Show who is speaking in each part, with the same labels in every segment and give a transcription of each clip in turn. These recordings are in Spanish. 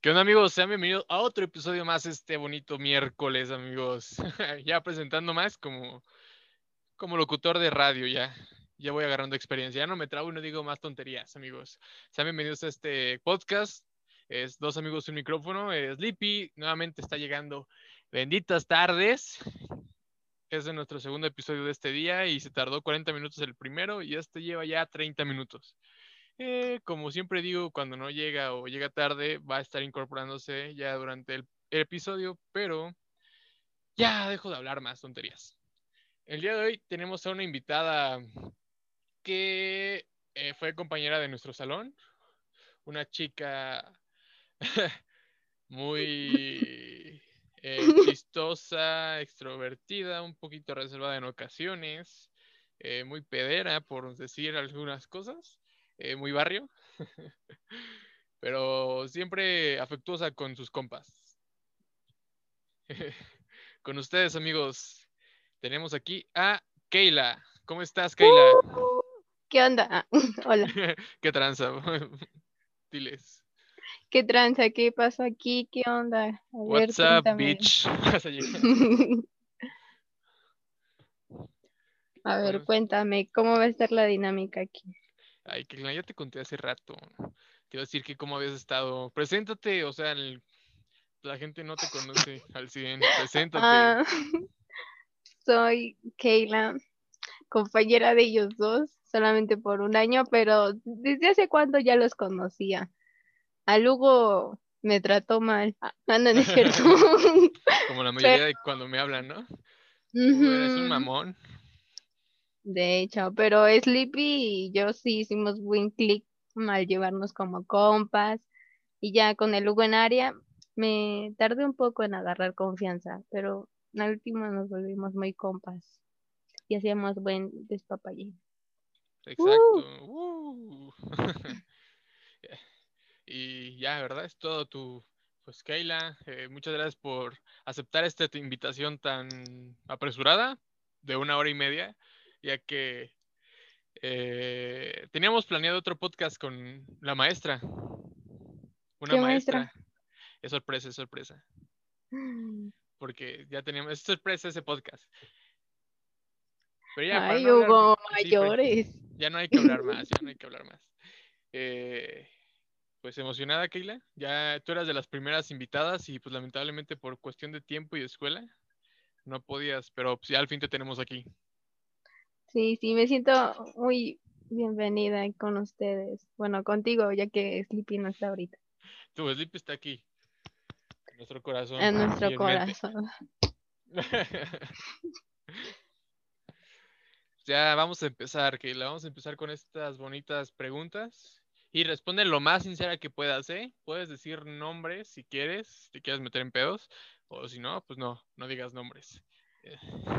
Speaker 1: ¿Qué onda amigos? Sean bienvenidos a otro episodio más este bonito miércoles, amigos. ya presentando más como, como locutor de radio, ya. Ya voy agarrando experiencia. Ya no me trago y no digo más tonterías, amigos. Sean bienvenidos a este podcast. Es dos amigos y un micrófono. Es Sleepy nuevamente está llegando. Benditas tardes. Es de nuestro segundo episodio de este día y se tardó 40 minutos el primero y este lleva ya 30 minutos. Eh, como siempre digo, cuando no llega o llega tarde, va a estar incorporándose ya durante el, el, episodio, pero ya dejo de hablar más tonterías. El día de hoy tenemos a una invitada que eh, fue compañera de nuestro salón, una chica muy eh, chistosa, extrovertida, un poquito reservada en ocasiones, eh, muy pedera por decir algunas cosas. Eh, muy barrio, pero siempre afectuosa con sus compas. con ustedes, amigos, tenemos aquí a Keila. ¿Cómo estás, Keila?
Speaker 2: Uh, ¿Qué onda? Ah, hola.
Speaker 1: ¿Qué tranza? Diles.
Speaker 2: ¿Qué tranza? ¿Qué pasó aquí? ¿Qué onda? A
Speaker 1: What's ver, up, cuéntame. bitch?
Speaker 2: a ver, cuéntame, ¿cómo va a estar la dinámica aquí?
Speaker 1: Ay, que ya te conté hace rato. Te iba a decir que cómo habías estado. Preséntate, o sea, el, la gente no te conoce al 100. Preséntate. Ah,
Speaker 2: soy Keila, compañera de ellos dos, solamente por un año, pero desde hace cuánto ya los conocía. A Lugo me trató mal. Ah, no, no es cierto.
Speaker 1: Como la mayoría pero... de cuando me hablan, ¿no? Uh -huh. Eres un mamón.
Speaker 2: De hecho, pero Sleepy y yo sí hicimos buen click al llevarnos como compas. Y ya con el Hugo en área, me tardé un poco en agarrar confianza, pero al último nos volvimos muy compas y hacíamos buen despapallín.
Speaker 1: Exacto. Uh. Uh. y ya, ¿verdad? Es todo tu. Pues Keila, eh, muchas gracias por aceptar esta invitación tan apresurada de una hora y media ya que eh, teníamos planeado otro podcast con la maestra. Una ¿Qué maestra? maestra. Es sorpresa, es sorpresa. Porque ya teníamos, es sorpresa ese podcast.
Speaker 2: Pero ya, Ay, no Hugo, más, mayores.
Speaker 1: Sí, ya no hay que hablar más, ya no hay que hablar más. Eh, pues emocionada, Keila. Ya tú eras de las primeras invitadas y pues lamentablemente por cuestión de tiempo y de escuela no podías, pero pues, ya al fin te tenemos aquí.
Speaker 2: Sí, sí, me siento muy bienvenida con ustedes. Bueno, contigo, ya que Sleepy no está ahorita.
Speaker 1: Tu Sleepy está aquí. En nuestro corazón.
Speaker 2: En nuestro en corazón.
Speaker 1: ya vamos a empezar, que la vamos a empezar con estas bonitas preguntas. Y responde lo más sincera que puedas, ¿eh? Puedes decir nombres si quieres, si te quieres meter en pedos, o si no, pues no, no digas nombres.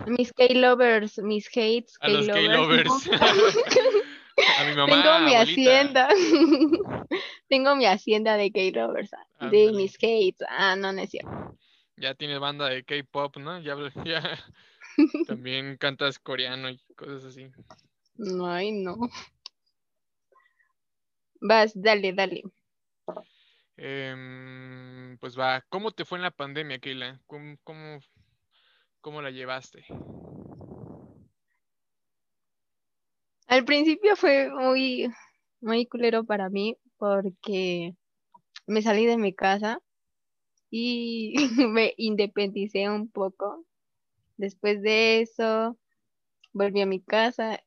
Speaker 2: Mis K-Lovers, mis hates.
Speaker 1: A los K-Lovers.
Speaker 2: a mi mamá. Tengo mi abuelita. hacienda. Tengo mi hacienda de K-Lovers. Ah, de mis hates. Ah, no, no es cierto.
Speaker 1: Ya tienes banda de K-pop, ¿no? Ya, ya. También cantas coreano y cosas así.
Speaker 2: No, ay, no. Vas, dale, dale.
Speaker 1: Eh, pues va, ¿cómo te fue en la pandemia, Keila? ¿Cómo, cómo ¿Cómo la llevaste?
Speaker 2: Al principio fue muy, muy culero para mí porque me salí de mi casa y me independicé un poco. Después de eso, volví a mi casa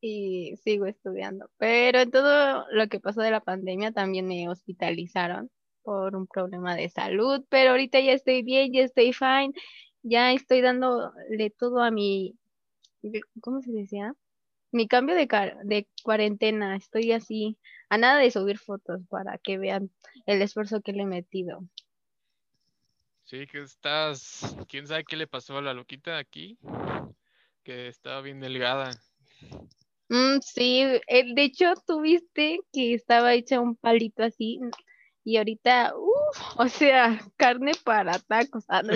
Speaker 2: y sigo estudiando. Pero en todo lo que pasó de la pandemia también me hospitalizaron por un problema de salud, pero ahorita ya estoy bien, ya estoy fine ya estoy dándole todo a mi, ¿cómo se decía? Mi cambio de, de cuarentena, estoy así, a nada de subir fotos para que vean el esfuerzo que le he metido.
Speaker 1: Sí, que estás, quién sabe qué le pasó a la loquita aquí, que estaba bien delgada.
Speaker 2: Mm, sí, de hecho tuviste que estaba hecha un palito así, y ahorita, uff, o sea, carne para tacos. Ah, no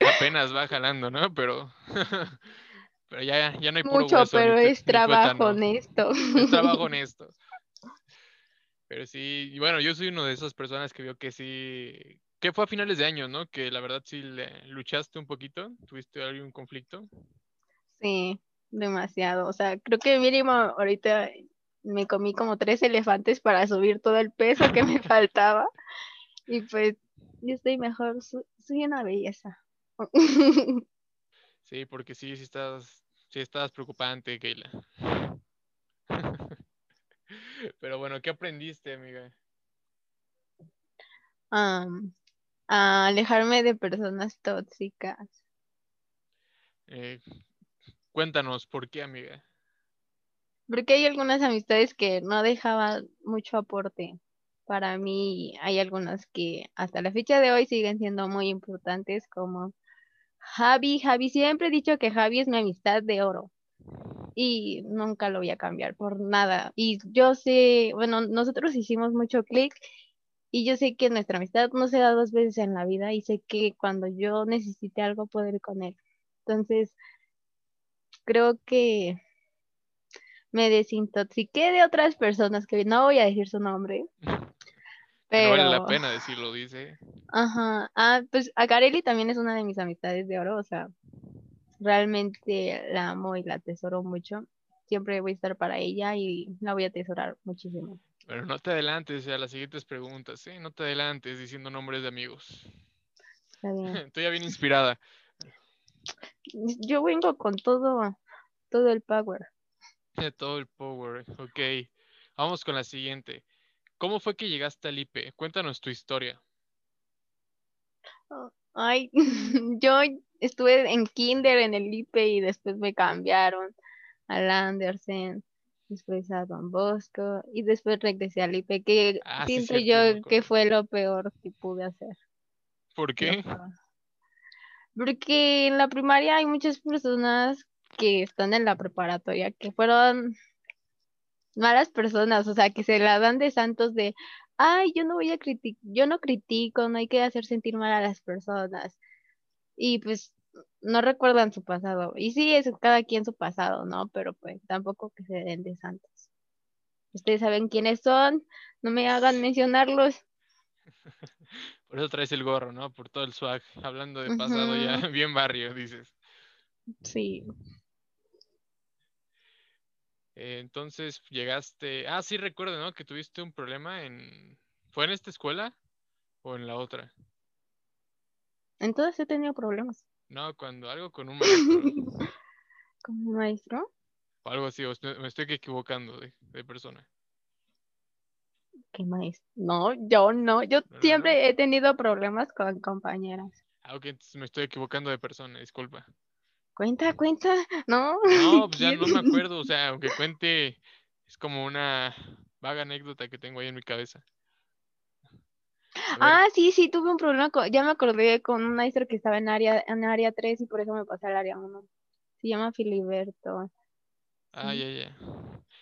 Speaker 1: Apenas va jalando, ¿no? Pero, pero ya, ya no hay
Speaker 2: Mucho, pero
Speaker 1: hueso,
Speaker 2: es trabajo cuéntano. honesto.
Speaker 1: Es trabajo honesto. Pero sí, y bueno, yo soy una de esas personas que vio que sí, que fue a finales de año, ¿no? Que la verdad sí le- luchaste un poquito, tuviste algún conflicto.
Speaker 2: Sí, demasiado. O sea, creo que mínimo ahorita me comí como tres elefantes para subir todo el peso que me faltaba. Y pues yo estoy mejor, so- soy una belleza.
Speaker 1: Sí, porque sí, sí estás, sí estás preocupante, Keila. Pero bueno, ¿qué aprendiste, amiga?
Speaker 2: Am, a alejarme de personas tóxicas.
Speaker 1: Eh, cuéntanos, ¿por qué, amiga?
Speaker 2: Porque hay algunas amistades que no dejaban mucho aporte. Para mí hay algunas que hasta la fecha de hoy siguen siendo muy importantes, como Javi. Javi, siempre he dicho que Javi es mi amistad de oro y nunca lo voy a cambiar por nada. Y yo sé, bueno, nosotros hicimos mucho clic y yo sé que nuestra amistad no se da dos veces en la vida y sé que cuando yo necesite algo puedo ir con él. Entonces, creo que me desintoxiqué de otras personas que no voy a decir su nombre,
Speaker 1: Que
Speaker 2: pero
Speaker 1: No vale la pena decirlo, dice.
Speaker 2: ajá, ah, pues a Carelli también es una de mis amistades de oro, o sea, realmente la amo y la atesoro mucho. Siempre voy a estar para ella y la voy a atesorar muchísimo.
Speaker 1: Pero no te adelantes a las siguientes preguntas, ¿eh? No te adelantes diciendo nombres de amigos.
Speaker 2: Está bien.
Speaker 1: Estoy ya bien inspirada.
Speaker 2: Yo vengo con todo, todo el power.
Speaker 1: Todo el power. Ok. Vamos con la siguiente. ¿Cómo fue que llegaste al IPE? Cuéntanos tu historia.
Speaker 2: Ay, yo estuve en kinder en el IPE y después me cambiaron al Andersen, después a Don Bosco y después regresé al IPE, que
Speaker 1: Ah, sí, cierto,
Speaker 2: siento
Speaker 1: me
Speaker 2: yo
Speaker 1: acuerdo.
Speaker 2: que fue lo peor que pude hacer.
Speaker 1: ¿Por
Speaker 2: lo
Speaker 1: qué?
Speaker 2: peor. Porque en la primaria hay muchas personas que están en la preparatoria que fueron malas personas, o sea, que se la dan de santos de, ay, yo no voy a criticar, yo no critico, no hay que hacer sentir mal a las personas. Y pues no recuerdan su pasado. Y sí, es cada quien su pasado, ¿no? Pero pues tampoco que se den de santos. Ustedes saben quiénes son, no me hagan mencionarlos.
Speaker 1: Por eso traes el gorro, ¿no? Por todo el swag. Hablando de pasado ya, bien barrio, dices.
Speaker 2: Sí,
Speaker 1: Eh, entonces llegaste. Ah, sí, recuerdo, ¿no? Que tuviste un problema en. ¿Fue en esta escuela o en la otra?
Speaker 2: entonces he tenido problemas.
Speaker 1: No, cuando algo con un maestro.
Speaker 2: Como maestro,
Speaker 1: O algo así, o estoy- me estoy equivocando de, de persona.
Speaker 2: ¿qué maestro? No, yo no, yo
Speaker 1: no, no.
Speaker 2: siempre he tenido problemas con compañeras.
Speaker 1: Ah, ok, entonces me estoy equivocando de persona, disculpa.
Speaker 2: Cuenta, cuenta, no.
Speaker 1: Mm. No, pues ya no me
Speaker 2: ¿quién?
Speaker 1: acuerdo, o sea, aunque cuente, es como una vaga anécdota que tengo ahí en mi cabeza. A ver,
Speaker 2: Ah, sí, sí, tuve un problema, con- ya me acordé con un maestro que estaba en área, en área 3 y por eso me pasé al área 1. Se llama Filiberto.
Speaker 1: ah,
Speaker 2: sí.
Speaker 1: ya, ya.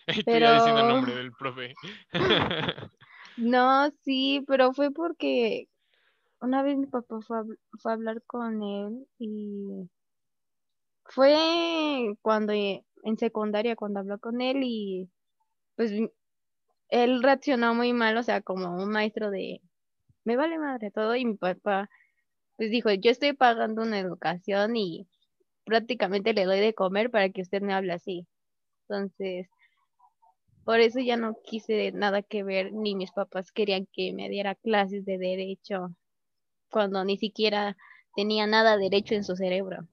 Speaker 1: Y tú ya diciendo el
Speaker 2: Pero-
Speaker 1: nombre del profe.
Speaker 2: No, sí, pero fue porque una vez mi papá fue a, habl- fue a hablar con él y fue cuando eh, en secundaria cuando habló con él y pues m- él reaccionó muy mal, o sea, como un maestro de me vale madre todo y mi papá pues dijo, yo estoy pagando una educación y prácticamente le doy de comer para que usted me hable así. Entonces, por eso ya no quise nada que ver, ni mis papás querían que me diera clases de derecho, cuando ni siquiera tenía nada derecho en su cerebro.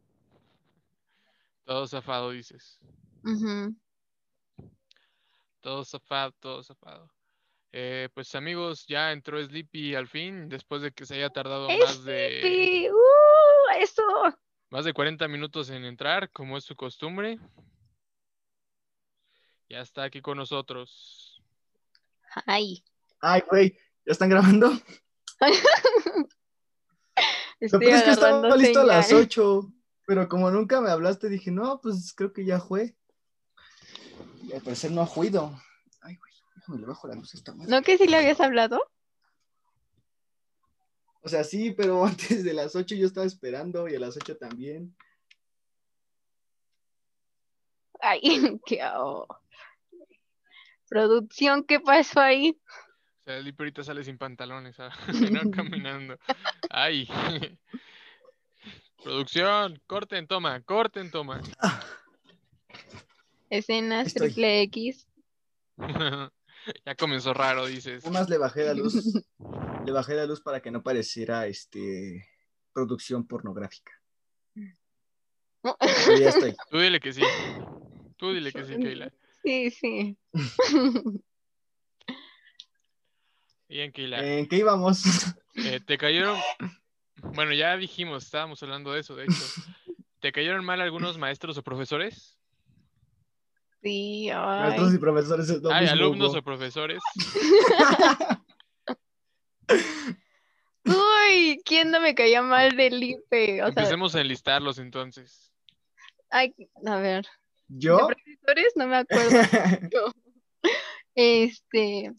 Speaker 1: Todo zafado, dices.
Speaker 2: Ujú.
Speaker 1: Todo zafado, todo zafado. Eh, pues amigos, ya entró Sleepy al fin, después de que se haya tardado más de,
Speaker 2: ¡Sleepy! ¡Uh! ¡Eso!
Speaker 1: más de 40 minutos en entrar, como es su costumbre. Ya está aquí con nosotros.
Speaker 2: ¡Ay!
Speaker 3: Ay, güey, ¿ya están grabando? Lo
Speaker 2: Estoy
Speaker 3: peor es que estaba
Speaker 2: agarrando
Speaker 3: listo a las
Speaker 2: señal.
Speaker 3: 8, pero como nunca me hablaste, dije, no, pues creo que ya fue. Y al parecer no ha juido. Ay, güey, déjame le bajo la luz a esta madre.
Speaker 2: ¿No que sí le habías hablado?
Speaker 3: O sea, sí, pero antes de las 8 yo estaba esperando y a las 8 también.
Speaker 2: ¡Ay! ¡Qué oh. Producción, ¿qué pasó ahí?
Speaker 1: O sea, Lipe ahorita sale sin pantalones, ¿sabes? no caminando. Ay. Producción, corten, toma, corten, toma.
Speaker 2: Escenas
Speaker 3: Estoy.
Speaker 2: triple X.
Speaker 1: ya comenzó raro, dices.
Speaker 3: Además le bajé la luz, le bajé la luz para que no pareciera este producción pornográfica. Pero ya estoy.
Speaker 1: Tú dile que sí. Tú dile que sí, Keila.
Speaker 2: Sí, sí.
Speaker 1: Bien, Keila.
Speaker 3: ¿En qué íbamos?
Speaker 1: Eh, te cayeron. Bueno, ya dijimos, estábamos hablando de eso, de hecho. ¿Te cayeron mal algunos maestros o profesores?
Speaker 2: Sí,
Speaker 3: Maestros
Speaker 2: ay.
Speaker 3: y profesores es lo
Speaker 1: Hay
Speaker 3: mismo,
Speaker 1: alumnos
Speaker 3: bro.
Speaker 1: o profesores.
Speaker 2: Uy, ¿quién no me caía mal del IPE? O sea,
Speaker 1: Empecemos a enlistarlos entonces.
Speaker 2: ay, a ver,
Speaker 3: ¿Yo?
Speaker 2: de profesores no me acuerdo. Este,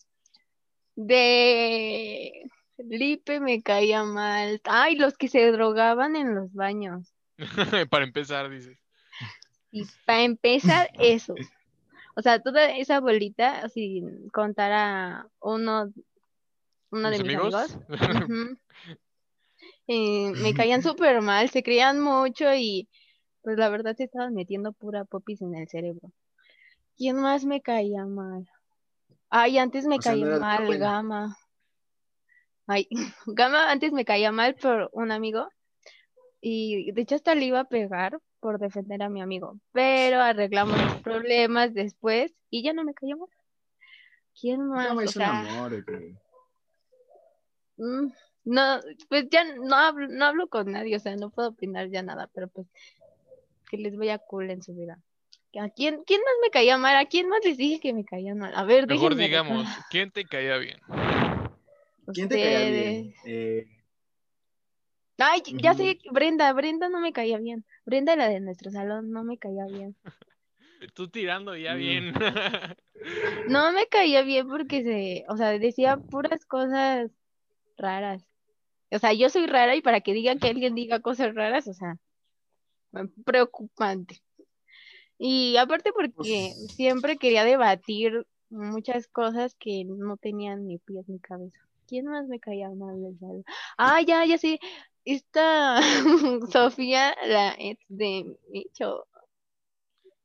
Speaker 2: de Lipe me caía mal. Ay, los que se drogaban en los baños.
Speaker 1: Para empezar, dices.
Speaker 2: Y para empezar, esos. O sea, toda esa bolita, si contara uno, uno de
Speaker 1: ¿Mis
Speaker 2: mis amigos,
Speaker 1: amigos?
Speaker 2: ujú, eh, me caían súper mal, se creían mucho y pues la verdad se estaban metiendo pura popis en el cerebro. ¿Quién más me caía mal? Ay, antes me
Speaker 3: O sea, no
Speaker 2: caía
Speaker 3: era
Speaker 2: mal
Speaker 3: buena.
Speaker 2: Gama. Ay, Gama antes me caía mal por un amigo y de hecho hasta le iba a pegar por defender a mi amigo, pero arreglamos los problemas después y ya no me cayó mal. ¿Quién más?
Speaker 3: No,
Speaker 2: O
Speaker 3: es un
Speaker 2: sea,
Speaker 3: amor, güey.
Speaker 2: Mm, No, pues ya no hablo, no hablo con nadie, o sea, no puedo opinar ya nada, pero pues que les vaya cool en su vida. ¿A quién, quién más me caía mal? ¿A quién más les dije que me caía mal? A ver,
Speaker 1: Mejor
Speaker 2: déjenme
Speaker 1: digamos,
Speaker 2: recordar.
Speaker 1: ¿quién te caía bien?
Speaker 3: ¿Quién te caía bien?
Speaker 2: Ustedes.
Speaker 3: Eh,
Speaker 2: Ay, ya sé,
Speaker 3: Ujú.
Speaker 2: Brenda, Brenda no me caía bien. Brenda, la de nuestro salón, no me caía bien.
Speaker 1: Tú tirando ya
Speaker 3: Mm.
Speaker 1: bien.
Speaker 2: No me caía bien porque se, o sea, decía puras cosas raras. O sea, yo soy rara y para que digan que alguien diga cosas raras, o sea, preocupante. Y aparte porque
Speaker 3: Pues-
Speaker 2: siempre quería debatir muchas cosas que no tenían ni pies ni cabeza. ¿Quién más me caía mal del salón? Ah, ya, ya sé. Esta Sofía, la ex de Micho,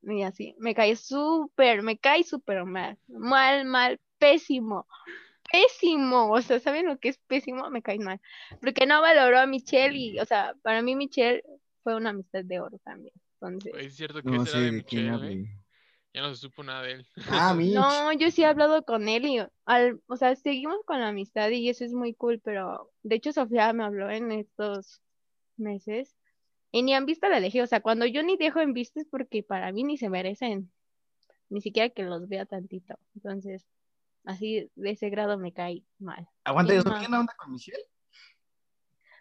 Speaker 2: y así, me cae súper, me cae súper mal, mal, mal, pésimo, pésimo, o sea, ¿saben lo que es pésimo? Me cae mal, porque no valoró a Michelle y, o sea, para mí Michelle fue una amistad de oro también, entonces,
Speaker 1: Pues, es cierto que
Speaker 3: no
Speaker 1: será
Speaker 3: sé
Speaker 1: de
Speaker 3: de quién
Speaker 1: Michelle, ¿eh?
Speaker 3: hable.
Speaker 1: Ya no se supo nada de él.
Speaker 3: Ah, Mitch.
Speaker 2: no, yo sí he hablado con él y, al, o sea, seguimos con la amistad y eso es muy cool, pero, de hecho, Sofía me habló en estos meses y ni han visto la dejé, o sea, cuando yo ni dejo en vistas porque para mí ni se merecen. ni siquiera que los vea tantito. Entonces, así de ese grado me cae mal.
Speaker 3: Aguanta,
Speaker 2: Sí,
Speaker 3: ¿eso
Speaker 2: ma.
Speaker 3: quién onda con Michelle?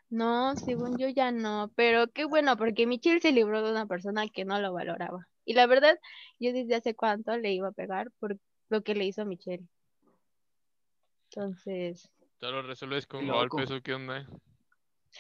Speaker 2: No, según yo ya no, pero qué bueno, porque Michelle se libró de una persona que no lo valoraba. Y la verdad, yo desde hace cuánto le iba a pegar por lo que le hizo Michelle. Entonces,
Speaker 1: Ya lo resuelves con
Speaker 3: Qué loco.
Speaker 1: golpes o qué onda.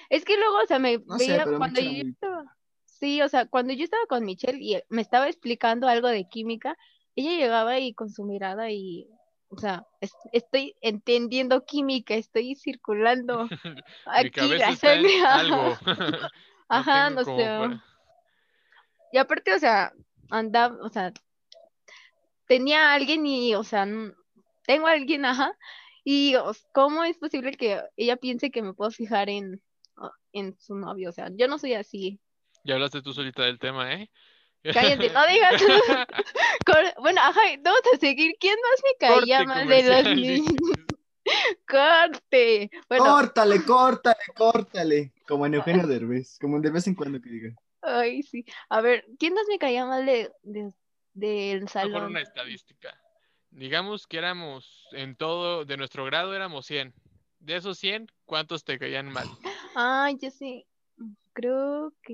Speaker 2: es que luego, o sea, me
Speaker 3: No sé,
Speaker 2: veía
Speaker 3: pero
Speaker 2: cuando
Speaker 3: Michelle
Speaker 2: yo
Speaker 3: era muy-
Speaker 2: estaba, sí, o sea, cuando yo estaba con Michelle y me estaba explicando algo de química, ella llegaba y con su mirada y, o sea, es- estoy entendiendo química, estoy circulando
Speaker 1: Mi
Speaker 2: aquí
Speaker 1: cabeza
Speaker 2: la
Speaker 1: está en
Speaker 2: sangre.
Speaker 1: algo.
Speaker 2: Ajá,
Speaker 1: tengo
Speaker 2: no
Speaker 1: como
Speaker 2: sé.
Speaker 1: para-
Speaker 2: Y aparte, o sea, andaba, o sea, tenía a alguien y, o sea, n- tengo a alguien, ajá, y o s- ¿cómo es posible que ella piense que me puedo fijar en, o- en su novio? O sea, yo no soy así.
Speaker 1: Ya hablaste tú solita del tema, ¿eh?
Speaker 2: Cállate, no digas. Cor- Bueno, ajá, vamos a seguir. ¿Quién más me
Speaker 1: Corte
Speaker 2: caía mal de los
Speaker 1: comercial,
Speaker 2: niños?
Speaker 1: dices.
Speaker 2: Corte. Bueno,
Speaker 3: Córtale, córtale, córtale. Como en Eugenio Derbez, como de vez en cuando que diga.
Speaker 2: ay, sí. A ver, ¿quién más me caía mal de, de- del
Speaker 1: Mejor
Speaker 2: salón?
Speaker 1: una estadística. Digamos que éramos, en todo, de nuestro grado éramos 100. De esos 100, ¿cuántos te caían mal?
Speaker 2: Ay, yo sé. Creo que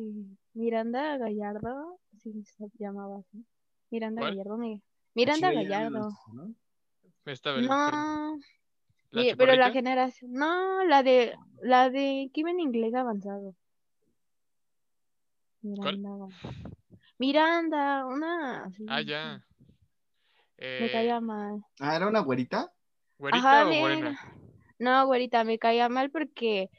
Speaker 2: Miranda Gallardo, sí se llamaba así. Miranda
Speaker 1: ¿Cuál? Ah,
Speaker 2: Gallardo me. Miranda
Speaker 3: Chile ya
Speaker 2: Gallardo.
Speaker 3: no, ¿no?
Speaker 1: Esta vez.
Speaker 2: No,
Speaker 1: ¿La
Speaker 2: mi- pero la
Speaker 1: chaparrita?
Speaker 2: generación. No, la de la de que iba en inglés avanzado.
Speaker 1: ¿Cuál?
Speaker 2: Miranda. Gal- Miranda, una. sí,
Speaker 1: Ah,
Speaker 2: sí,
Speaker 1: ya. Eh,
Speaker 2: Me caía mal.
Speaker 3: Ah, era una güerita.
Speaker 1: ¿Güerita
Speaker 2: Ajá,
Speaker 1: o
Speaker 2: bien.
Speaker 1: morena?
Speaker 2: No, güerita, me caía mal porque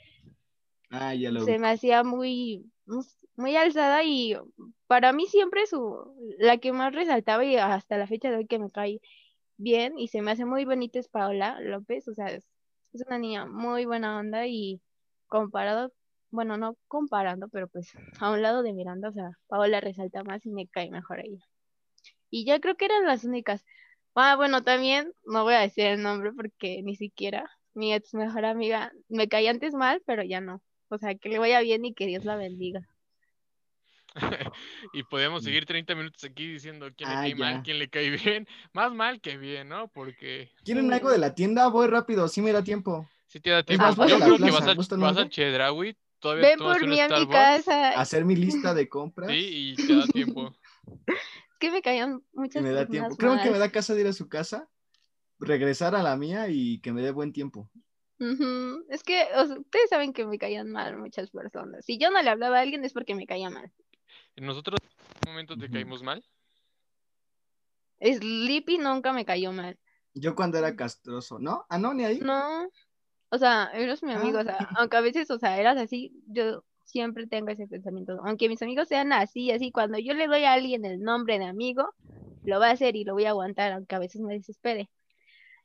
Speaker 3: Ah, ya lo vi.
Speaker 2: se me hacía muy, no sé, muy alzada y para mí siempre su, la que más resaltaba y hasta la fecha de hoy que me cae bien y se me hace muy bonita es Paola López, o sea, es, es una niña muy buena onda y comparado, bueno, no comparando, pero pues a un lado de Miranda, o sea, Paola resalta más y me cae mejor a ella. Y ya creo que eran las únicas. Ah, bueno, también no voy a decir el nombre porque ni siquiera mi ex mejor amiga me caía antes mal, pero ya no. O sea, que le vaya bien y que Dios la bendiga.
Speaker 1: Y podemos seguir 30 minutos aquí diciendo quién le
Speaker 3: Mm. Ah,
Speaker 1: cae mal,
Speaker 3: ya.
Speaker 1: quién le cae bien. Más mal que bien, ¿no? Porque
Speaker 3: ¿Quieren algo de la tienda? Voy rápido, sí me da tiempo.
Speaker 1: si te da
Speaker 3: Pues
Speaker 1: tiempo.
Speaker 2: más, voy
Speaker 1: Yo
Speaker 2: a la
Speaker 1: creo que
Speaker 3: plaza,
Speaker 1: vas a,
Speaker 3: ¿gustan
Speaker 1: vas a
Speaker 3: algo?
Speaker 1: Chedraui, todavía
Speaker 2: Ven
Speaker 1: tomas
Speaker 2: por
Speaker 1: un
Speaker 2: mí a mi
Speaker 1: Starbucks,
Speaker 2: casa. Es
Speaker 3: Hacer mi lista de compras.
Speaker 1: Sí, y te da tiempo.
Speaker 2: que me caían
Speaker 3: y
Speaker 2: muchas
Speaker 3: me da
Speaker 2: personas
Speaker 3: tiempo. Creo que me
Speaker 2: mal.
Speaker 3: da casa de ir a su casa, regresar a la mía y que me dé buen tiempo.
Speaker 2: Ujú. Es que o sea, ustedes saben que me caían mal muchas personas. Si yo no le hablaba a alguien es porque me caía mal.
Speaker 1: ¿Nosotros en qué momento te
Speaker 3: Ujú.
Speaker 1: caímos mal?
Speaker 2: Sleepy nunca me cayó mal.
Speaker 3: Yo cuando era castroso, ¿no? Ah, no, ni ahí.
Speaker 2: Mm. No. O sea, eres mi amigo. O sea,
Speaker 3: Ah.
Speaker 2: aunque a veces, o sea, eras así, yo siempre tengo ese pensamiento. Aunque mis amigos sean así, así, cuando yo le doy a alguien el nombre de amigo, lo va a hacer y lo voy a aguantar, aunque a veces me desespere.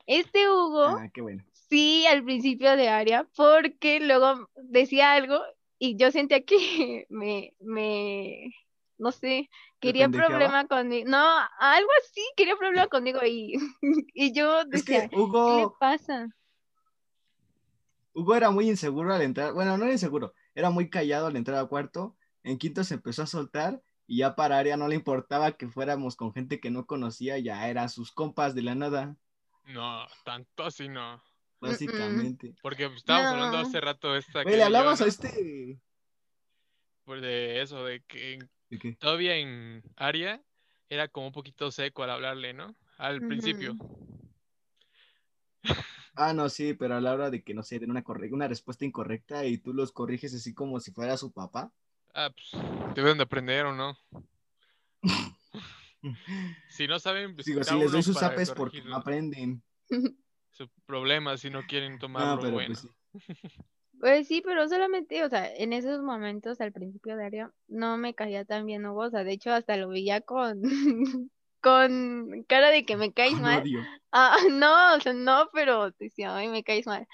Speaker 2: Este Hugo.
Speaker 3: Ah, qué bueno.
Speaker 2: Sí, al principio de área, porque luego decía algo y yo sentía que me, me, no sé, quería
Speaker 3: pendejeaba?
Speaker 2: problema conmigo. No, algo así, quería problema conmigo y, y yo
Speaker 3: Es
Speaker 2: decía,
Speaker 3: que
Speaker 2: ¿qué le
Speaker 3: Hugo,
Speaker 2: pasa?
Speaker 3: Hugo era muy inseguro al entrar. Bueno, no era inseguro, era muy callado al entrar al cuarto. En quinto se empezó a soltar y ya para área no le importaba que fuéramos con gente que no conocía, ya era sus compas de la nada,
Speaker 1: No, tanto así no.
Speaker 3: básicamente.
Speaker 1: Porque pues, estábamos
Speaker 2: No.
Speaker 1: hablando hace rato esta
Speaker 3: Güey,
Speaker 1: Karen y yo,
Speaker 3: le hablabas
Speaker 1: ¿no?
Speaker 3: a este.
Speaker 1: Pues, de eso, de que en-
Speaker 3: ¿De qué?
Speaker 1: todavía en área era como un poquito seco al hablarle, ¿no? Al
Speaker 2: Ujú.
Speaker 1: principio.
Speaker 3: Ah, no, sí, pero a la hora de que, no sé, den una, corre- una respuesta incorrecta y tú los corriges así como si fuera su papá.
Speaker 1: Ah, pues, deben de aprender o no. Si no saben, pues,
Speaker 3: Digo,
Speaker 1: está
Speaker 3: si les
Speaker 1: uno
Speaker 3: doy sus
Speaker 1: para
Speaker 3: apes porque no
Speaker 1: corregirlo.
Speaker 3: aprenden.
Speaker 1: Su problema si no quieren tomarlo
Speaker 3: No, pero
Speaker 1: bueno.
Speaker 3: pues sí.
Speaker 2: Pues sí, pero solamente, o sea, en esos momentos al principio de área no me caía tan bien Hugo, o sea, de hecho hasta lo veía con, con cara de que me caes
Speaker 3: Con
Speaker 2: mal.
Speaker 3: odio.
Speaker 2: Ah, no, o sea, no, pero decía, ay, me caes mal.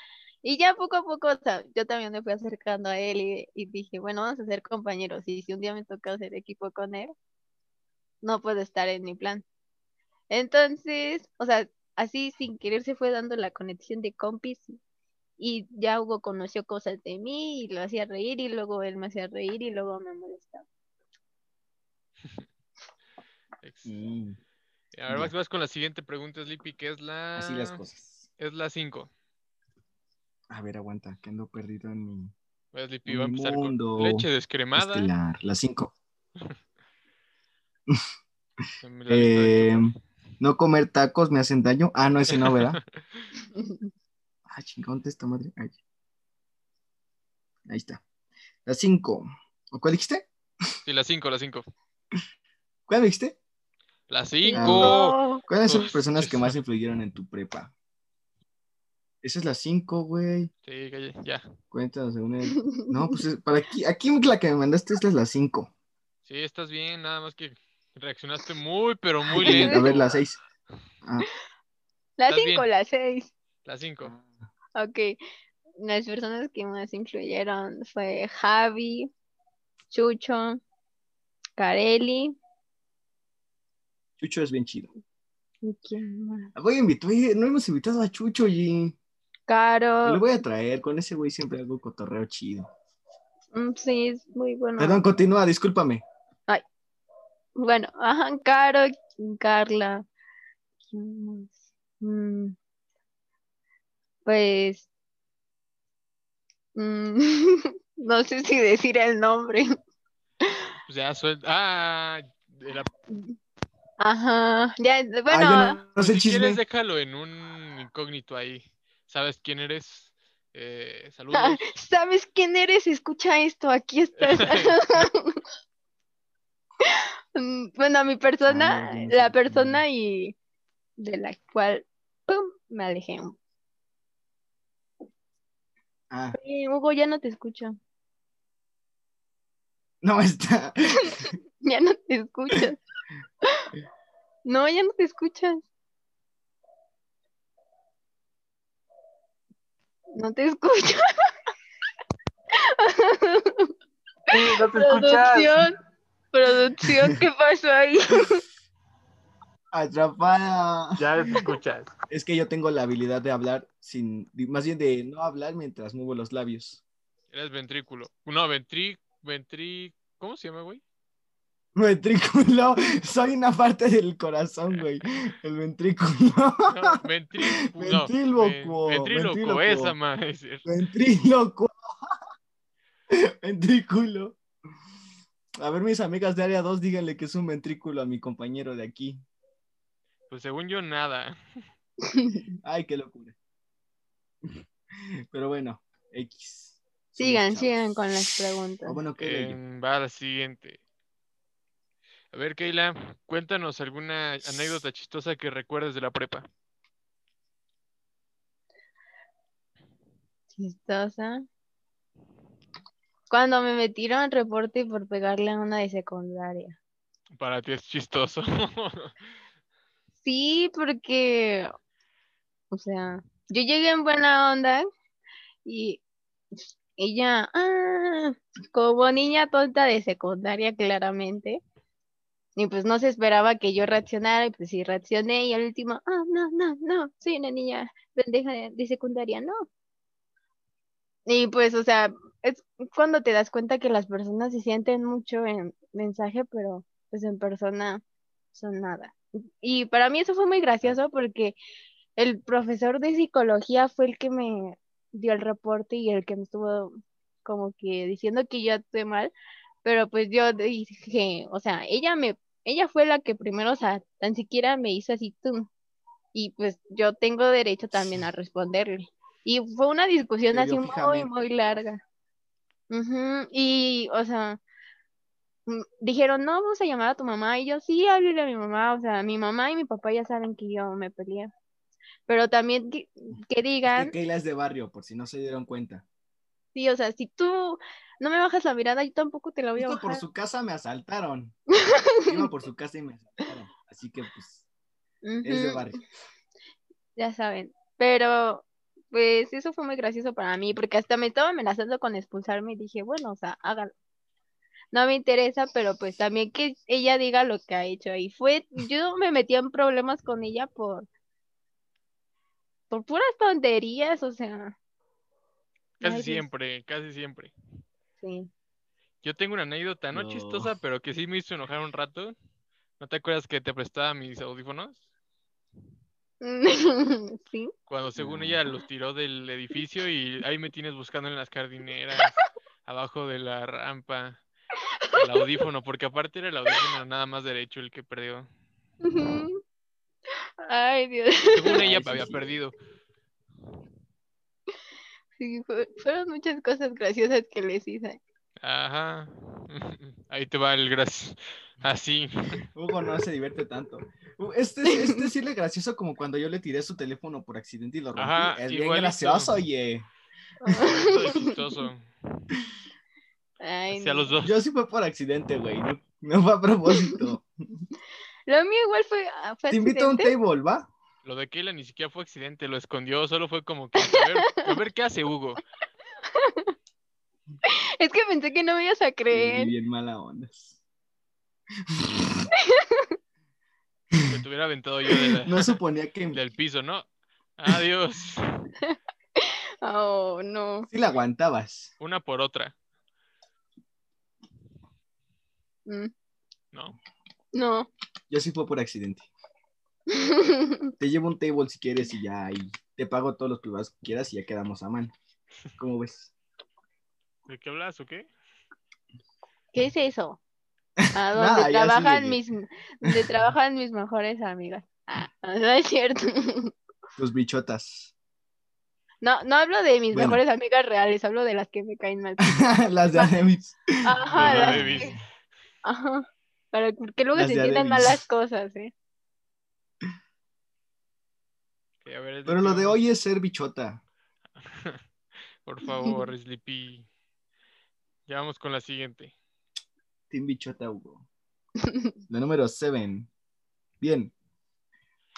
Speaker 2: Y ya poco a poco, o sea, yo también me fui acercando a él y, y dije, bueno, vamos a ser compañeros. Y si un día me toca hacer equipo con él, no puedo estar en mi plan. Entonces, o sea, así sin querer se fue dando la conexión de compis y ya Hugo conoció cosas de mí y lo hacía reír y luego él me hacía reír y luego me molestaba.
Speaker 1: Ex-
Speaker 3: Mm,
Speaker 1: A ver,
Speaker 3: ya.
Speaker 1: vas, vas con la siguiente pregunta, Sleepy, que es la...
Speaker 3: así las cosas.
Speaker 1: Es la 5.
Speaker 3: A ver, aguanta, que ando perdido en mi
Speaker 1: Sleepy
Speaker 3: En
Speaker 1: Pues, va a
Speaker 3: mi
Speaker 1: empezar
Speaker 3: mundo Este,
Speaker 1: con leche descremada.
Speaker 3: estelar. Las cinco.
Speaker 1: en la lista de
Speaker 3: Eh,
Speaker 1: Chopper.
Speaker 3: No comer tacos me hacen daño. Ah, no, ese no, ¿verdad? Ah, chingón, de esta madre. Ay. Ahí está. Las cinco. ¿O cuál dijiste?
Speaker 1: Sí, la 5, la 5.
Speaker 3: ¿Cuál dijiste? Ah.
Speaker 1: La
Speaker 3: Cinco.
Speaker 1: 5.
Speaker 3: ¿Cuáles son las
Speaker 1: Uf,
Speaker 3: personas
Speaker 1: ya
Speaker 3: que más influyeron en tu prepa? Esa es la cinco, güey.
Speaker 1: Sí, calle, ya.
Speaker 3: Cuéntanos, según él. No, pues es- para aquí, aquí la que me mandaste, esta es la 5.
Speaker 1: Sí, estás bien, nada más que reaccionaste muy, pero muy lento.
Speaker 3: A ver, la 6. Ah,
Speaker 2: La
Speaker 1: Estás
Speaker 2: cinco,
Speaker 1: bien.
Speaker 2: la seis.
Speaker 1: La 5.
Speaker 2: Ok, las personas que más influyeron fue Javi, Chucho, Carelli.
Speaker 3: Chucho es bien chido.
Speaker 2: ¿Y quién más?
Speaker 3: Voy a invitar, oye, no hemos invitado a Chucho y lo
Speaker 2: Caro.
Speaker 3: voy a traer. Con ese güey siempre hago cotorreo chido.
Speaker 2: mm, Sí, es muy bueno.
Speaker 3: Perdón, continúa, discúlpame.
Speaker 2: Bueno, ajá, Caro, Carla. ¿Quién más? Mm, pues. mm, no sé si decir el nombre.
Speaker 1: Pues ya suelta. Ah, de la-
Speaker 2: Ajá. Ya, bueno.
Speaker 3: Ah, yo no, no sé
Speaker 1: si
Speaker 3: chisme.
Speaker 1: quieres, déjalo en un incógnito ahí. ¿Sabes quién eres? Eh, saludos.
Speaker 2: ¿Sabes quién eres? Escucha esto, aquí estás. Mm, bueno, mi persona,
Speaker 3: Ah, no, yo no
Speaker 2: la
Speaker 3: sé.
Speaker 2: persona y de la cual pum, me alejé un
Speaker 3: Ah,
Speaker 2: Oye, Hugo, ya no te escucho.
Speaker 3: no está.
Speaker 2: Ya no te escuchas. No, ya no te escuchas. No te escucho.
Speaker 4: Sí, no te escuchas.
Speaker 2: Producción, producción, ¿qué pasó ahí?
Speaker 3: Atrapada.
Speaker 4: Ya te escuchas.
Speaker 3: Es que yo tengo la habilidad de hablar sin, más bien de no hablar mientras muevo los labios.
Speaker 1: Eres ventrículo. No, ventrí, ventrí, ¿cómo se llama, güey?
Speaker 3: Ventrículo, soy una parte del corazón, güey. El ventrículo.
Speaker 1: No, ventrículo. no,
Speaker 3: Ventrílocuo,
Speaker 1: ve- ventrílocuo,
Speaker 3: ventrílocuo.
Speaker 1: esa madre. es cierto.
Speaker 3: Ventríloco. Ventrículo. A ver, mis amigas de área 2, díganle que es un ventrículo a mi compañero de aquí.
Speaker 1: Pues según yo, nada.
Speaker 3: Ay, qué locura. Pero bueno, X. Somos
Speaker 2: Sigan,
Speaker 3: chavos.
Speaker 2: sigan con las preguntas.
Speaker 3: Ah, bueno, ¿qué leí?
Speaker 1: Em, va a la siguiente. A ver, Keila, cuéntanos alguna anécdota chistosa que recuerdes de la prepa.
Speaker 2: Chistosa. Cuando me metieron al reporte por pegarle a una de secundaria.
Speaker 1: Para ti es chistoso.
Speaker 2: Sí, porque, o sea, yo llegué en buena onda y ella, ah, como niña tonta de secundaria, claramente. Y pues no se esperaba que yo reaccionara, y pues sí reaccioné, y al último, ah, no, no, no, soy una niña pendeja de, de secundaria, no. Y pues, o sea, es cuando te das cuenta que las personas se sienten mucho en mensaje, pero pues en persona son nada. Y para mí eso fue muy gracioso porque el profesor de psicología fue el que me dio el reporte y el que me estuvo como que diciendo que yo actué mal, pero pues yo dije, o sea, ella me, ella fue la que primero, o sea, tan siquiera me hizo así tú. Y pues yo tengo derecho también a responderle. Y fue una discusión
Speaker 3: Te
Speaker 2: así
Speaker 3: vio
Speaker 2: muy,
Speaker 3: fijamente.
Speaker 2: muy larga. Ujú, Y, o sea, mm, dijeron, no, vamos a llamar a tu mamá. Y yo, sí, háblale a mi mamá. O sea, mi mamá y mi papá ya saben que yo me peleé. Pero también que, que
Speaker 3: Es
Speaker 2: digan,
Speaker 3: que Keila es Este, de barrio, por si no se dieron cuenta.
Speaker 2: sí, o sea, si tú no me bajas la mirada, yo tampoco te la voy a
Speaker 3: Justo por
Speaker 2: bajar.
Speaker 3: su casa me asaltaron. Iba por su casa y me asaltaron. Así que pues, es de
Speaker 2: Ujú,
Speaker 3: barrio.
Speaker 2: ya saben. Pero, pues, eso fue muy gracioso para mí, porque hasta me estaba amenazando con expulsarme y dije, bueno, o sea, hágalo. No me interesa, pero pues también que ella diga lo que ha hecho ahí. Fue, yo me metí en problemas con ella por, por puras tonterías, o sea.
Speaker 1: Casi
Speaker 2: ay, Dios,
Speaker 1: siempre, casi siempre.
Speaker 2: sí.
Speaker 1: Yo tengo una anécdota, no,
Speaker 3: No.
Speaker 1: chistosa, pero que sí me hizo enojar un rato. ¿No te acuerdas que te prestaba mis audífonos?
Speaker 2: Sí.
Speaker 1: Cuando según
Speaker 3: No.
Speaker 1: ella los tiró del edificio y ahí me tienes buscando en las jardineras, abajo de la rampa, el audífono, porque aparte era el audífono nada más derecho el que perdió.
Speaker 2: Ujú. Ay, Dios.
Speaker 1: Según
Speaker 3: Ay,
Speaker 1: ella
Speaker 3: sí,
Speaker 1: había
Speaker 3: sí.
Speaker 1: perdido.
Speaker 2: Sí, fue- fueron muchas cosas graciosas que les hice.
Speaker 1: Ajá. Ahí te va el gras. Así.
Speaker 3: Hugo no se divierte tanto. Uh, Este, es- este sí le gracioso como cuando yo le tiré su teléfono por accidente y lo rompí.
Speaker 1: Ajá,
Speaker 3: es bien
Speaker 1: igualito.
Speaker 3: gracioso, oye.
Speaker 1: Eso es chistoso.
Speaker 2: Ay,
Speaker 1: Hacia
Speaker 2: no.
Speaker 1: los dos.
Speaker 3: Yo sí fue por accidente, güey. No, no fue a propósito.
Speaker 2: Lo mío igual fue, ah, fue
Speaker 3: Te invito a un
Speaker 2: accidente.
Speaker 3: table, ¿va?
Speaker 1: Lo de Keila ni siquiera fue accidente, lo escondió, solo fue como que a ver, a ver qué hace Hugo.
Speaker 2: Es que pensé que no me ibas a
Speaker 3: Y
Speaker 2: creer.
Speaker 3: bien mala onda.
Speaker 1: Que te hubiera aventado yo de la-
Speaker 3: No suponía que
Speaker 1: del piso, ¿no? Adiós.
Speaker 2: Oh, no.
Speaker 3: sí la aguantabas.
Speaker 1: Una por otra.
Speaker 2: Mm,
Speaker 1: No.
Speaker 2: No.
Speaker 3: Yo sí fue por accidente. Te llevo un table si quieres y ya y te pago todos los privados que quieras y ya quedamos a mano. ¿Cómo ves?
Speaker 1: ¿De qué hablas o qué?
Speaker 2: ¿Qué es eso? A
Speaker 3: Nada,
Speaker 2: donde
Speaker 3: ya
Speaker 2: trabajan
Speaker 3: síguele.
Speaker 2: mis, donde trabajan mis mejores amigas. Ah, no es cierto.
Speaker 3: Los bichotas.
Speaker 2: No, no hablo de mis
Speaker 3: Bueno.
Speaker 2: mejores amigas reales, hablo de las que me caen mal.
Speaker 3: las de Ademis.
Speaker 2: Ajá,
Speaker 1: Los
Speaker 2: Ah, las
Speaker 1: babies.
Speaker 2: que- ajá. Para que luego
Speaker 3: Las
Speaker 2: se
Speaker 3: de
Speaker 2: entiendan mal
Speaker 3: Adebis.
Speaker 2: las cosas, ¿eh?
Speaker 1: Ok, a ver,
Speaker 3: Pero lo
Speaker 1: qué vamos?
Speaker 3: de hoy es ser bichota.
Speaker 1: Por favor, Sleepy. Ya vamos con la siguiente.
Speaker 3: Team Bichota Hugo. La número 7. Bien.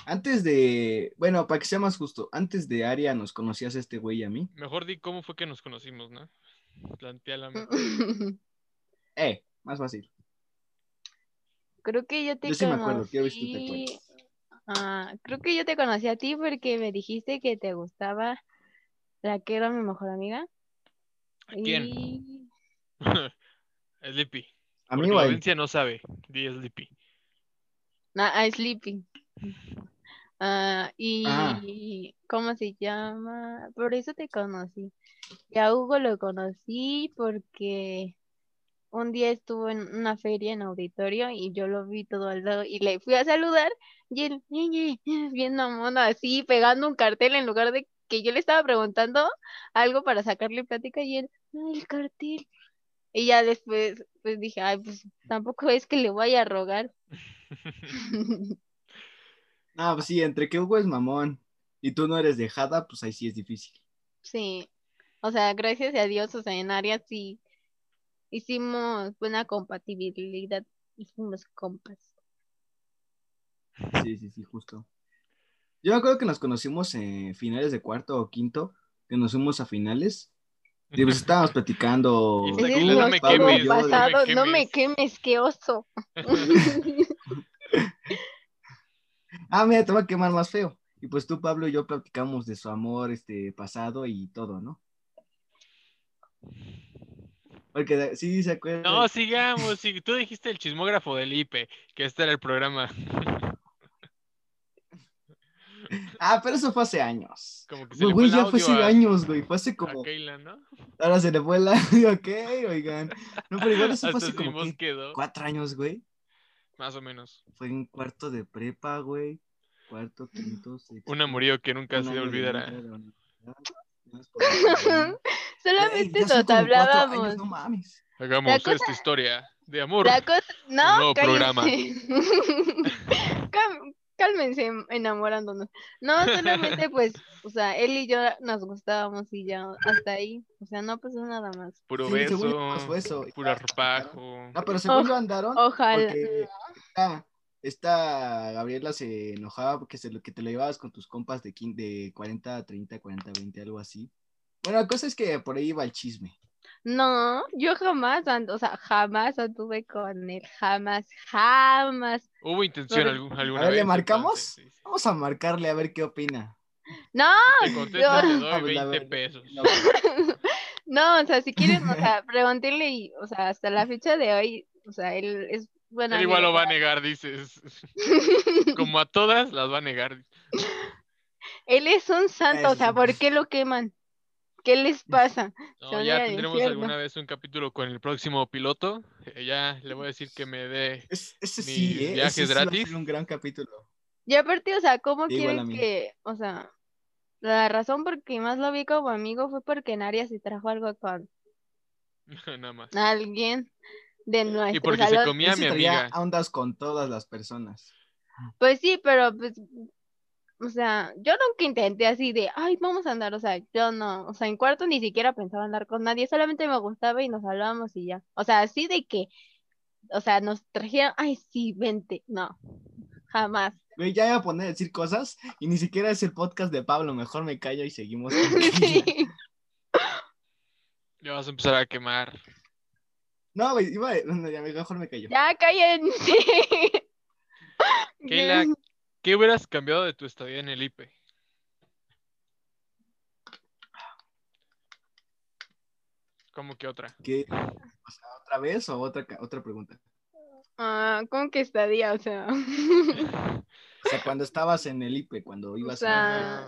Speaker 3: Antes de. Bueno, para que sea más justo, antes de Aria nos conocías a este güey y a mí.
Speaker 1: Mejor di cómo fue que nos conocimos, ¿no? Plantea la
Speaker 3: Eh, más fácil.
Speaker 2: Creo que yo te
Speaker 3: Yo este sí me acuerdo, quiero ver si tú te
Speaker 2: conocí. Ah, creo que yo te conocí a ti porque me dijiste que te gustaba la que era mi mejor amiga.
Speaker 1: ¿A quién?
Speaker 2: Y-
Speaker 1: Sleepy.
Speaker 3: A
Speaker 1: porque
Speaker 3: mí
Speaker 1: la
Speaker 3: o a él.
Speaker 1: audiencia no sabe. Di Sleepy.
Speaker 2: na- a ah, Sleepy. Ah, y
Speaker 3: Ah.
Speaker 2: ¿cómo se llama? Por eso te conocí. Y a Hugo lo conocí porque un día estuvo en una feria en auditorio y yo lo vi todo al lado y le fui a saludar y él "Ñe, Ñe", viendo mono así pegando un cartel en lugar de que yo le estaba preguntando algo para sacarle plática y él, "Ay, el cartel. Y ya después pues dije, ay, pues tampoco es que le vaya a rogar.
Speaker 3: No, pues sí, entre que Hugo es mamón y tú no eres dejada, pues ahí sí es difícil.
Speaker 2: Sí, o sea, gracias a Dios, o sea, en área sí hicimos buena compatibilidad, hicimos compas.
Speaker 3: Sí, sí, sí, justo. Yo me acuerdo que nos conocimos en finales de cuarto o quinto, que nos fuimos a finales. Y pues estábamos platicando.
Speaker 1: Y Hasta
Speaker 2: Ese es
Speaker 1: que no
Speaker 2: nuestro
Speaker 1: me
Speaker 2: juego
Speaker 1: quemes, no me
Speaker 2: pasado, no
Speaker 1: quemes.
Speaker 2: me quemes, qué oso.
Speaker 3: Ah, mira, te va a quemar más feo. Y pues tú, Pablo y yo platicamos de su amor este pasado y todo, ¿no? Porque de- sí se acuerdan.
Speaker 1: No, sigamos. sí, Tú dijiste el chismógrafo del IPE, que este era el programa.
Speaker 3: Ah, pero eso fue hace años.
Speaker 1: Como que se
Speaker 3: Güey,
Speaker 1: le fue el
Speaker 3: ya fue
Speaker 1: audio
Speaker 3: hace
Speaker 1: a-
Speaker 3: años, güey. Fue hace
Speaker 1: a
Speaker 3: como.
Speaker 1: Keila, ¿no?
Speaker 3: Ahora se le fue el audio, ok, oigan. No, pero igual eso
Speaker 1: Hasta
Speaker 3: fue hace
Speaker 1: sin
Speaker 3: como
Speaker 1: voz
Speaker 3: ¿qué?
Speaker 1: quedó.
Speaker 3: cuatro años, güey.
Speaker 1: Más o menos.
Speaker 3: Fue en cuarto de prepa, güey. Cuarto, quinto, sexto.
Speaker 1: Un amorío que nunca
Speaker 3: un
Speaker 1: se
Speaker 3: año de
Speaker 1: olvidará.
Speaker 3: vida de la universidad, más por ahí, ¿no? Güey,
Speaker 2: Solamente
Speaker 3: ya son
Speaker 2: nos
Speaker 3: como cuatro años,
Speaker 2: hablábamos.
Speaker 3: No mames.
Speaker 1: Hagamos
Speaker 2: cosa-
Speaker 1: esta historia de amor.
Speaker 2: La cosa, no,
Speaker 1: nuevo programa.
Speaker 2: cálmense. Cám- Cálmense enamorándonos. No, solamente pues, o sea, él y yo nos gustábamos y ya hasta ahí. O sea, no pasó nada más.
Speaker 1: Puro
Speaker 3: Sí, según yo
Speaker 1: beso,
Speaker 3: fue eso.
Speaker 1: puro arpajo.
Speaker 3: No, pero según
Speaker 2: Oh,
Speaker 3: yo andaron.
Speaker 2: Ojalá.
Speaker 3: Porque esta, esta Gabriela se enojaba porque se, lo- que te lo llevabas con tus compas de, quin- de 40, 30, 40, 20, algo así. Bueno, la cosa es que por ahí iba el chisme.
Speaker 2: No, yo jamás, and- o sea, jamás anduve con él, jamás, jamás.
Speaker 1: Hubo intención
Speaker 2: Sobre-
Speaker 1: algún- alguna
Speaker 3: A ver, ¿le
Speaker 1: vez,
Speaker 3: marcamos?
Speaker 1: entonces, sí, sí.
Speaker 3: Vamos a marcarle a ver qué opina.
Speaker 2: No,
Speaker 1: Si te contesta,
Speaker 2: yo-
Speaker 1: te
Speaker 3: Ah,
Speaker 1: doy
Speaker 3: pues, la
Speaker 1: 20
Speaker 3: verdad,
Speaker 1: pesos.
Speaker 3: no.
Speaker 2: no, o sea, si quieren, o sea, pregúntenle y, o sea, hasta la fecha de hoy, o sea, él es bueno.
Speaker 1: Él igual lo va a negar, dices. Como a todas, las va a negar.
Speaker 2: Él es un santo, o
Speaker 3: Eso.
Speaker 2: sea, ¿por qué lo queman? ¿Qué les pasa?
Speaker 1: No,
Speaker 2: Se van a ir
Speaker 1: ya
Speaker 2: al
Speaker 1: tendremos
Speaker 2: infierno.
Speaker 1: alguna vez un capítulo con el próximo piloto. Eh, ya le voy a decir que me dé.
Speaker 3: Es- ese
Speaker 1: Mis
Speaker 3: sí, ¿eh?
Speaker 1: viajes
Speaker 3: Ese sí va a
Speaker 1: gratis.
Speaker 3: ser un gran capítulo.
Speaker 2: Y aparte, o sea, ¿cómo
Speaker 3: Sí, igual a
Speaker 2: quieren
Speaker 3: mí.
Speaker 2: que, o sea, la razón por que más lo vi como amigo fue porque en Arias se trajo algo con
Speaker 1: Nada más.
Speaker 2: alguien de nuestro
Speaker 1: Y porque se
Speaker 2: salón.
Speaker 1: comía a
Speaker 3: Ese
Speaker 1: mi
Speaker 3: traía
Speaker 1: amiga.
Speaker 3: ondas con todas las personas.
Speaker 2: Pues sí, pero pues, o sea, yo nunca intenté así de, ay, vamos a andar, o sea, yo no, o sea, en cuarto ni siquiera pensaba andar con nadie, solamente me gustaba y nos hablábamos y ya. O sea, así de que, o sea, nos trajeron, ay, sí, vente, no, jamás.
Speaker 3: Güey, ya iba a poner a decir cosas y ni siquiera es el podcast de Pablo. Mejor me callo y seguimos. con la
Speaker 2: Sí.
Speaker 1: Ya vas a empezar a quemar.
Speaker 3: No, güey, iba a- no, ya mejor me callo.
Speaker 2: Ya, cállense.
Speaker 1: Keila, ¿qué hubieras cambiado de tu estadía en el IPE? ¿Cómo que otra?
Speaker 3: ¿Qué? O sea, ¿Otra vez o otra, ca- otra pregunta?
Speaker 2: Ah, ¿cómo que estadía? O sea,
Speaker 3: O sea, cuando estabas en el IPE, cuando
Speaker 2: o
Speaker 3: ibas a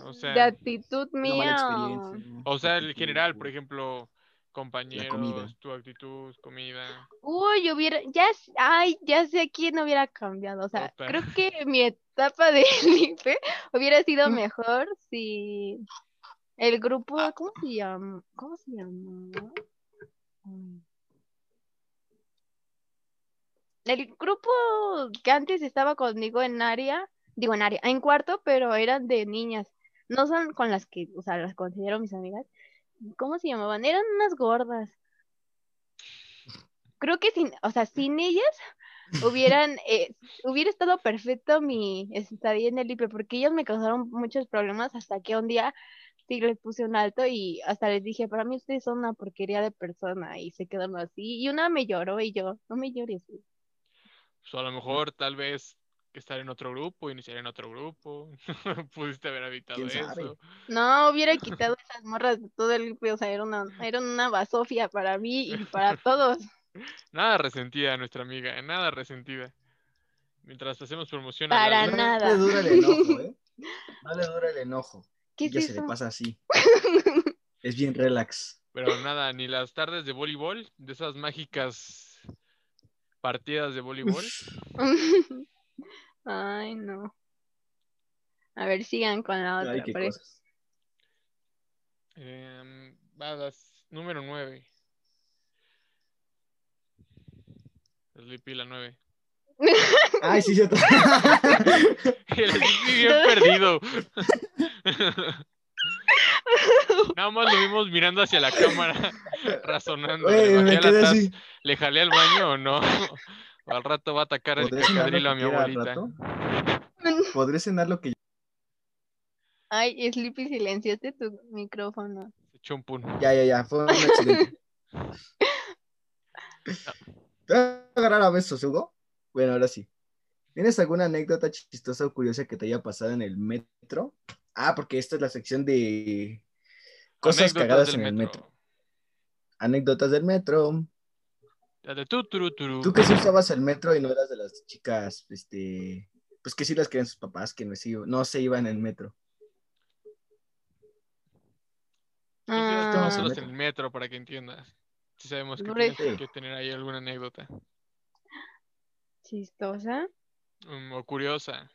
Speaker 2: sea,
Speaker 1: o sea,
Speaker 2: de actitud
Speaker 3: una mala
Speaker 2: mía. o-
Speaker 3: experiencia.
Speaker 1: O sea, el
Speaker 3: actitud,
Speaker 1: general, por ejemplo, compañeros,
Speaker 3: comida.
Speaker 1: tu actitud, comida.
Speaker 2: Uy, yo hubiera, ya, s- ay, ya sé quién hubiera cambiado. O sea,
Speaker 1: Opa.
Speaker 2: creo que mi etapa de IFE hubiera sido mejor si el grupo, ¿cómo se llama? ¿Cómo se llamaba? Mm. El grupo que antes estaba conmigo en área, digo en área, en cuarto, pero eran de niñas. No son con las que, o sea, las considero mis amigas. ¿Cómo se llamaban? Eran unas gordas. Creo que sin, o sea, sin ellas hubieran, eh, hubiera estado perfecto mi estadía en el IPE, porque ellas me causaron muchos problemas hasta que un día sí les puse un alto y hasta les dije, para mí ustedes son una porquería de persona y se quedaron así. Y una me lloró y yo, no me llores. güey".
Speaker 1: Pues a lo mejor, tal vez, estar en otro grupo, iniciar en otro grupo. Pudiste haber evitado
Speaker 3: ¿Quién sabe?
Speaker 1: eso.
Speaker 2: No, hubiera quitado esas morras de todo el IPE, o sea, era una, era una basofia para mí y para todos.
Speaker 1: Nada resentida nuestra amiga, nada resentida. Mientras hacemos promoción a la
Speaker 2: Para
Speaker 1: luz,
Speaker 2: nada.
Speaker 3: No le dura el enojo, ¿eh? No le dura el enojo.
Speaker 2: ¿Qué es
Speaker 3: ya se le
Speaker 2: eso?
Speaker 3: pasa así. Es bien relax.
Speaker 1: pero nada, ni las tardes de voleibol, de esas mágicas partidas de voleibol.
Speaker 2: Ay, no. A ver, sigan con la otra.
Speaker 3: Ay, qué
Speaker 2: por ej-
Speaker 3: cosas.
Speaker 1: Em, va, las- número 9. Sleepy la 9.
Speaker 3: Ay, sí, cierto.
Speaker 1: El Sleepy bien perdido. Nada más lo vimos mirando hacia la cámara, razonando.
Speaker 3: Güey,
Speaker 1: ¿Le, bajé
Speaker 3: me
Speaker 1: a la
Speaker 3: quedé
Speaker 1: taza?
Speaker 3: así.
Speaker 1: ¿Le jalé al baño o no? O al rato va a atacar el
Speaker 3: ¿Podré cenar
Speaker 1: cocodrilo
Speaker 3: lo
Speaker 1: a
Speaker 3: que
Speaker 1: mi
Speaker 3: quiera al
Speaker 1: abuelita.
Speaker 3: rato? ¿Podré cenar lo que
Speaker 2: Ay, Sleepy, silenciaste tu micrófono.
Speaker 1: Se echó un pun.
Speaker 3: Ya, ya, ya, fue un accidente. ¿Te voy a agarrar a besos, Hugo? Bueno, ahora sí. ¿Tienes alguna anécdota chistosa o curiosa que te haya pasado en el metro? Ah, porque esta es la sección de cosas
Speaker 1: Anécdotas
Speaker 3: cagadas
Speaker 1: del
Speaker 3: en el metro. Anécdotas del metro.
Speaker 1: La de tú, turu, turu.
Speaker 3: Tú que sí usabas el metro y no eras de las chicas, este, pues que sí las querían sus papás, que no se, iba- no se iban en el metro.
Speaker 1: Sí, sí, las
Speaker 3: estamos
Speaker 2: Ah,
Speaker 1: tomas
Speaker 3: en
Speaker 1: en el metro para que entiendas. Si sabemos que
Speaker 2: Hombre.
Speaker 1: tienes que tener ahí alguna anécdota.
Speaker 2: chistosa.
Speaker 1: Mm, o curiosa.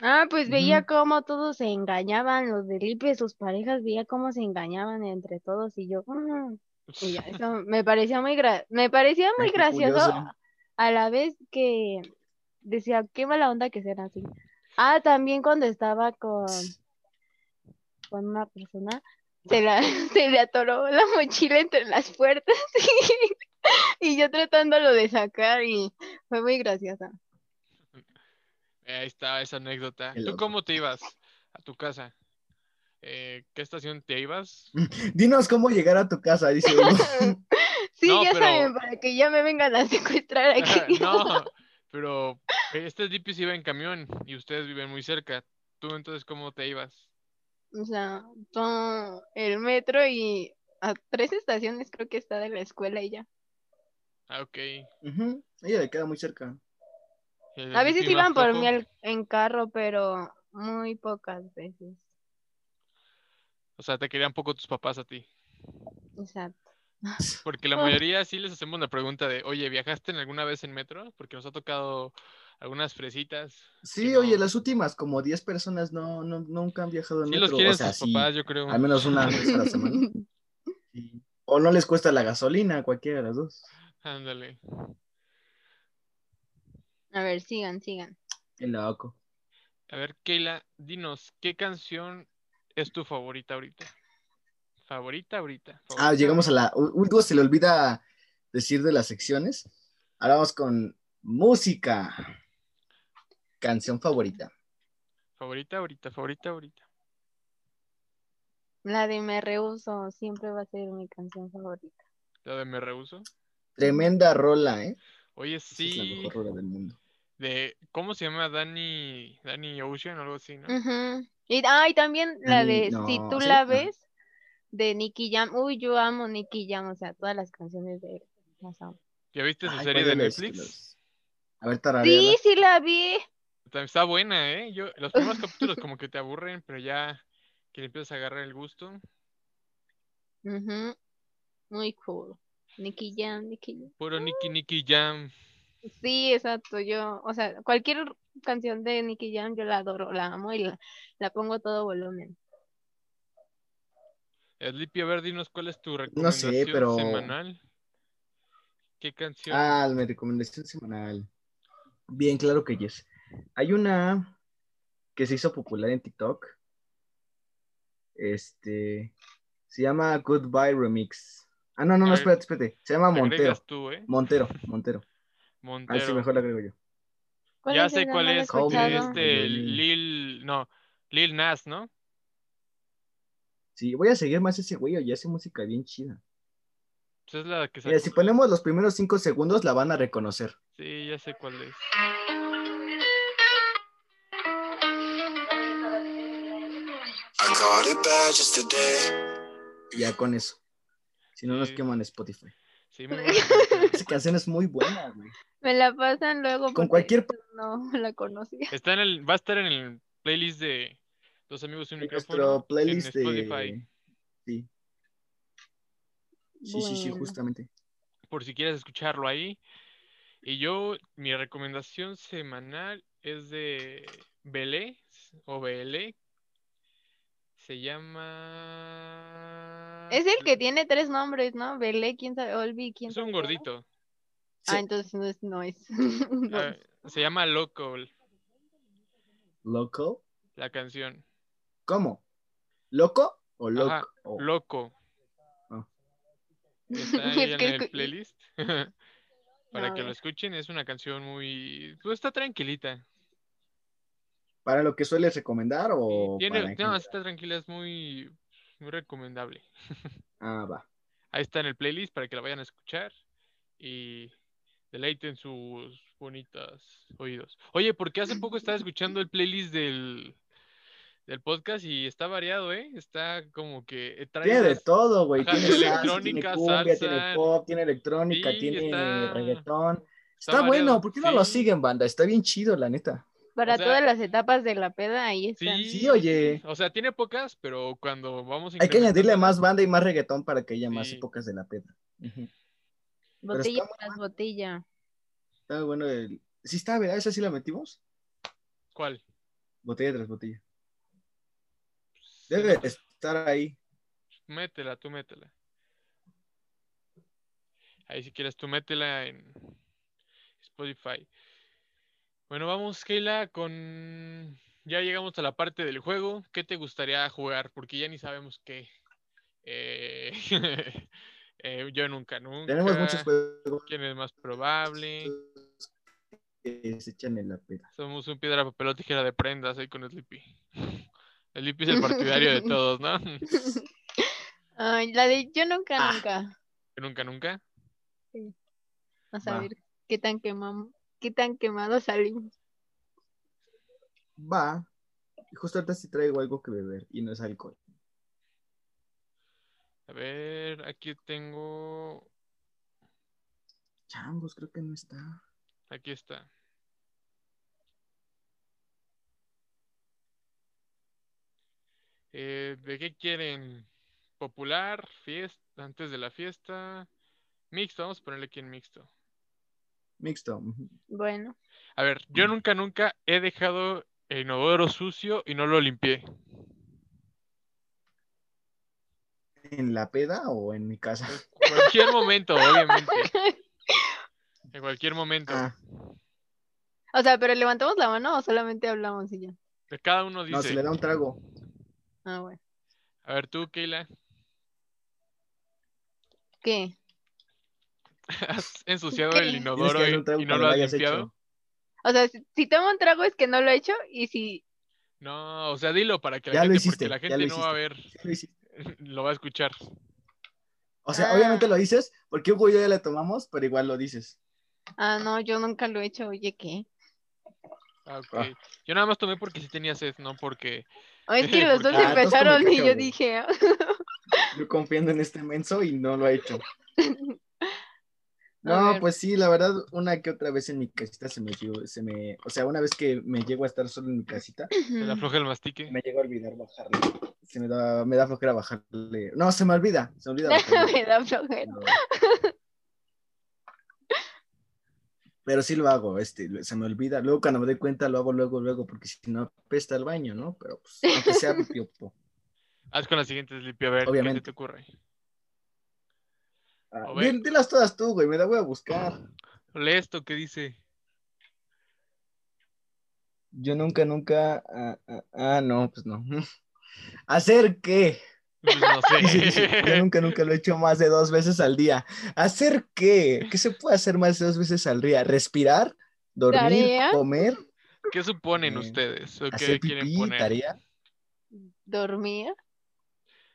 Speaker 2: Ah, pues veía
Speaker 3: Ujú.
Speaker 2: cómo todos se engañaban, los del IPE, sus parejas, veía cómo se engañaban entre todos y yo. "Mm". Y ya, eso me parecía muy gra- me parecía muy
Speaker 3: Ay, qué
Speaker 2: gracioso
Speaker 3: curioso.
Speaker 2: a la vez que decía, qué mala onda que sean así. Ah, también cuando estaba con, con una persona, se, la, se le atoró la mochila entre las puertas y, yo tratándolo de sacar y fue muy graciosa.
Speaker 1: Eh, ahí está esa anécdota.
Speaker 3: Qué
Speaker 1: ¿Tú
Speaker 3: loco.
Speaker 1: cómo te ibas a tu casa? Eh, ¿Qué estación te ibas?
Speaker 3: Dinos cómo llegar a tu casa, dice Hugo.
Speaker 2: Sí,
Speaker 1: No,
Speaker 2: ya
Speaker 1: pero-
Speaker 2: saben, para que ya me vengan a secuestrar aquí.
Speaker 1: no, pero este DP se iba en camión y ustedes viven muy cerca. ¿Tú entonces cómo te ibas?
Speaker 2: O sea, tomo el metro y a tres estaciones creo que está de la escuela y ya.
Speaker 1: Ah, ok. El
Speaker 3: Ujú, Ella le queda muy cerca.
Speaker 2: A veces
Speaker 1: Sleepy
Speaker 2: iban
Speaker 1: más
Speaker 2: por mí
Speaker 1: flojo.
Speaker 2: al- en carro, pero muy pocas veces.
Speaker 1: O sea, te querían poco tus papás a ti.
Speaker 2: Exacto.
Speaker 1: Porque la
Speaker 2: Ah.
Speaker 1: mayoría sí les hacemos la pregunta de, oye, ¿viajaste en alguna vez en metro? Porque nos ha tocado algunas fresitas.
Speaker 3: Sí,
Speaker 1: que no-
Speaker 3: oye, las últimas como 10 personas no, no, nunca han viajado en
Speaker 1: Sí
Speaker 3: metro.
Speaker 1: los quieren
Speaker 3: o sea,
Speaker 1: sus
Speaker 3: sí,
Speaker 1: papás, yo creo.
Speaker 3: al menos una vez a la semana. Sí. O no les cuesta la gasolina, cualquiera de las dos.
Speaker 1: Ándale.
Speaker 2: A ver, sigan, sigan.
Speaker 3: Qué loco.
Speaker 1: A ver, Keila, dinos, ¿qué canción es tu favorita ahorita? Favorita ahorita.
Speaker 3: Ah, llegamos a la. U- Hugo se le olvida decir de las secciones. Ahora vamos con música. Canción favorita.
Speaker 1: Favorita ahorita, favorita ahorita.
Speaker 2: La de Me Rehuso siempre va a ser mi canción favorita.
Speaker 1: La de Me Rehuso.
Speaker 3: Tremenda rola, ¿eh?
Speaker 1: Oye,
Speaker 3: Esa Es la
Speaker 1: sí,
Speaker 3: mejor rola del mundo.
Speaker 1: de, ¿cómo se llama? Danny, Danny Ocean, algo así,
Speaker 3: Mm.
Speaker 1: ¿no?
Speaker 2: Ujú. Y, ah, y también la
Speaker 3: Dani,
Speaker 2: de Si
Speaker 3: no,
Speaker 2: tú
Speaker 3: ¿sí?
Speaker 2: la
Speaker 3: Ah.
Speaker 2: ves, de Nicky Jam. Uy, yo amo Nicky Jam, o sea, todas las canciones de él. las amo.
Speaker 1: ¿Ya viste su
Speaker 3: Ay,
Speaker 1: serie
Speaker 3: ¿cuál
Speaker 1: de
Speaker 3: era la
Speaker 1: Netflix?
Speaker 3: que la- A ver, tararea.
Speaker 2: Sí, sí la vi.
Speaker 1: Está- Está buena, ¿eh? Yo, los primeros capítulos como que te aburren, pero ya que le empiezas a agarrar el gusto.
Speaker 2: Ujú. Muy cool. Nicky Jam, Nicky Jam.
Speaker 1: Puro
Speaker 3: Mm.
Speaker 1: Nicky Nicky Jam.
Speaker 2: Sí, exacto. Yo, o sea, cualquier canción de Nicky Jam yo la adoro, la amo y la, la pongo a todo volumen.
Speaker 1: Sleepy, a ver, dinos cuál es tu
Speaker 3: No sé,
Speaker 1: recomendación
Speaker 3: pero-
Speaker 1: semanal. ¿Qué canción?
Speaker 3: Ah, mi recomendación semanal. Bien, claro que yes. Hay una que se hizo popular en TikTok. Este. Se llama Goodbye Remix. Ah, no, no, no,
Speaker 1: Ay.
Speaker 3: espérate, espérate. Se llama Montero.
Speaker 1: Agregas tú, ¿eh?
Speaker 3: Montero, Montero. A ver
Speaker 1: Montero.
Speaker 3: si mejor la agrego yo.
Speaker 2: ¿Cuál
Speaker 1: ya
Speaker 2: es
Speaker 1: sé
Speaker 2: esa?
Speaker 1: cuál
Speaker 2: No la he
Speaker 1: es.
Speaker 3: Call me
Speaker 1: de
Speaker 2: escuchado.
Speaker 1: este
Speaker 3: Lil.
Speaker 1: Lil. No, Lil Nas, ¿no?
Speaker 3: Sí, voy a seguir más ese güey, ya hace música bien chida.
Speaker 1: Pues es la que
Speaker 3: Mira,
Speaker 1: sacó-
Speaker 3: si ponemos los primeros cinco segundos, la van a reconocer.
Speaker 1: Sí, ya sé cuál es. este.
Speaker 5: I got it bad just today.
Speaker 3: Ya con eso. Si no nos
Speaker 1: Sí.
Speaker 3: queman Spotify.
Speaker 1: Sí, muy buena canción.
Speaker 3: Esa canción es muy buena, güey.
Speaker 2: Me la pasan luego porque
Speaker 3: Con cualquier.
Speaker 2: no la conocía.
Speaker 1: Está en el, va a estar en el playlist de Los Amigos sin Micrófono.
Speaker 3: Nuestro playlist
Speaker 1: en Spotify.
Speaker 3: de. Sí. Sí, sí, sí,
Speaker 2: Bueno.
Speaker 3: justamente.
Speaker 1: por si quieres escucharlo ahí. Y yo, mi recomendación semanal es de Belé o Belé. Se llama.
Speaker 2: Es el que tiene tres nombres, ¿no? Belé, quién sabe, Olvi, quién
Speaker 1: Es
Speaker 2: sabe.
Speaker 1: un
Speaker 2: cómo.
Speaker 1: gordito.
Speaker 2: Ah, entonces no es. No es. No
Speaker 1: Ah,
Speaker 2: es.
Speaker 1: se llama Loco
Speaker 3: ¿Loco?
Speaker 1: la canción.
Speaker 3: ¿Cómo? ¿Loco o
Speaker 1: Ajá,
Speaker 3: loco? O-
Speaker 1: Loco.
Speaker 3: Ah.
Speaker 1: Está ahí
Speaker 2: Es que
Speaker 1: en el
Speaker 2: escu-
Speaker 1: playlist. Para
Speaker 2: A
Speaker 1: que lo
Speaker 2: ver.
Speaker 1: escuchen, es una canción muy. Pues está tranquilita.
Speaker 3: ¿Para lo que sueles recomendar
Speaker 1: Y
Speaker 3: o.?
Speaker 1: tiene-
Speaker 3: Oh, para-
Speaker 1: No, está tranquila, es muy, muy recomendable.
Speaker 3: Ah, va.
Speaker 1: Ahí está en el playlist para que la vayan a escuchar y deleiten sus bonitas oídos. Oye, porque hace poco estaba escuchando el playlist del, del podcast y está variado, ¿eh? Está como que eh, trae
Speaker 3: Tiene de
Speaker 1: unas-
Speaker 3: todo, güey.
Speaker 1: Ajá,
Speaker 3: Tiene
Speaker 1: tiene
Speaker 3: salsa, tiene
Speaker 1: electrónica,
Speaker 3: cumbia,
Speaker 1: salsa.
Speaker 3: tiene pop, tiene electrónica,
Speaker 1: Sí,
Speaker 3: tiene
Speaker 1: está-
Speaker 3: reggaetón. Está,
Speaker 1: variado,
Speaker 3: bueno, ¿por qué no lo
Speaker 1: sí.
Speaker 3: siguen, banda? Está bien chido, la neta.
Speaker 2: Para
Speaker 1: o sea-
Speaker 2: todas las etapas de la peda, ahí están.
Speaker 1: Sí,
Speaker 3: Sí, oye.
Speaker 1: O sea, tiene pocas, pero cuando vamos
Speaker 3: Hay que añadirle
Speaker 1: incrementándolas-
Speaker 3: más banda y más reggaetón para que haya más
Speaker 1: Sí.
Speaker 3: épocas de la peda. Ujú. pero está
Speaker 2: botella
Speaker 3: muy
Speaker 2: tras botella.
Speaker 3: Está bueno el... Sí está, ¿verdad? ¿Esa sí la metimos?
Speaker 1: ¿Cuál?
Speaker 3: Botella tras botella. Debe de estar ahí.
Speaker 1: Métela, tú métela. Ahí si quieres, tú métela en Spotify. Bueno, vamos, Keila, con... Ya llegamos a la parte del juego. ¿Qué te gustaría jugar? Porque ya ni sabemos qué. Eh, eh, yo nunca, nunca.
Speaker 3: Tenemos muchos juegos
Speaker 1: ¿Quién es más probable?
Speaker 3: que se echan en la peda.
Speaker 1: Somos un piedra, papel o tijera de prendas ahí con Sleepy. Sleepy es el partidario de todos, ¿no?
Speaker 2: Ay, la de yo nunca,
Speaker 3: Ah.
Speaker 2: nunca.
Speaker 1: Nunca, nunca.
Speaker 2: A saber qué tan quemamos, qué tan quemados salimos.
Speaker 3: Va. Y Justo ahorita sí traigo algo que beber y no es alcohol.
Speaker 1: A ver, aquí tengo...
Speaker 3: Changos, creo que no está.
Speaker 1: Aquí está. Eh, ¿de qué quieren? ¿Popular? ¿Fiesta? ¿Antes de la fiesta? Mixto, vamos a ponerle aquí en mixto.
Speaker 3: Mixto. ujú.
Speaker 2: Bueno,
Speaker 1: A ver, yo
Speaker 3: Mm.
Speaker 1: nunca, nunca he dejado el inodoro sucio y no lo limpié.
Speaker 3: ¿En la peda o en mi casa?
Speaker 1: En cualquier momento, obviamente. En cualquier momento.
Speaker 3: Ah,
Speaker 2: o sea, pero levantamos la mano o solamente hablamos y ya.
Speaker 1: Que Cada uno
Speaker 3: no, se
Speaker 1: Pues dice.
Speaker 3: le da un trago.
Speaker 2: Ah, bueno.
Speaker 1: A ver, tú, Keila,
Speaker 2: ¿Qué?
Speaker 1: ¿has ensuciado
Speaker 2: ¿Qué?
Speaker 1: el
Speaker 2: Tienes
Speaker 3: Tienes
Speaker 1: inodoro
Speaker 3: que darle
Speaker 1: y,
Speaker 3: un trago
Speaker 1: y no
Speaker 3: cuando
Speaker 1: lo has
Speaker 3: hayas
Speaker 1: limpiado?
Speaker 3: hecho.
Speaker 2: O sea, si, si tomo un trago es que no lo he hecho y si
Speaker 1: No, o sea, dilo para que la
Speaker 3: Ya lo
Speaker 1: gente, porque
Speaker 3: hiciste,
Speaker 1: la
Speaker 3: ya
Speaker 1: gente
Speaker 3: lo
Speaker 1: no va a ver,
Speaker 3: Sí, lo hiciste.
Speaker 1: lo va a escuchar.
Speaker 3: O sea,
Speaker 2: Ah.
Speaker 3: obviamente lo dices, porque Hugo y yo ya le tomamos, pero igual lo dices.
Speaker 2: Ah, no, yo nunca lo he hecho, oye, ¿qué?
Speaker 1: Ah, ok.
Speaker 3: Ah.
Speaker 1: Yo nada más tomé porque sí tenía sed, no porque.
Speaker 2: O es que los dos
Speaker 1: Ah, entonces
Speaker 3: como
Speaker 2: empezaron
Speaker 3: que
Speaker 2: y yo
Speaker 3: cabrón.
Speaker 2: dije, ah.
Speaker 3: Yo confiando en este menso y no lo ha hecho.
Speaker 2: A
Speaker 3: No,
Speaker 2: ver.
Speaker 3: pues sí, la verdad, una que otra vez en mi casita se me dio, se me, o sea, una vez que me llego a estar solo en mi casita,
Speaker 1: Se
Speaker 2: Mm.
Speaker 1: la afloja el mastique.
Speaker 3: me llego a olvidar bajarle. Se me da, me da flojera bajarle. No, se me olvida, se me olvida bajarle.
Speaker 2: me da flojera.
Speaker 3: Pero- Pero sí lo hago, este, se me olvida. Luego cuando me doy cuenta lo hago luego, luego, porque si no apesta el baño, ¿no? Pero pues, aunque sea piopo.
Speaker 1: Haz con la siguiente, Sleepy, a ver qué se
Speaker 3: Obviamente.
Speaker 1: te ocurre.
Speaker 3: Ah,
Speaker 1: A ver.
Speaker 3: dil- dilas todas tú, güey, me la voy a buscar.
Speaker 1: Lee esto que dice.
Speaker 3: Yo nunca, nunca. Ah, ah, ah, no, pues no. ¿Hacer qué?
Speaker 1: Pues no
Speaker 3: Sí, sí, Yo
Speaker 1: sé.
Speaker 3: nunca, nunca lo he hecho más de dos veces al día. ¿Hacer qué? ¿Qué se puede hacer más de dos veces al día? ¿Respirar? ¿Dormir?
Speaker 2: ¿Tarea?
Speaker 3: ¿Comer?
Speaker 1: ¿Qué suponen
Speaker 3: Eh,
Speaker 1: ustedes? ¿O qué
Speaker 3: ¿Hacer
Speaker 1: quieren
Speaker 3: pipí?
Speaker 1: poner?
Speaker 3: ¿Tarea?
Speaker 2: ¿Dormía?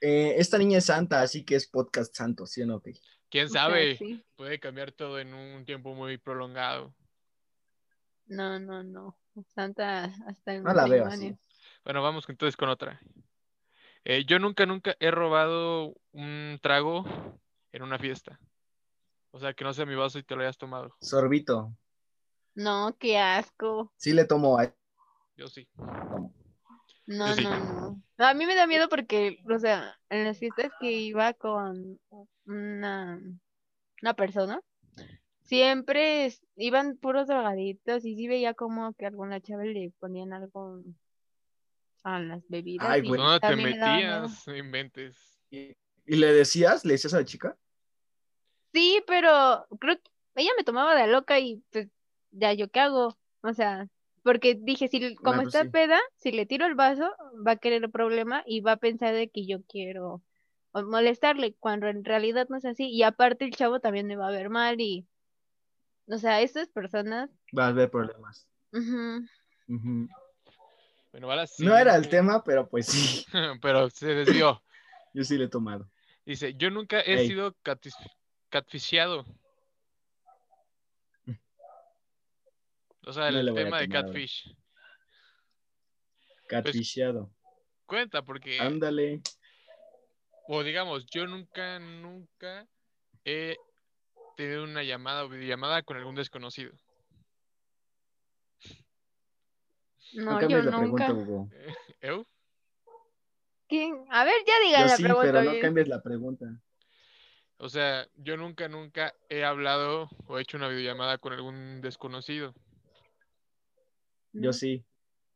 Speaker 3: Eh, esta niña es santa, así que es podcast santo, ¿sí o no? Pei?
Speaker 1: ¿Quién
Speaker 2: O sea,
Speaker 1: sabe?
Speaker 2: sí.
Speaker 1: Puede cambiar todo en un tiempo muy prolongado.
Speaker 2: No, no, no. Santa hasta el
Speaker 3: No la veo así.
Speaker 2: matrimonio.
Speaker 1: Bueno, vamos entonces con otra. Eh, yo nunca, nunca he robado un trago en una fiesta. O sea, que no sea mi vaso y te lo hayas tomado.
Speaker 3: Sorbito.
Speaker 2: No, qué asco.
Speaker 3: Sí le tomo a...
Speaker 1: Yo sí. Yo
Speaker 2: No,
Speaker 1: sí.
Speaker 2: no, no. No, A mí me da miedo porque, o sea, en las fiestas que iba con una, una persona, siempre es- iban puros drogaditos y sí veía como que a alguna chava le ponían algo a las bebidas.
Speaker 3: Ay,
Speaker 2: y
Speaker 3: güey.
Speaker 1: No te
Speaker 2: también me daba miedo.
Speaker 1: metías, no inventes.
Speaker 3: ¿Y le decías? ¿Le decías a la chica?
Speaker 2: Sí, pero creo que ella me tomaba de loca y pues ya yo qué hago. O sea, porque dije, si como
Speaker 3: Bueno,
Speaker 2: está
Speaker 3: Ah, pues sí.
Speaker 2: peda, si le tiro el vaso, va a querer el problema y va a pensar de que yo quiero o- molestarle, cuando en realidad no es así. Y aparte el chavo también me va a ver mal y, o sea, estas personas,
Speaker 3: Va a haber problemas.
Speaker 2: ujú,
Speaker 3: Ujú.
Speaker 1: Bueno, va la
Speaker 3: No era el
Speaker 1: siguiente.
Speaker 3: tema, pero pues sí.
Speaker 1: Pero se desvió.
Speaker 3: Yo sí le he tomado.
Speaker 1: Dice, yo nunca he
Speaker 3: Ey.
Speaker 1: sido catis- catfisheado. O sea,
Speaker 3: No
Speaker 1: el
Speaker 3: le voy a
Speaker 1: tema de
Speaker 3: tomar, a ver.
Speaker 1: catfish. Pues,
Speaker 3: Catfishado.
Speaker 1: Cuenta, porque,
Speaker 3: Ándale.
Speaker 1: o digamos, yo nunca, nunca he tenido una llamada o videollamada con algún desconocido.
Speaker 2: no,
Speaker 3: cambies
Speaker 2: yo
Speaker 3: la pregunta,
Speaker 2: nunca.
Speaker 3: Hugo.
Speaker 1: ¿Eu?
Speaker 2: ¿Quién? A ver, ya digan
Speaker 3: Yo
Speaker 2: la
Speaker 3: sí,
Speaker 2: pregunta
Speaker 3: pero no
Speaker 2: bien.
Speaker 3: cambies la pregunta.
Speaker 1: O sea, yo nunca, nunca he hablado o hecho una videollamada con algún desconocido.
Speaker 3: Yo
Speaker 2: No,
Speaker 3: sí.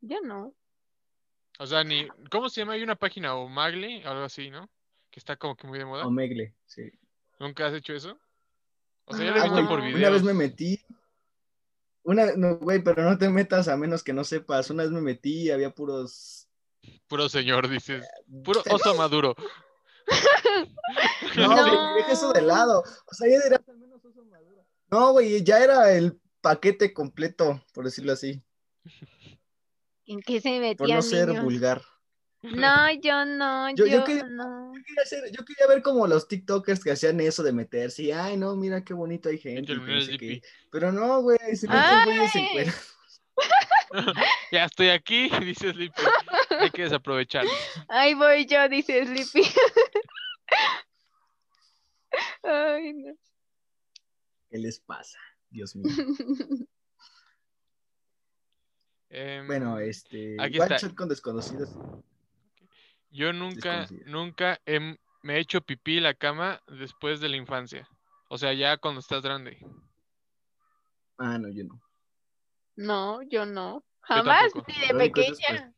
Speaker 2: Mm, Yo no.
Speaker 1: O sea, ni, ¿cómo se llama? Hay una página o Magle, algo así, ¿no? Que está como que muy de moda.
Speaker 3: Omegle. Sí.
Speaker 1: ¿Nunca has hecho eso? O sea, yo lo he
Speaker 2: Ah,
Speaker 1: visto
Speaker 2: güey,
Speaker 1: por videos.
Speaker 2: una
Speaker 3: Una vez me metí. Una, no, güey, pero no te metas a menos que no sepas. Una vez me metí y había puros.
Speaker 1: Puro señor, dices.
Speaker 3: Eh,
Speaker 1: Puro oso maduro.
Speaker 3: No,
Speaker 2: No.
Speaker 3: güey, deja eso de lado. O sea, ya dirás al menos oso maduro. No, güey, ya era el paquete completo, por decirlo así.
Speaker 2: ¿En qué se
Speaker 3: Por
Speaker 2: metían
Speaker 3: no ser
Speaker 2: niños?
Speaker 3: vulgar.
Speaker 2: No, yo no,
Speaker 3: Yo- yo
Speaker 2: yo
Speaker 3: quería-
Speaker 2: no.
Speaker 3: Yo quería, hacer- yo quería ver como los TikTokers que hacían eso de meterse. y, Ay, no, mira qué bonito hay gente. y que no sé qué". Pero no, güey, si no
Speaker 2: Ay.
Speaker 3: se encuentran.
Speaker 1: Ya estoy aquí, dice Sleepy. Hay que desaprovechar.
Speaker 2: Ahí voy yo, dice Sleepy. Ay, no.
Speaker 3: ¿Qué les pasa? Dios mío.
Speaker 1: Em,
Speaker 3: Bueno, este.
Speaker 1: Aquí
Speaker 3: one
Speaker 1: está.
Speaker 3: shot con desconocidos.
Speaker 1: Yo nunca,
Speaker 3: desconocida.
Speaker 1: nunca he- me he hecho pipí en la cama después de la infancia. O sea, ya cuando estás grande.
Speaker 3: Ah, no, yo no.
Speaker 2: No, yo no. Jamás,
Speaker 1: tampoco.
Speaker 2: ni de
Speaker 3: Lo único es después.
Speaker 2: pequeña.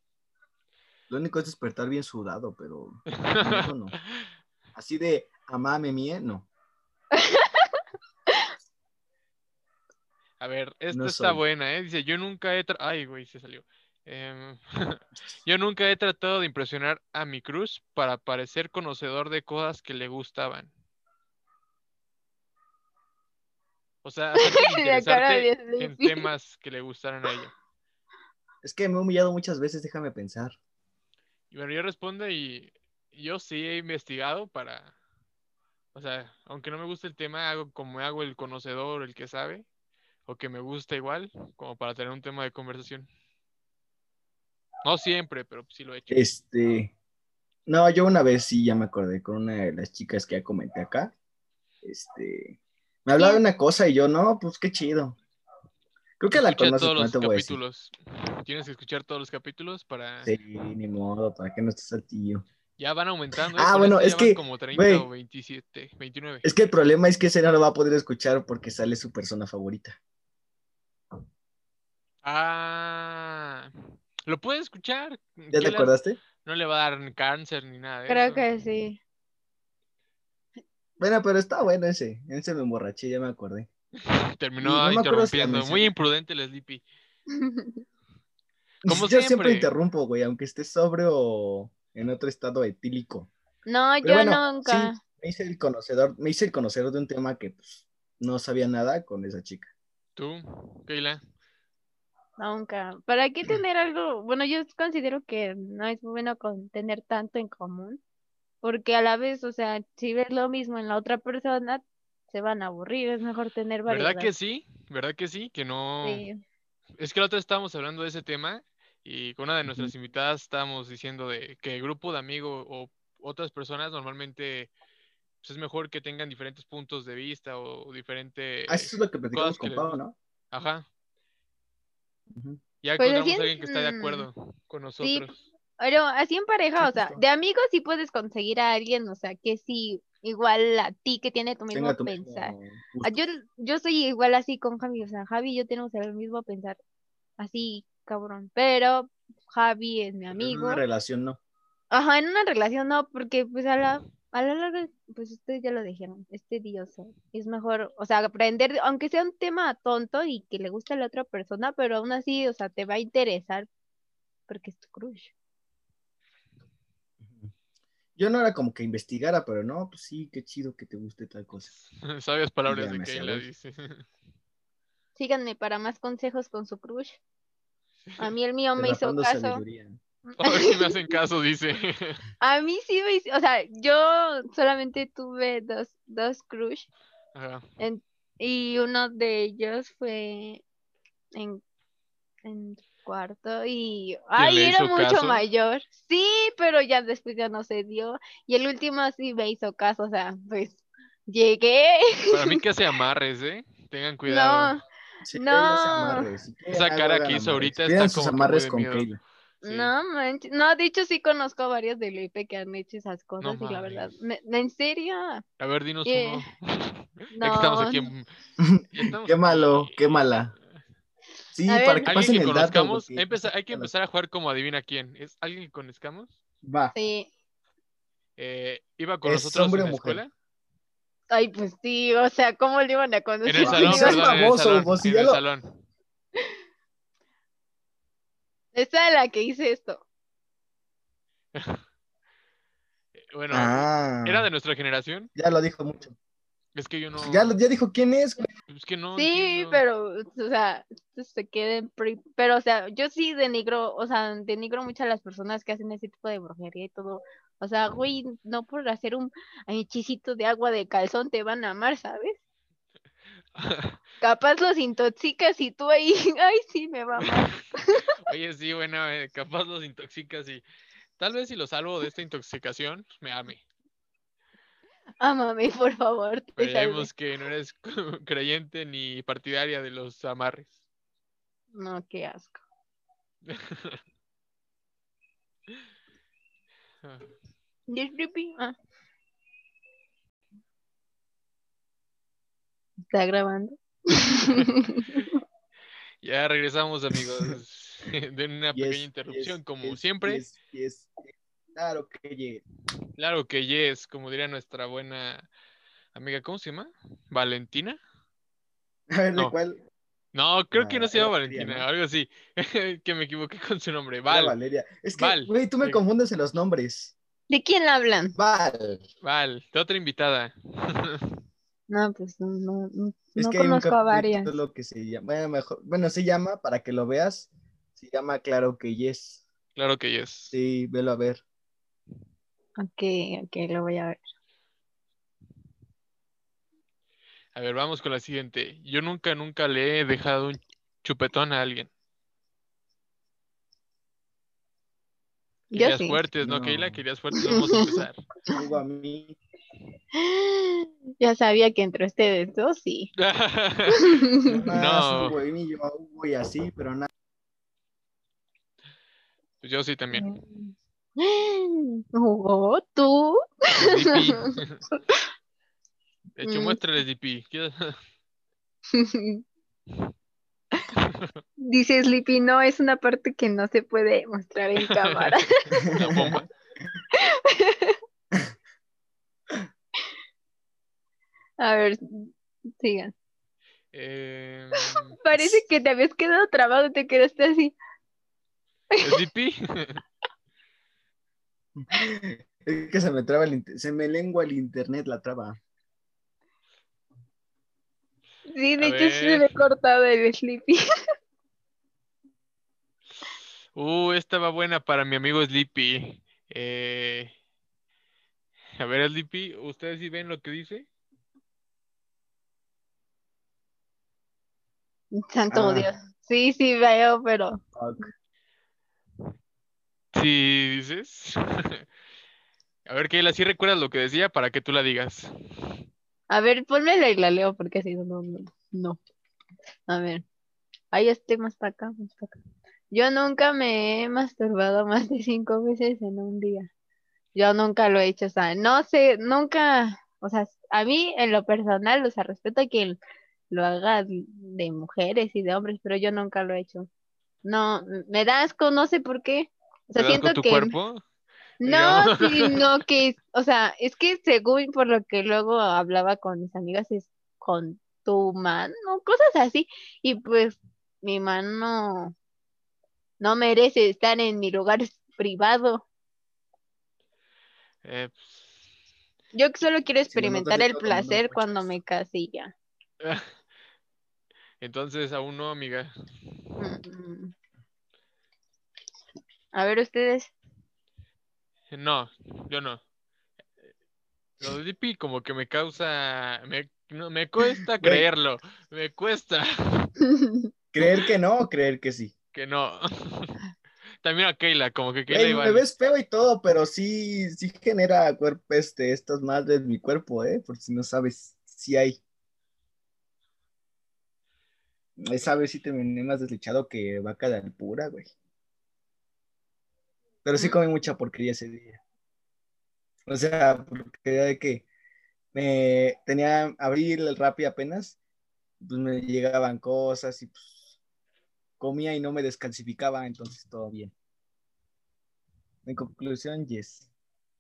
Speaker 3: Lo único es despertar bien sudado, pero. Eso no. Así de amame mía, no.
Speaker 1: A ver, esta
Speaker 3: No
Speaker 1: está
Speaker 3: soy.
Speaker 1: buena, ¿eh? Dice, yo nunca he... tra- Ay, güey, se salió. Em, yo nunca he tratado de impresionar a mi cruz para parecer conocedor de cosas que le gustaban. O sea, hacerte
Speaker 2: La
Speaker 1: interesarte
Speaker 2: cara de
Speaker 1: en
Speaker 2: Sleepy.
Speaker 1: temas que le gustaran a ella.
Speaker 3: Es que me he humillado muchas veces, déjame pensar.
Speaker 1: Y bueno, yo respondo y yo sí he investigado para... O sea, aunque no me guste el tema, hago como me hago el conocedor, el que sabe, o que me gusta igual, como para tener un tema de conversación. No siempre, pero sí lo he hecho.
Speaker 3: Este. No, yo una vez sí ya me acordé con una de las chicas que ya comenté acá. Este. Me hablaba de una cosa y yo, no, pues qué chido. Creo que la
Speaker 1: Escucha
Speaker 3: conoces,
Speaker 1: todos
Speaker 3: pero no
Speaker 1: los
Speaker 3: te voy a decir.
Speaker 1: capítulos. Tienes que escuchar todos los capítulos para...
Speaker 3: Sí, ni modo, para que no estés al tío.
Speaker 1: Ya van aumentando. ¿eh?
Speaker 3: Ah,
Speaker 1: Con
Speaker 3: bueno,
Speaker 1: este ya
Speaker 3: es
Speaker 1: van
Speaker 3: que,
Speaker 1: como 30
Speaker 3: güey.
Speaker 1: o 27, 29.
Speaker 3: Es que el problema es que ese no lo va a poder escuchar porque sale su persona favorita.
Speaker 1: Ah... Lo puedes escuchar. ¿qué
Speaker 3: ¿Ya te
Speaker 1: le-
Speaker 3: acordaste?
Speaker 1: No le va a dar cáncer ni nada de
Speaker 2: Creo
Speaker 1: eso.
Speaker 2: que sí.
Speaker 3: Bueno, pero está bueno ese. Ese me emborraché, ya me acordé.
Speaker 1: Terminó
Speaker 3: Y no me acuerdo si la
Speaker 1: interrumpiendo. Muy
Speaker 3: mencioné.
Speaker 1: imprudente el Sleepy.
Speaker 3: Yo
Speaker 1: Como
Speaker 3: siempre,
Speaker 1: siempre.
Speaker 3: interrumpo, güey, aunque esté sobre o en otro estado etílico.
Speaker 2: No,
Speaker 3: Pero
Speaker 2: yo
Speaker 3: bueno,
Speaker 2: nunca.
Speaker 3: sí, me hice el conocedor, me hice el conocedor de un tema que pues, no sabía nada con esa chica.
Speaker 1: ¿Tú, Keila?
Speaker 2: Nunca. ¿Para qué tener algo? Bueno, yo considero que no es bueno con tener tanto en común, porque a la vez, o sea, si ves lo mismo en la otra persona, se van a aburrir. Es mejor tener
Speaker 1: ¿Verdad que
Speaker 2: variedad.
Speaker 1: sí? ¿Verdad que sí? Que no...
Speaker 2: Sí.
Speaker 1: Es que la otra vez estábamos hablando de ese tema y con una de nuestras invitadas estábamos diciendo de que el grupo de amigos o otras personas normalmente pues es mejor que tengan diferentes puntos de vista o, diferentes...
Speaker 3: Ah, eso es lo que platicamos
Speaker 1: cosas que
Speaker 3: con
Speaker 1: le-
Speaker 3: Pau, ¿no?
Speaker 1: Ajá.
Speaker 3: Ujú.
Speaker 1: Ya
Speaker 2: Pues,
Speaker 1: encontramos
Speaker 2: así
Speaker 1: a
Speaker 2: en-
Speaker 1: alguien que está de
Speaker 2: mm,
Speaker 1: acuerdo con
Speaker 2: sí.
Speaker 1: nosotros.
Speaker 2: Pero así en pareja, o sea,
Speaker 3: justo.
Speaker 2: de amigos sí puedes conseguir a alguien, o sea, que sí, igual a ti, que tiene tu mismo
Speaker 3: Tenga tu mismo
Speaker 2: pensar.
Speaker 3: gusto.
Speaker 2: Ah, Yo, yo soy igual así con Javi, o sea, Javi y yo tenemos el mismo pensar, así, cabrón, pero Javi es mi
Speaker 3: En
Speaker 2: amigo.
Speaker 3: Una relación no.
Speaker 2: Ajá, en una relación no, porque pues a la, a la larga, pues ustedes ya lo dijeron, es tedioso. Es mejor, o sea, aprender, aunque sea un tema tonto y que le guste a la otra persona, pero aún así, o sea, te va a interesar porque es tu crush.
Speaker 3: Yo no era como que investigara, pero no, pues sí, qué chido que te guste tal cosa.
Speaker 1: Sabias palabras
Speaker 3: Ya
Speaker 1: de
Speaker 3: me sé,
Speaker 1: Keila,
Speaker 3: güey.
Speaker 1: dice.
Speaker 2: Síganme para más consejos con su crush. A mí el mío me hizo
Speaker 3: Derramando
Speaker 2: caso.
Speaker 3: sabiduría.
Speaker 1: A ver si me hacen caso, dice.
Speaker 2: A mí sí me hizo, o sea, yo solamente tuve dos, dos crush
Speaker 1: Ajá.
Speaker 2: en- y uno de ellos fue en, en cuarto y ay,
Speaker 1: le
Speaker 2: era
Speaker 1: hizo
Speaker 2: mucho
Speaker 1: caso?
Speaker 2: mayor. Sí, pero ya después ya no se dio. Y el último sí me hizo caso, o sea, pues llegué.
Speaker 1: Para mí que se amarres, ¿eh? Tengan cuidado.
Speaker 2: No,
Speaker 3: Sí,
Speaker 2: No.
Speaker 3: no se amarre, si quieren,
Speaker 1: Esa cara
Speaker 3: hagan
Speaker 1: que hizo
Speaker 3: amarres.
Speaker 1: ahorita
Speaker 3: Pidan
Speaker 1: está
Speaker 3: sus
Speaker 1: como que
Speaker 3: amarres
Speaker 1: muy de
Speaker 3: con
Speaker 1: miedo.
Speaker 3: Keila.
Speaker 1: Sí.
Speaker 2: no manches. No, de hecho sí conozco a varios de Lepe que han hecho esas cosas y la
Speaker 1: mames.
Speaker 2: verdad, me- me- en serio,
Speaker 1: A ver, dinos
Speaker 2: Eh,
Speaker 1: uno. Ya que estamos
Speaker 2: no.
Speaker 1: aquí. en- ya estamos
Speaker 3: Qué malo,
Speaker 1: aquí.
Speaker 3: qué mala. Sí,
Speaker 2: A ver.
Speaker 3: para que
Speaker 1: Alguien
Speaker 3: pasen
Speaker 1: que
Speaker 3: el dato.
Speaker 1: conozcamos,
Speaker 3: porque-
Speaker 1: empeza- hay que
Speaker 3: ya lo-
Speaker 1: empezar a jugar como adivina quién. ¿Es alguien que conozcamos?
Speaker 3: Va.
Speaker 2: Sí.
Speaker 1: Eh, ¿Iba con
Speaker 3: ¿Es
Speaker 1: nosotros en
Speaker 3: hombre o
Speaker 1: la
Speaker 3: mujer?
Speaker 1: escuela?
Speaker 2: Ay, pues sí, o sea, ¿cómo le iban a
Speaker 1: En
Speaker 2: conocer?
Speaker 1: el
Speaker 3: Sí,
Speaker 1: salón,
Speaker 3: seas
Speaker 1: perdón, en el
Speaker 3: baboso,
Speaker 1: salón.
Speaker 3: Hugo, si
Speaker 1: en
Speaker 3: ya
Speaker 1: el
Speaker 3: lo-
Speaker 1: salón.
Speaker 2: Esa es la que hice esto.
Speaker 1: Eh, Bueno,
Speaker 3: Ah,
Speaker 1: ¿era de nuestra generación?
Speaker 3: ya lo dijo mucho.
Speaker 1: Es que yo no.
Speaker 3: Ya, lo- ya dijo quién es. güey.
Speaker 1: Es que no.
Speaker 2: Sí,
Speaker 1: entiendo.
Speaker 2: pero, o sea, se queden, pri- pero, o sea, yo sí denigro, o sea, denigro mucho a las personas que hacen ese tipo de brujería y todo. O sea, güey, no por hacer un hechicito de agua de calzón te van a amar, ¿sabes? Capaz los intoxicas y tú ahí, ay, sí, me va a amar.
Speaker 1: Oye, sí, bueno, eh, capaz los intoxicas y. Tal vez si lo salvo de esta intoxicación, me ame.
Speaker 2: Ámame, por favor, te
Speaker 1: Pero Pues ya
Speaker 2: salvé.
Speaker 1: vimos que no eres creyente ni partidaria de los amarres.
Speaker 2: No, qué asco.
Speaker 1: Ah.
Speaker 2: Disculpe, ah. ¿Está grabando?
Speaker 1: Ya regresamos, amigos, de una
Speaker 3: Yes,
Speaker 1: pequeña interrupción,
Speaker 3: yes,
Speaker 1: como
Speaker 3: yes,
Speaker 1: siempre.
Speaker 3: yes, yes. Claro que llegue.
Speaker 1: Claro que yes, como diría nuestra buena amiga, ¿cómo se llama? ¿Valentina?
Speaker 3: A ver, ¿de
Speaker 1: No,
Speaker 3: cuál?
Speaker 1: No, creo que
Speaker 3: Ah,
Speaker 1: no se llama
Speaker 3: era Valeria,
Speaker 1: Valentina,
Speaker 3: ¿no?
Speaker 1: algo así. que me equivoqué con su nombre.
Speaker 3: Era
Speaker 1: Val,
Speaker 3: Valeria. Es que,
Speaker 1: Val.
Speaker 3: güey, tú me
Speaker 1: Sí.
Speaker 3: confundes en los nombres.
Speaker 2: ¿De quién hablan?
Speaker 3: Val.
Speaker 1: Val, de otra invitada.
Speaker 2: No, pues no, no, no,
Speaker 3: Es
Speaker 2: no
Speaker 3: que hay un
Speaker 2: conozco a varias.
Speaker 3: capítulo que se llama. Bueno, mejor, bueno, se llama, para que lo veas, se llama Claro que Yes.
Speaker 1: Claro que yes.
Speaker 3: Sí, velo a ver.
Speaker 2: Ok, ok, lo voy a ver.
Speaker 1: A ver, vamos con la siguiente. Yo nunca, nunca le he dejado un chupetón a alguien.
Speaker 2: Yo
Speaker 1: Querías
Speaker 2: sí.
Speaker 1: fuertes, ¿no,
Speaker 3: No.
Speaker 1: Keila? Querías fuertes, vamos a empezar.
Speaker 3: Hugo, a mí.
Speaker 2: Ya sabía que entre ustedes dos sí.
Speaker 1: No.
Speaker 3: no. Hugo, y yo a Hugo y así, pero nada.
Speaker 1: Pues yo sí también.
Speaker 2: Mm. Hugo, tú.
Speaker 1: DP. De hecho,
Speaker 2: Mm.
Speaker 1: muéstrales DP. ¿Qué-
Speaker 2: Dice Sleepy, no, es una parte que no se puede mostrar en cámara.
Speaker 1: La bomba.
Speaker 2: A ver, sigan.
Speaker 1: Eh,
Speaker 2: Parece que te habías quedado trabado, te quedaste así.
Speaker 1: ¿Es DP?
Speaker 3: Es que se me traba el inter- se me lengua el internet la traba.
Speaker 2: Sí, de
Speaker 1: A
Speaker 2: hecho sí se
Speaker 1: ver.
Speaker 2: me cortado el Sleepy.
Speaker 1: Uh, esta va buena para mi amigo Sleepy. Eh, a ver, Sleepy, ¿ustedes sí ven lo que dice?
Speaker 2: Santo
Speaker 3: Ah.
Speaker 2: Dios. Sí, sí veo, pero
Speaker 3: Fuck.
Speaker 1: Sí, dices. A ver, Keila, ¿sí recuerdas lo que decía para que tú la digas?
Speaker 2: a ver, ponmela y la leo porque así no, no, no, no. A ver. Ahí estoy más para acá, más para acá. Yo nunca me he masturbado más de cinco veces en un día. Yo nunca lo he hecho, o sea, no sé, nunca, o sea, a mí en lo personal, o sea, respeto a quien lo haga de mujeres y de hombres, pero yo nunca lo he hecho. No, me da asco, no sé por qué. O sea,
Speaker 1: ¿Te das con
Speaker 2: siento
Speaker 1: tu
Speaker 2: que
Speaker 1: cuerpo?
Speaker 2: No,
Speaker 1: digamos.
Speaker 2: sino que, o sea, es que según por lo que luego hablaba con mis amigas, es con tu mano, cosas así, y pues mi mano no merece estar en mi lugar privado.
Speaker 1: Eh,
Speaker 2: Yo solo quiero
Speaker 3: Sí, no te has
Speaker 2: experimentar el
Speaker 3: estado tomando
Speaker 2: placer
Speaker 3: muchas.
Speaker 2: cuando me case y ya.
Speaker 1: entonces, aún no, amiga.
Speaker 2: Mm. A ver, ustedes,
Speaker 1: Eh, No, yo no. Lo de Sleepy como que me causa... Me, no, me cuesta creerlo. Me cuesta
Speaker 3: Creer que no, creer que sí.
Speaker 1: que no. También a Keila, como que Keila
Speaker 3: Ey,
Speaker 1: iba...
Speaker 3: me ves feo y todo, pero sí, sí genera cuerpo este, estas madres mi cuerpo, eh, por si no sabes, sí hay. Esa vez sí terminé más deslechado que vaca de alpura, güey. Pero sí comí mucha porquería ese día. O sea, porquería de que me tenía abrir el Rappi apenas, pues me llegaban cosas y pues comía y no me descalcificaba, entonces todo bien. En conclusión, yes.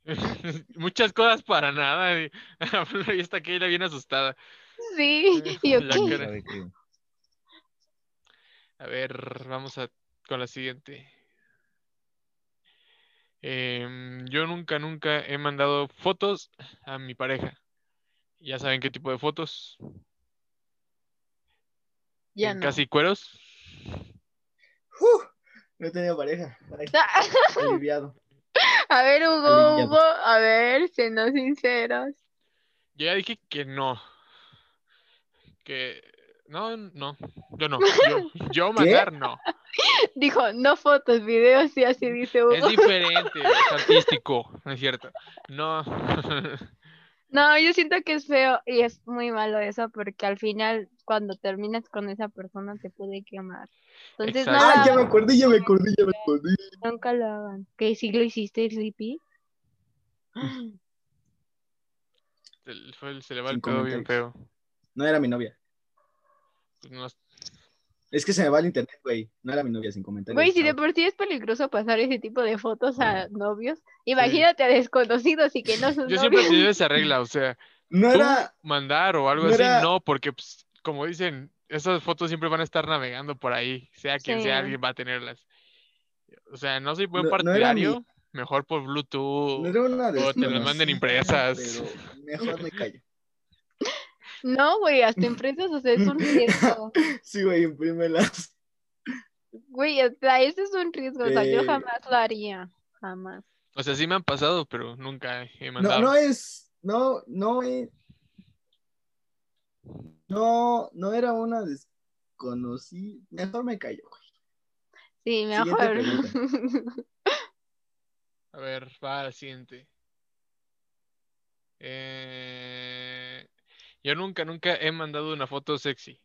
Speaker 1: Muchas cosas para nada. y- Y está Keila bien asustada.
Speaker 2: sí, y yo,
Speaker 1: La
Speaker 2: ¿qué?
Speaker 1: cara. A ver, vamos a con la siguiente. Em, yo nunca, nunca he mandado fotos a mi pareja. Ya saben qué tipo de fotos.
Speaker 2: Ya
Speaker 1: en
Speaker 2: no.
Speaker 1: casi cueros.
Speaker 3: Uh, no he tenido pareja. Ay, Ah. aliviado.
Speaker 2: A ver, Hugo,
Speaker 3: Alivia.
Speaker 2: Hugo, a ver, siendo sinceros.
Speaker 1: Yo ya dije que no. Que no, no, yo no. Yo, yo mandar no.
Speaker 2: Dijo, no fotos, videos, y así dice Hugo.
Speaker 1: Es diferente, es artístico, no es cierto. No.
Speaker 2: No, yo siento que es feo y es muy malo eso porque al final cuando terminas con esa persona te puede quemar. Entonces
Speaker 1: Exacto.
Speaker 2: nada,
Speaker 3: Ah, ya me acordé, ya me acordé, ya me acordé.
Speaker 2: nunca lo hagan. ¿Qué si lo hiciste, Sleepy?
Speaker 1: Se, le fue el- se le va el
Speaker 3: Sin
Speaker 1: pedo bien feo. Pues
Speaker 3: comentarios. Pues No era mi novia.
Speaker 1: No,
Speaker 3: Es que se me va el internet, güey. No era mi novia, sin comentarios.
Speaker 2: Güey, si de
Speaker 3: Chao.
Speaker 2: por sí es peligroso pasar ese tipo de fotos a novios, imagínate a desconocidos y que no son
Speaker 1: Yo siempre he
Speaker 2: novios.
Speaker 1: tenido esa regla, o sea,
Speaker 3: No
Speaker 1: tú
Speaker 3: era.
Speaker 1: mandar o algo
Speaker 3: no
Speaker 1: así,
Speaker 3: era-
Speaker 1: no, porque pues, como dicen, esas fotos siempre van a estar navegando por ahí, sea quien sea,
Speaker 2: Sí.
Speaker 1: alguien va a tenerlas. O sea, no soy buen
Speaker 3: No- no era mi-
Speaker 1: partidario, mejor por Bluetooth.
Speaker 3: No era una de
Speaker 1: O Oh, te las manden impresas.
Speaker 3: Pero mejor me callo.
Speaker 2: No, güey, hasta empresas, o sea, es un riesgo.
Speaker 3: Sí, güey, imprímelas.
Speaker 2: Güey, o sea, ese es un riesgo, o sea, yo
Speaker 3: Eh.
Speaker 2: jamás lo haría, jamás.
Speaker 1: O sea, sí me han pasado, pero nunca he
Speaker 3: No,
Speaker 1: mandado.
Speaker 3: no es. No, no es. No, no era una desconocida. Mejor me callo, güey.
Speaker 2: Sí,
Speaker 3: Siguiente
Speaker 2: mejor.
Speaker 1: A ver, va a la siguiente. Eh, Yo nunca, nunca he mandado una foto sexy.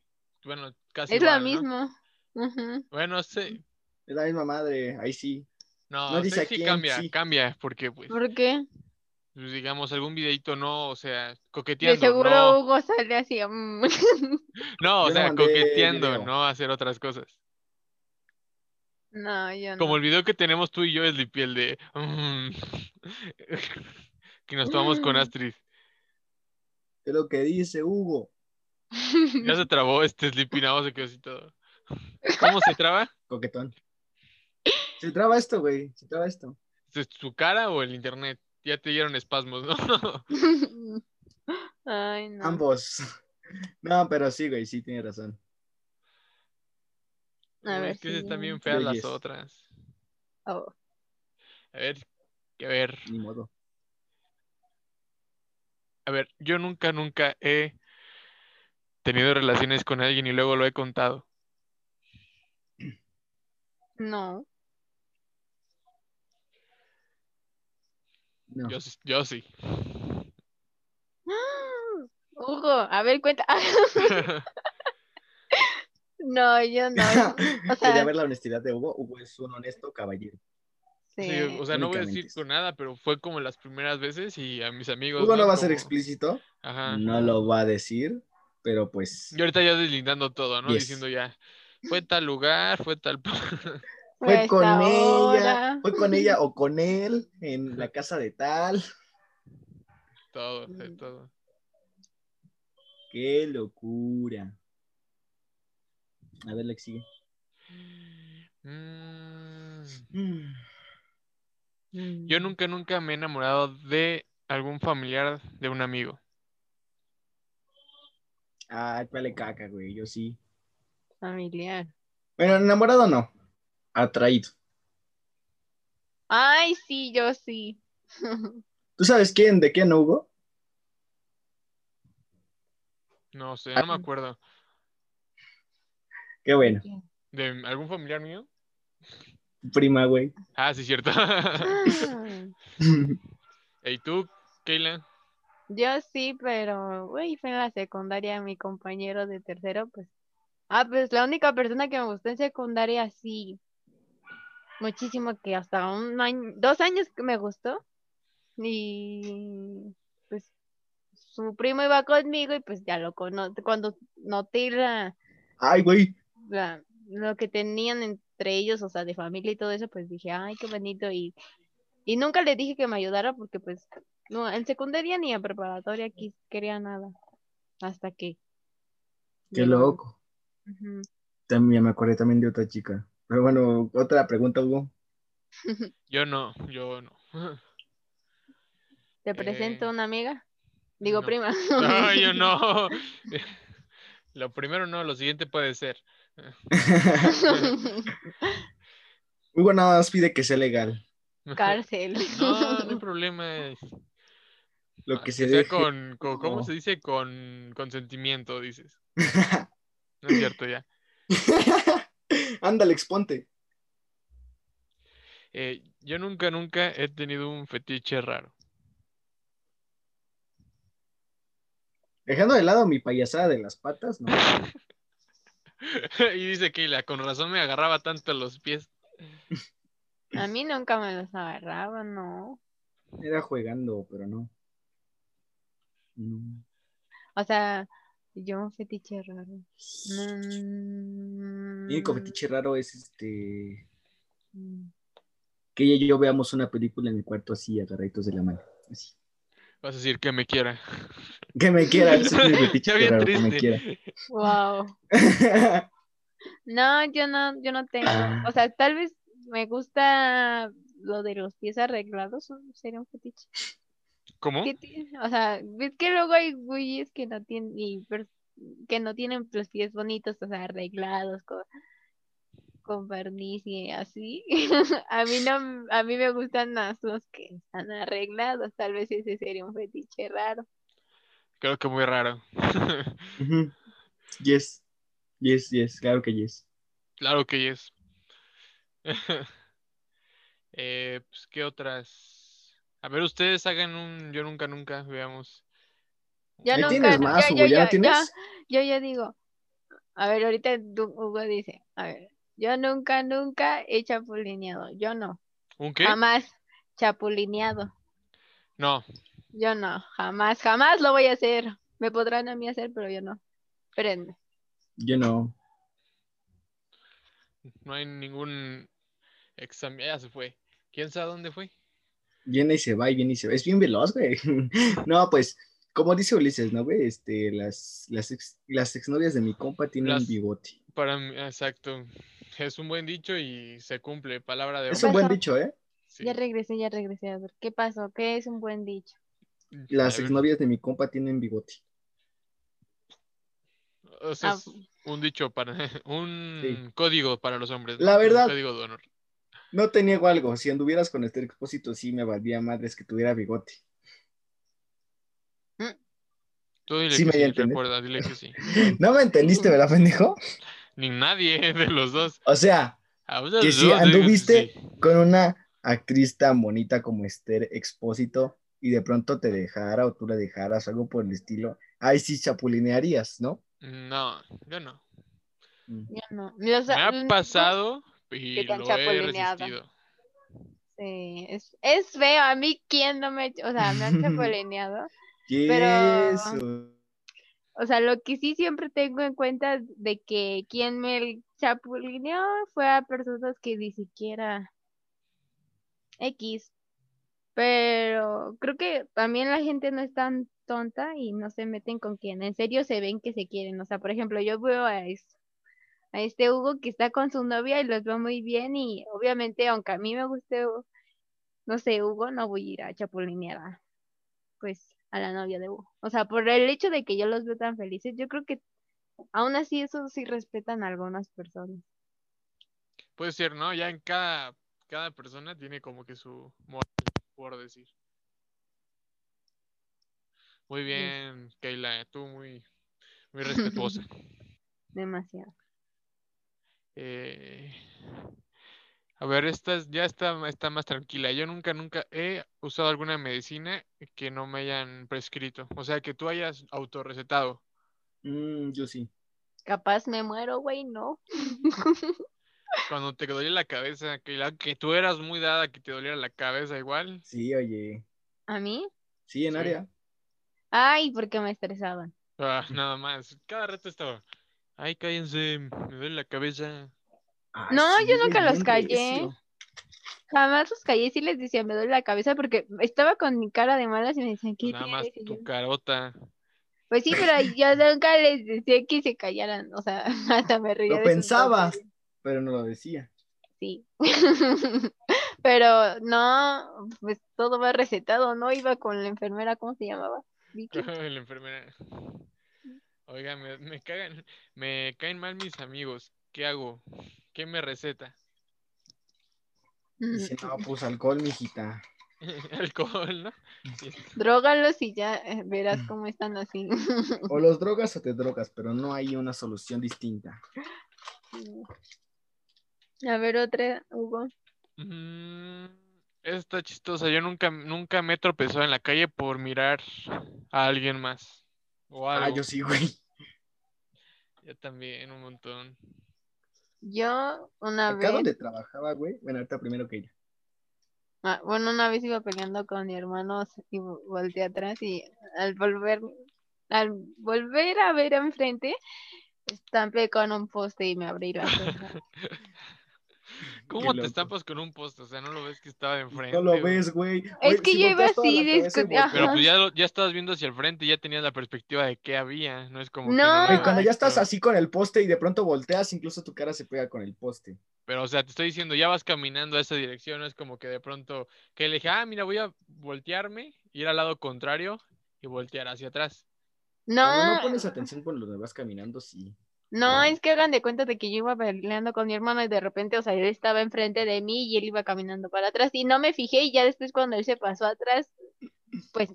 Speaker 1: Bueno, casi
Speaker 2: Es lo
Speaker 1: igual, ¿no?
Speaker 2: mismo. Ujú.
Speaker 1: Bueno, sí.
Speaker 3: Es la misma madre, ahí sí.
Speaker 1: No,
Speaker 3: No dice a
Speaker 1: sexy
Speaker 3: quién,
Speaker 1: cambia,
Speaker 3: sí.
Speaker 1: cambia, porque pues.
Speaker 2: ¿Por qué?
Speaker 1: pues, digamos, algún videito no, o sea,
Speaker 2: De
Speaker 1: coqueteando,
Speaker 2: seguro
Speaker 1: no,
Speaker 2: Hugo sale así. mm.
Speaker 1: no, o
Speaker 3: Yo no
Speaker 1: sea,
Speaker 3: mandé
Speaker 1: coqueteando,
Speaker 3: video.
Speaker 1: no hacer otras cosas.
Speaker 2: No, yo no.
Speaker 1: Como el video que tenemos tú y yo, es piel de mm, que nos tomamos
Speaker 2: Mm.
Speaker 1: con Astrid.
Speaker 3: Es lo que dice Hugo.
Speaker 1: Ya se trabó este Sleepy, nada más se quedó así todo. ¿Cómo se traba?
Speaker 3: Coquetón. Se traba esto, güey. Se traba esto.
Speaker 1: ¿Es pues, ¿Tu cara o el internet? Ya te dieron espasmos, ¿no?
Speaker 2: Ay, no.
Speaker 3: Ambos. No, pero sí, güey, sí, tiene razón.
Speaker 2: A ver
Speaker 1: es que
Speaker 2: si-
Speaker 1: están bien feas las
Speaker 3: Leyes.
Speaker 1: otras.
Speaker 2: Oh,
Speaker 1: A ver, a ver,
Speaker 3: Ni modo.
Speaker 1: a ver. Yo nunca, nunca he tenido relaciones con alguien y luego lo he contado.
Speaker 2: no.
Speaker 3: No.
Speaker 1: Yo, sí- yo sí.
Speaker 2: Hugo, a ver, cuenta. no, yo no. O sea,
Speaker 3: Quería ver la honestidad de Hugo. Hugo es un honesto caballero.
Speaker 2: sí.
Speaker 1: Sí, o sea, no voy a decir
Speaker 3: Únicamente
Speaker 1: con nada, pero fue como las primeras veces y a mis amigos.
Speaker 3: Hugo no va a
Speaker 1: Como-
Speaker 3: ser explícito,
Speaker 1: Ajá.
Speaker 3: no lo va a decir, pero pues
Speaker 1: Yo ahorita ya deslindando todo, ¿no?
Speaker 3: Yes.
Speaker 1: Diciendo ya, fue tal lugar, fue tal. pa-
Speaker 2: a
Speaker 3: fue
Speaker 2: esta
Speaker 3: con ella,
Speaker 2: hora.
Speaker 3: fue con ella o con él en la casa de tal.
Speaker 1: todo, de
Speaker 2: Mm.
Speaker 1: todo.
Speaker 3: Qué locura. A ver, la que sigue.
Speaker 1: Mm.
Speaker 3: Mm.
Speaker 1: Yo nunca, nunca me he enamorado de algún familiar de un amigo.
Speaker 3: Ay, vale caca, güey, yo sí.
Speaker 2: Familiar.
Speaker 3: Bueno, enamorado no. Atraído.
Speaker 2: Ay, sí, yo sí.
Speaker 3: ¿Tú sabes quién? ¿De quién, Hugo?
Speaker 1: No sé, no me
Speaker 3: Ah.
Speaker 1: acuerdo.
Speaker 3: Qué bueno.
Speaker 1: ¿De algún familiar mío?
Speaker 3: Prima, güey.
Speaker 1: Ah, sí, cierto.
Speaker 2: Ah.
Speaker 1: ¿Y tú, Keila?
Speaker 2: Yo sí, pero, güey, fue en la secundaria mi compañero de tercero, pues. Ah, pues la única persona que me gustó en secundaria, sí. Muchísimo que hasta un año, dos años que me gustó. Y pues su primo iba conmigo y pues ya lo conozco. Cuando noté la,
Speaker 3: Ay, güey.
Speaker 2: la- lo que tenían entre ellos, o sea, de familia y todo eso, pues dije, ay, qué bonito. Y, y nunca le dije que me ayudara porque pues no, en secundaria ni en preparatoria quis- quería nada. Hasta que...
Speaker 3: Qué
Speaker 2: llegó-
Speaker 3: loco.
Speaker 2: Ujú.
Speaker 3: También me acordé también de otra chica. Pero bueno, otra pregunta, Hugo.
Speaker 1: Yo no, yo no.
Speaker 2: Te presento
Speaker 1: Eh,
Speaker 2: a una amiga. Digo,
Speaker 1: no.
Speaker 2: prima.
Speaker 1: No, yo no. Lo primero no, lo siguiente puede ser.
Speaker 3: Hugo nada más pide que sea legal.
Speaker 2: Cárcel.
Speaker 1: No, no hay problema.
Speaker 3: Lo
Speaker 1: Ah,
Speaker 3: que se
Speaker 1: sea
Speaker 3: deje.
Speaker 1: con, co- ¿cómo
Speaker 3: No.
Speaker 1: se dice? Con consentimiento, dices. No es cierto, ya.
Speaker 3: Ándale, exponte.
Speaker 1: Eh, yo nunca, nunca he tenido un fetiche raro.
Speaker 3: Dejando de lado mi payasada de las patas, ¿no?
Speaker 1: y dice Keila, con razón me agarraba tanto los pies.
Speaker 2: A mí nunca me los agarraba, no.
Speaker 3: Era jugando, pero no. No.
Speaker 2: O sea, yo un fetiche raro. Mm.
Speaker 3: Mi único
Speaker 1: mm.
Speaker 3: fetiche raro es este
Speaker 2: mm,
Speaker 3: que ella y yo veamos una película en mi cuarto así, agarraditos de la mano. Así.
Speaker 1: Vas a decir que me quiera.
Speaker 3: Que me quiera, ese es mi fetiche
Speaker 1: Ya bien
Speaker 3: raro, que me
Speaker 1: triste.
Speaker 3: quiera.
Speaker 2: Wow. No, yo no, yo no tengo.
Speaker 3: Ah,
Speaker 2: O sea, tal vez me gusta lo de los pies arreglados, ¿o sería un fetiche.
Speaker 1: ¿Cómo?
Speaker 3: ¿Eh?
Speaker 2: ¿Qué tiene? O sea, ves que luego hay güeyes que no tienen y pers- que no tienen los pies bonitos, o sea, arreglados con, con barniz y así. A mí no, a mí me gustan más los que están arreglados, tal vez ese sería un fetiche raro.
Speaker 1: Creo que muy raro.
Speaker 3: Ujú. yes. Yes, yes, claro que yes.
Speaker 1: claro que es. Eh, pues, ¿qué otras? A ver, ustedes hagan un yo nunca, nunca, veamos.
Speaker 2: Yo
Speaker 3: Ya
Speaker 2: nunca,
Speaker 3: tienes
Speaker 2: nunca-
Speaker 3: más,
Speaker 2: yo-
Speaker 3: Hugo, ya,
Speaker 2: yo-
Speaker 3: no tienes.
Speaker 2: Yo ya digo, a ver, ahorita tú- Hugo dice, a ver, yo nunca, nunca he chapulineado, yo no,
Speaker 1: ¿Un qué?
Speaker 2: jamás chapulineado.
Speaker 1: No,
Speaker 2: Yo no, jamás, jamás lo voy a hacer. Me podrán a mí hacer, pero yo no. Espérenme.
Speaker 3: Yo no.
Speaker 1: no hay ningún examen. Ya se fue. ¿Quién sabe dónde fue?
Speaker 3: Viene y se va, y viene y se va. Es bien veloz, güey. No, pues, como dice Ulises, ¿no, güey? Este, las, las, ex- las exnovias de mi compa tienen
Speaker 1: Las-
Speaker 3: bigote.
Speaker 1: Para mí, exacto. Es un buen dicho y se cumple. Palabra de
Speaker 3: Es
Speaker 1: hombre.
Speaker 3: un buen
Speaker 2: Pasa.
Speaker 3: dicho, ¿eh?
Speaker 1: Sí.
Speaker 2: Ya regresé, ya regresé. A ver, ¿qué pasó? ¿Qué es un buen dicho?
Speaker 3: Las
Speaker 1: A ver,
Speaker 3: exnovias de mi compa tienen bigote.
Speaker 1: o sea,
Speaker 2: Ah,
Speaker 1: es un dicho para. Un código para los hombres. ¿no?
Speaker 3: La
Speaker 1: Un
Speaker 3: verdad.
Speaker 1: código de honor.
Speaker 3: No te niego algo, si anduvieras con este expósito, sí me valdría madres que tuviera bigote.
Speaker 1: Tú dile
Speaker 3: Sí
Speaker 1: que
Speaker 3: me
Speaker 1: sí,
Speaker 3: di a entender.
Speaker 1: recuerda, dile que sí.
Speaker 3: ¿No me entendiste, verdad, pendejo?
Speaker 1: Ni nadie de los dos.
Speaker 3: O sea,
Speaker 1: A ustedes
Speaker 3: Que
Speaker 1: los
Speaker 3: sí,
Speaker 1: dos, digo que
Speaker 3: anduviste.
Speaker 1: sí.
Speaker 3: con una actriz tan bonita como Esther Expósito y de pronto te dejara o tú la dejaras, algo por el estilo, ahí sí chapulinearías, ¿no?
Speaker 1: No, yo no.
Speaker 2: Yo no. Los-
Speaker 1: Me ha
Speaker 2: los-
Speaker 1: pasado
Speaker 2: que
Speaker 1: y
Speaker 2: te han
Speaker 1: lo he
Speaker 2: chapulineado.
Speaker 1: resistido.
Speaker 2: Sí, es, es feo. A mí, ¿quién no me ha hecho? O sea, me han chapulineado. Pero-
Speaker 3: Eso.
Speaker 2: O sea, lo que sí siempre tengo en cuenta de que quien me chapulineó fue a personas que ni siquiera X. Pero creo que también la gente no es tan tonta y no se meten con quien. En serio se ven que se quieren. O sea, por ejemplo, yo veo a, es- a este Hugo que está con su novia y los veo muy bien y obviamente aunque a mí me guste, Hugo, no sé, Hugo, no voy a ir a chapulinear a- pues a la novia de Hugo. O sea, por el hecho de que yo los veo tan felices, yo creo que aún así eso sí respetan a algunas personas.
Speaker 1: Puede ser, ¿no? Ya en cada, cada persona tiene como que su moral, por decir. Muy bien, Keila, eh, tú muy, muy respetuosa.
Speaker 2: Demasiado.
Speaker 1: Eh, a ver, esta es- ya está, está más tranquila. Yo nunca, nunca he usado alguna medicina que no me hayan prescrito. O sea, que tú hayas autorrecetado.
Speaker 3: Mm, yo sí.
Speaker 2: Capaz me muero, güey, no.
Speaker 1: Cuando te dolía la cabeza, Keila, que tú eras muy dada, que te doliera la cabeza igual.
Speaker 3: Sí, oye.
Speaker 2: ¿A mí?
Speaker 3: Sí, en
Speaker 1: Sí.
Speaker 3: área.
Speaker 2: Ay, porque me estresaban.
Speaker 1: Ah, nada más. Cada rato estaba. Ay, cállense, me duele la cabeza.
Speaker 3: Ah,
Speaker 2: No, yo
Speaker 3: güey,
Speaker 2: nunca los
Speaker 3: bien
Speaker 2: callé.
Speaker 3: recio.
Speaker 2: Jamás los callé y les decía, me duele la cabeza porque estaba con mi cara de malas y me decían, ¿qué
Speaker 1: Nada más
Speaker 2: tienes? Y yo,
Speaker 1: tu carota.
Speaker 2: Pues sí, pero yo nunca les decía que se callaran. O sea, hasta me reía.
Speaker 3: Lo
Speaker 2: de sus
Speaker 3: pensabas.
Speaker 2: tonterías.
Speaker 3: Pero no lo decía.
Speaker 2: Sí. Pero no, pues todo va recetado, ¿no? Iba con la enfermera, ¿cómo se llamaba? Vicky.
Speaker 1: La enfermera. Oiga, me, me cagan, me caen mal mis amigos. ¿Qué hago? ¿Qué me receta?
Speaker 3: Dice, no, pues alcohol, mijita.
Speaker 1: Alcohol, ¿no?
Speaker 2: Drógalos y ya eh, verás
Speaker 3: Mm.
Speaker 2: cómo están así.
Speaker 3: O los drogas o te drogas, pero no hay una solución distinta.
Speaker 2: A ver, otra, Hugo.
Speaker 1: Mm, está chistosa. Yo nunca, nunca me he tropezado en la calle por mirar a alguien más. O
Speaker 3: Ah,
Speaker 1: algo.
Speaker 3: yo sí, güey.
Speaker 1: Yo también, un montón.
Speaker 2: Yo una
Speaker 3: Acá
Speaker 2: vez,
Speaker 3: donde trabajaba, güey. Bueno, ahorita primero que ella.
Speaker 2: ah, bueno, una vez iba peleando con mi hermano y vo- volteé atrás y al volver, al volver a ver enfrente, estampé con un poste y me abrí la ceja.
Speaker 1: ¿Cómo
Speaker 3: Qué
Speaker 1: te
Speaker 3: loco.
Speaker 1: estampas con un poste? O sea, no lo ves que estaba de enfrente.
Speaker 3: No lo
Speaker 1: güey?
Speaker 3: ves, güey.
Speaker 2: Es que yo iba así, discu-
Speaker 1: Pero
Speaker 2: Ajá.
Speaker 1: pues ya, lo- ya estabas viendo hacia el frente y ya tenías la perspectiva de qué había. No es como. que
Speaker 2: No.
Speaker 1: lo
Speaker 2: Güey,
Speaker 1: hayas
Speaker 3: cuando ya
Speaker 1: visto.
Speaker 3: estás así con el poste y de pronto volteas, incluso tu cara se pega con el poste.
Speaker 1: Pero, o sea, te estoy diciendo, ya vas caminando a esa dirección. No es como que de pronto. Que le dije, ah, mira, voy a voltearme, ir al lado contrario y voltear hacia atrás.
Speaker 3: Cuando
Speaker 2: No,
Speaker 3: no pones atención por donde vas caminando, sí.
Speaker 2: No, es que hagan de cuenta de que yo iba peleando con mi hermano y de repente, o sea, él estaba enfrente de mí y él iba caminando para atrás y no me fijé y ya después cuando él se pasó atrás, pues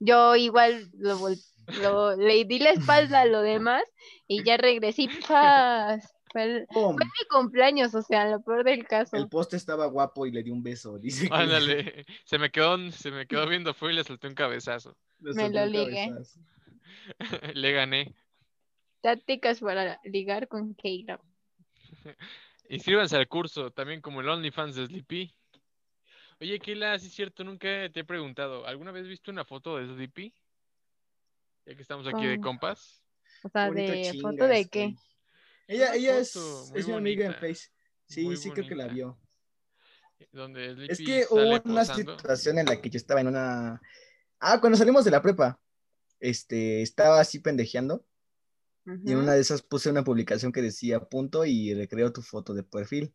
Speaker 2: yo igual lo, vol- lo- le di la espalda a lo demás y ya regresé y ¡paz! Fue, el-
Speaker 3: ¡Pum!
Speaker 2: fue mi cumpleaños, o sea, lo peor del
Speaker 3: El
Speaker 2: caso.
Speaker 3: poste estaba guapo y le dio un beso. Dice que
Speaker 1: Ándale, se me quedó, se me quedó viendo, fue y le solté un cabezazo.
Speaker 3: le
Speaker 2: Me
Speaker 3: soltó
Speaker 2: lo
Speaker 3: un
Speaker 2: ligué.
Speaker 3: cabezazo.
Speaker 1: Le gané.
Speaker 2: Tácticas para ligar con Keira.
Speaker 1: Inscríbanse al curso, también como el OnlyFans de Sleepy. Oye, Kila, sí es cierto, nunca te he preguntado, ¿alguna vez viste una foto de Sleepy? Ya que estamos aquí de
Speaker 2: ¿Cómo?
Speaker 1: compas.
Speaker 2: O sea,
Speaker 3: Bonito
Speaker 2: de
Speaker 3: chingas,
Speaker 2: foto de qué.
Speaker 3: güey. Ella,
Speaker 1: Una
Speaker 3: ella es,
Speaker 1: foto muy
Speaker 3: es mi amiga en
Speaker 1: bonita,
Speaker 3: Face. Sí,
Speaker 1: muy
Speaker 3: sí creo que la
Speaker 1: bonita.
Speaker 3: vio.
Speaker 1: Donde Sleepy
Speaker 3: Es que
Speaker 1: sale
Speaker 3: hubo una
Speaker 1: posando.
Speaker 3: situación en la que yo estaba en una... Ah, cuando salimos de la prepa, este, estaba así pendejeando y en
Speaker 2: Ujú.
Speaker 3: una de esas puse una publicación que decía punto y recreo tu foto de perfil.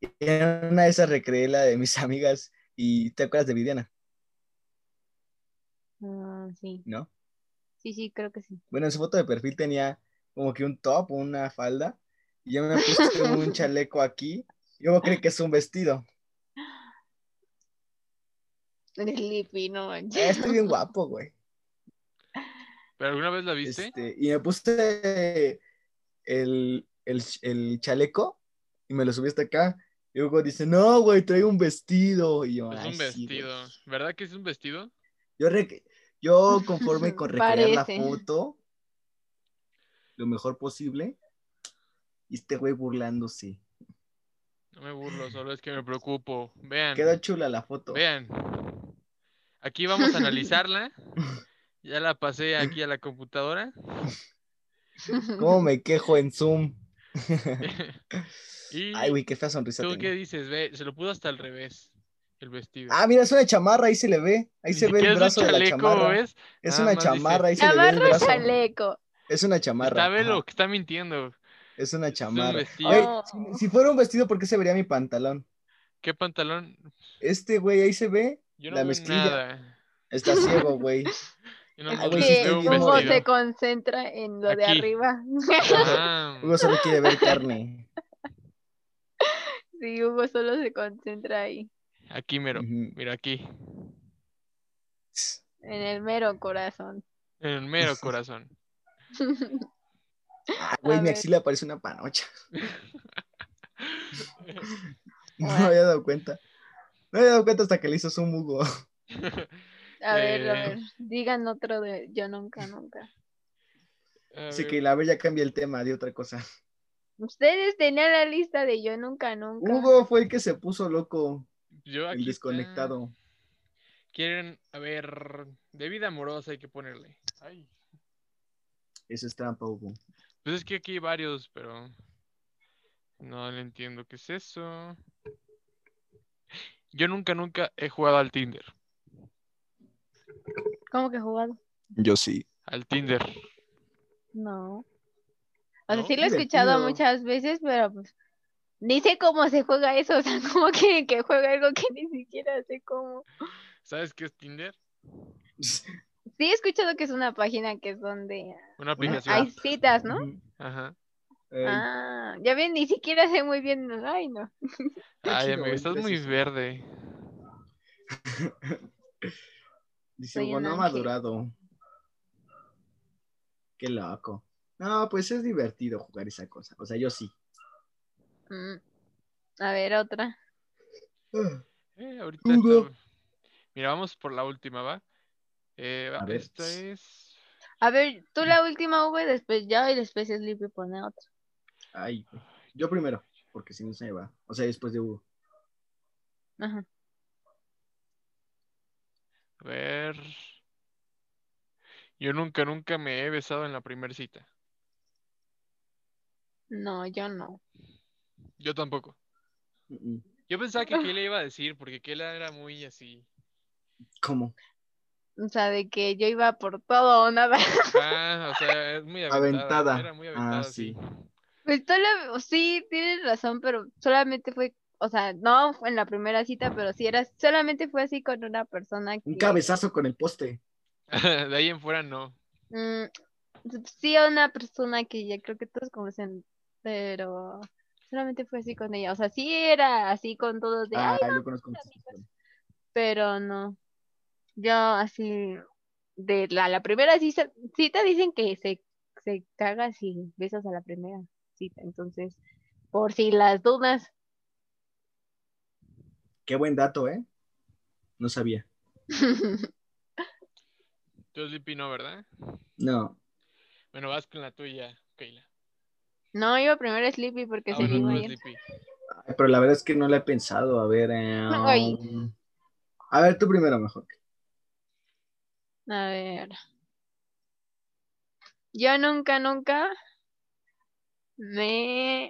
Speaker 3: Y en una de esas recreé la de mis amigas. ¿Y te acuerdas de Viviana?
Speaker 2: Ah, sí.
Speaker 3: ¿No?
Speaker 2: Sí, sí, creo que sí.
Speaker 3: Bueno, en su foto de perfil tenía como que un top, una falda. Y yo me puse como un chaleco aquí. Yo creo que es un vestido.
Speaker 2: Sleepy, no manches.
Speaker 3: Eh, Estoy bien guapo, güey.
Speaker 1: ¿Pero alguna vez la viste?
Speaker 3: Este, y me puse el, el, el chaleco y me lo subí hasta acá. Y luego dice, no, güey, traigo un vestido. Y yo,
Speaker 1: es
Speaker 3: "Ay,
Speaker 1: un
Speaker 3: sí,
Speaker 1: vestido.
Speaker 3: güey".
Speaker 1: ¿Verdad que es un vestido?
Speaker 3: yo, re- yo conforme con recrear la
Speaker 2: Parece.
Speaker 3: foto lo mejor posible. Y este güey burlándose.
Speaker 1: No me burlo, solo es que me preocupo. Vean,
Speaker 3: Quedó chula la foto.
Speaker 1: vean. Aquí vamos a analizarla. Ya la pasé aquí a la computadora.
Speaker 3: ¿Eh? ¿Cómo me quejo en Zoom?
Speaker 1: y
Speaker 3: Ay, güey, qué fea sonrisa.
Speaker 1: tú
Speaker 3: tengo.
Speaker 1: qué dices, ve, se lo puso hasta al revés el vestido.
Speaker 3: Ah, mira, es una chamarra, ahí se le ve. Ahí
Speaker 1: Ni
Speaker 3: se ve
Speaker 1: siquiera
Speaker 3: el
Speaker 1: es un
Speaker 3: brazo de la
Speaker 1: chaleco,
Speaker 3: chamarra.
Speaker 1: ¿ves?
Speaker 3: Es
Speaker 1: Nada
Speaker 3: una
Speaker 1: más dice,
Speaker 3: chamarra, ahí se le ve el
Speaker 2: Chamarra
Speaker 3: brazo.
Speaker 2: chaleco.
Speaker 3: Es una chamarra.
Speaker 1: Está velo,
Speaker 3: ajá.
Speaker 1: que está mintiendo.
Speaker 3: Es una chamarra.
Speaker 1: vestido.
Speaker 3: Ay,
Speaker 2: Oh.
Speaker 3: si- si fuera un vestido, ¿por qué se vería mi pantalón?
Speaker 1: ¿Qué pantalón?
Speaker 3: Este güey, ahí se ve.
Speaker 1: Yo no
Speaker 3: La
Speaker 1: veo
Speaker 3: mezclilla.
Speaker 1: nada.
Speaker 3: Está ciego, güey.
Speaker 1: Yo no
Speaker 3: Ah,
Speaker 1: veo-
Speaker 3: güey, sí
Speaker 2: que
Speaker 3: estoy
Speaker 1: veo un
Speaker 3: bien
Speaker 2: Hugo
Speaker 1: vestido.
Speaker 2: se concentra en lo de
Speaker 1: Aquí.
Speaker 2: arriba.
Speaker 1: Ah,
Speaker 3: Hugo solo quiere ver carne.
Speaker 2: sí, Hugo solo se concentra ahí,
Speaker 1: aquí mero.
Speaker 3: Ujú.
Speaker 1: Mira aquí.
Speaker 2: en el mero corazón.
Speaker 1: En el mero corazón.
Speaker 3: Ah, güey,
Speaker 2: A
Speaker 3: mi
Speaker 2: ver.
Speaker 3: axila parece una panocha. No me
Speaker 2: Bueno.
Speaker 3: había dado cuenta. No me había dado cuenta hasta que le hizo un Hugo.
Speaker 2: A ver, a
Speaker 1: Eh.
Speaker 2: ver, digan otro de yo nunca, nunca.
Speaker 1: A
Speaker 3: Así
Speaker 1: ver,
Speaker 3: que la bella cambia el tema de otra cosa.
Speaker 2: Ustedes tenían la lista de yo nunca, nunca.
Speaker 3: Hugo fue el que se puso loco,
Speaker 1: yo
Speaker 2: Ah,
Speaker 1: aquí
Speaker 3: el
Speaker 1: está.
Speaker 3: desconectado.
Speaker 1: Quieren, a ver, de vida amorosa hay que ponerle. Ay.
Speaker 3: Eso es trampa, Hugo.
Speaker 1: Pues es que aquí hay varios, pero no le entiendo qué es eso. Yo nunca, nunca he jugado al Tinder.
Speaker 2: ¿Cómo que jugado?
Speaker 3: Yo sí.
Speaker 1: Al Tinder.
Speaker 2: No. O sea,
Speaker 1: No,
Speaker 2: sí lo he escuchado
Speaker 3: divertido.
Speaker 2: muchas veces, pero pues ni sé cómo se juega eso, o sea, como que, que juega algo que ni siquiera sé cómo.
Speaker 1: ¿Sabes qué es Tinder?
Speaker 2: Sí he escuchado que es una página que es donde
Speaker 1: Una
Speaker 3: Una
Speaker 1: aplicación.
Speaker 2: hay citas, ¿no?
Speaker 1: Ajá.
Speaker 3: Eh,
Speaker 2: Ah, ya ven, ni siquiera sé muy bien. Ay, no.
Speaker 3: Qué
Speaker 1: Ay,
Speaker 3: chido,
Speaker 1: amigo,
Speaker 3: güey,
Speaker 1: estás muy
Speaker 3: gracias.
Speaker 1: verde.
Speaker 3: Dice
Speaker 2: Soy
Speaker 3: Hugo,
Speaker 2: un
Speaker 3: no ha
Speaker 2: ángel".
Speaker 3: madurado. Qué loco. No, pues es divertido jugar esa cosa. O sea, yo sí.
Speaker 2: Mm. A ver, otra. Ah.
Speaker 1: Eh, ahorita
Speaker 3: Hugo.
Speaker 1: está- Mira, vamos por la última, ¿va? Eh, va,
Speaker 3: A ver.
Speaker 1: esta es.
Speaker 2: A ver, tú la última, Hugo, y después ya, y después es libre poner otra.
Speaker 3: Ay, güey. yo primero, porque si no se me va. O sea, después de Hugo.
Speaker 2: Ajá.
Speaker 1: A ver. Yo nunca, nunca me he besado en la primera cita.
Speaker 2: No, yo no.
Speaker 1: Yo tampoco.
Speaker 3: Mm, mm.
Speaker 1: Yo pensaba que Kayla iba a decir, porque Kayla era muy así.
Speaker 3: ¿Cómo?
Speaker 2: O sea, de que yo iba por todo o nada.
Speaker 1: Ah, o sea, es muy aventada.
Speaker 3: Aventada.
Speaker 1: Era muy
Speaker 3: Ah,
Speaker 1: aventada,
Speaker 3: sí.
Speaker 1: sí.
Speaker 2: Pues tú la- sí, tienes razón, pero solamente fue, o sea, no fue en la primera cita, pero sí era, solamente fue así con una persona
Speaker 3: Un
Speaker 2: que-
Speaker 3: cabezazo con el poste.
Speaker 1: De ahí en fuera no.
Speaker 2: Mm, sí, a una persona que ya creo que todos conocen, pero solamente fue así con ella. O sea, sí era así con todos de,
Speaker 3: Ah,
Speaker 2: ay,
Speaker 3: yo conozco.
Speaker 2: pero no. Yo así, de la, la primera cita, cita dicen que se, se caga si besas a la primera cita. Entonces, por si las dudas,
Speaker 3: Qué buen dato, ¿eh? No sabía.
Speaker 1: Tú Sleepy no, ¿verdad?
Speaker 3: No.
Speaker 1: Bueno, vas con la tuya, Kayla.
Speaker 2: no iba primero Sleepy porque
Speaker 1: Ah,
Speaker 2: se
Speaker 1: bueno,
Speaker 2: iba
Speaker 1: tú,
Speaker 2: ayer.
Speaker 1: Sleepy.
Speaker 3: Ay, pero la verdad es que no la he pensado. A ver. eh,
Speaker 2: Ay.
Speaker 3: um, A ver, tú primero mejor.
Speaker 2: A ver. Yo nunca, nunca me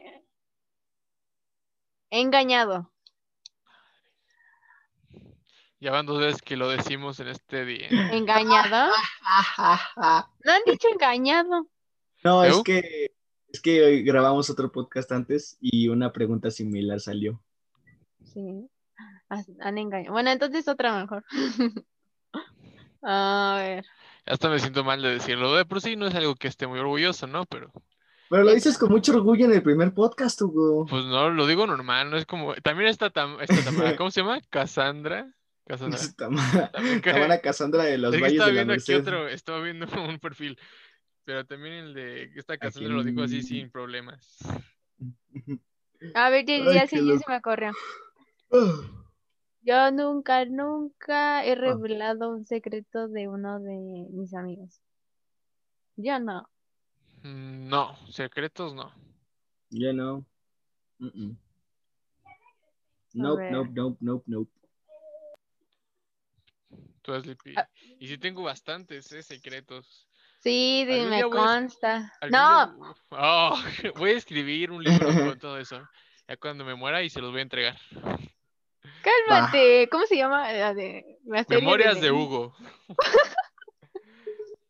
Speaker 2: he engañado.
Speaker 1: Ya van dos veces que lo decimos en este día.
Speaker 2: ¿Engañado? No han dicho engañado.
Speaker 3: No,
Speaker 1: ¿Pero?
Speaker 3: es que es que grabamos otro podcast antes y una pregunta similar salió.
Speaker 2: sí. Has- Han engañado. Bueno, entonces otra mejor. A ver.
Speaker 1: Hasta me siento mal de decirlo. De por sí no es algo que esté muy orgulloso, ¿no? Pero
Speaker 3: Pero lo dices con mucho orgullo en el primer podcast, Hugo.
Speaker 1: pues no, lo digo normal, no es como. También está tam... esta Tamara, ¿cómo se llama? Cassandra. Cassandra.
Speaker 3: Tamara,
Speaker 1: También que-
Speaker 3: Tamara Cassandra de los
Speaker 1: es que
Speaker 3: Valles
Speaker 1: estaba
Speaker 3: de la
Speaker 1: viendo aquí
Speaker 3: Merced.
Speaker 1: otro, estaba viendo un perfil. Pero también el de esta Cassandra lo dijo así sin problemas.
Speaker 2: A ver, ya, ya sé,
Speaker 3: Ay, qué
Speaker 2: ya se
Speaker 3: loco.
Speaker 2: me ocurrió. Yo nunca, nunca
Speaker 3: Ah.
Speaker 2: he revelado un secreto de uno de mis amigos. Yo no.
Speaker 1: Mm, No, secretos no.
Speaker 3: Yo no. Mm-mm.
Speaker 2: ver.
Speaker 3: Nope, nope, nope, nope, nope.
Speaker 1: Tú has Lipi.
Speaker 2: Ah.
Speaker 1: Y sí tengo bastantes eh, secretos.
Speaker 2: Sí,
Speaker 1: Algún
Speaker 2: dime,
Speaker 1: día voy a escri-
Speaker 2: consta.
Speaker 1: Algún
Speaker 2: No,
Speaker 1: día- Oh, voy a escribir un libro con todo eso. Ya cuando me muera y se los voy a entregar.
Speaker 2: cálmate. ¿Cómo se llama la de la serie
Speaker 1: Memorias de Hugo.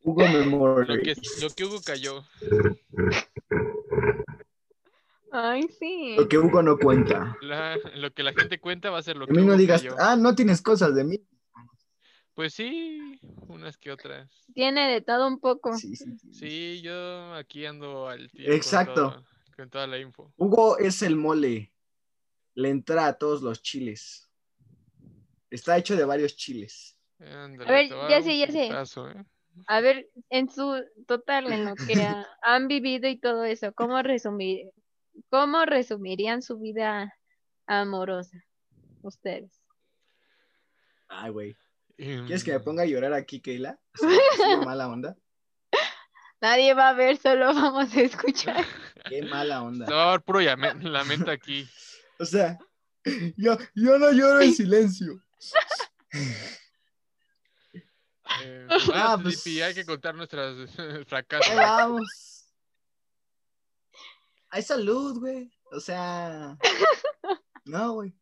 Speaker 3: Hugo Memory.
Speaker 1: Lo que, lo que Hugo cayó.
Speaker 2: Ay, sí.
Speaker 3: Lo que Hugo no cuenta.
Speaker 1: La- lo que la gente cuenta va a ser lo
Speaker 3: A
Speaker 1: que
Speaker 3: mí
Speaker 1: Hugo
Speaker 3: no digas,
Speaker 1: cayó.
Speaker 3: ah, no tienes cosas de mí.
Speaker 1: Pues sí, unas que otras.
Speaker 2: Tiene de todo un poco.
Speaker 3: Sí, sí, sí.
Speaker 1: Sí, yo aquí ando al tiro. con
Speaker 3: Exacto.
Speaker 1: todo- con toda la info.
Speaker 3: Hugo es el mole. Le entra a todos los chiles. Está hecho de varios chiles.
Speaker 1: Ándale,
Speaker 2: A ver,
Speaker 1: te va
Speaker 2: ya
Speaker 1: un
Speaker 2: sé, ya sé.
Speaker 1: putazo, ¿eh?
Speaker 2: A ver, en su total, en lo que ha- han vivido y todo eso, ¿cómo resumir, cómo resumirían su vida amorosa ustedes?
Speaker 3: Ay, güey.
Speaker 1: Em,
Speaker 3: ¿Quieres que me ponga a llorar aquí, Keila? Así, así de mala onda.
Speaker 2: Nadie va a ver, solo vamos a escuchar.
Speaker 3: Qué mala onda.
Speaker 1: Se va a dar puro llame- lamento aquí.
Speaker 3: O sea, yo, yo no lloro en silencio.
Speaker 1: Eh,
Speaker 3: Ah,
Speaker 1: bueno,
Speaker 3: pues-
Speaker 1: Felipe, hay que contar nuestras eh,
Speaker 3: Ahí
Speaker 1: fracasos.
Speaker 3: vamos. Hay salud, güey. O sea. No, güey.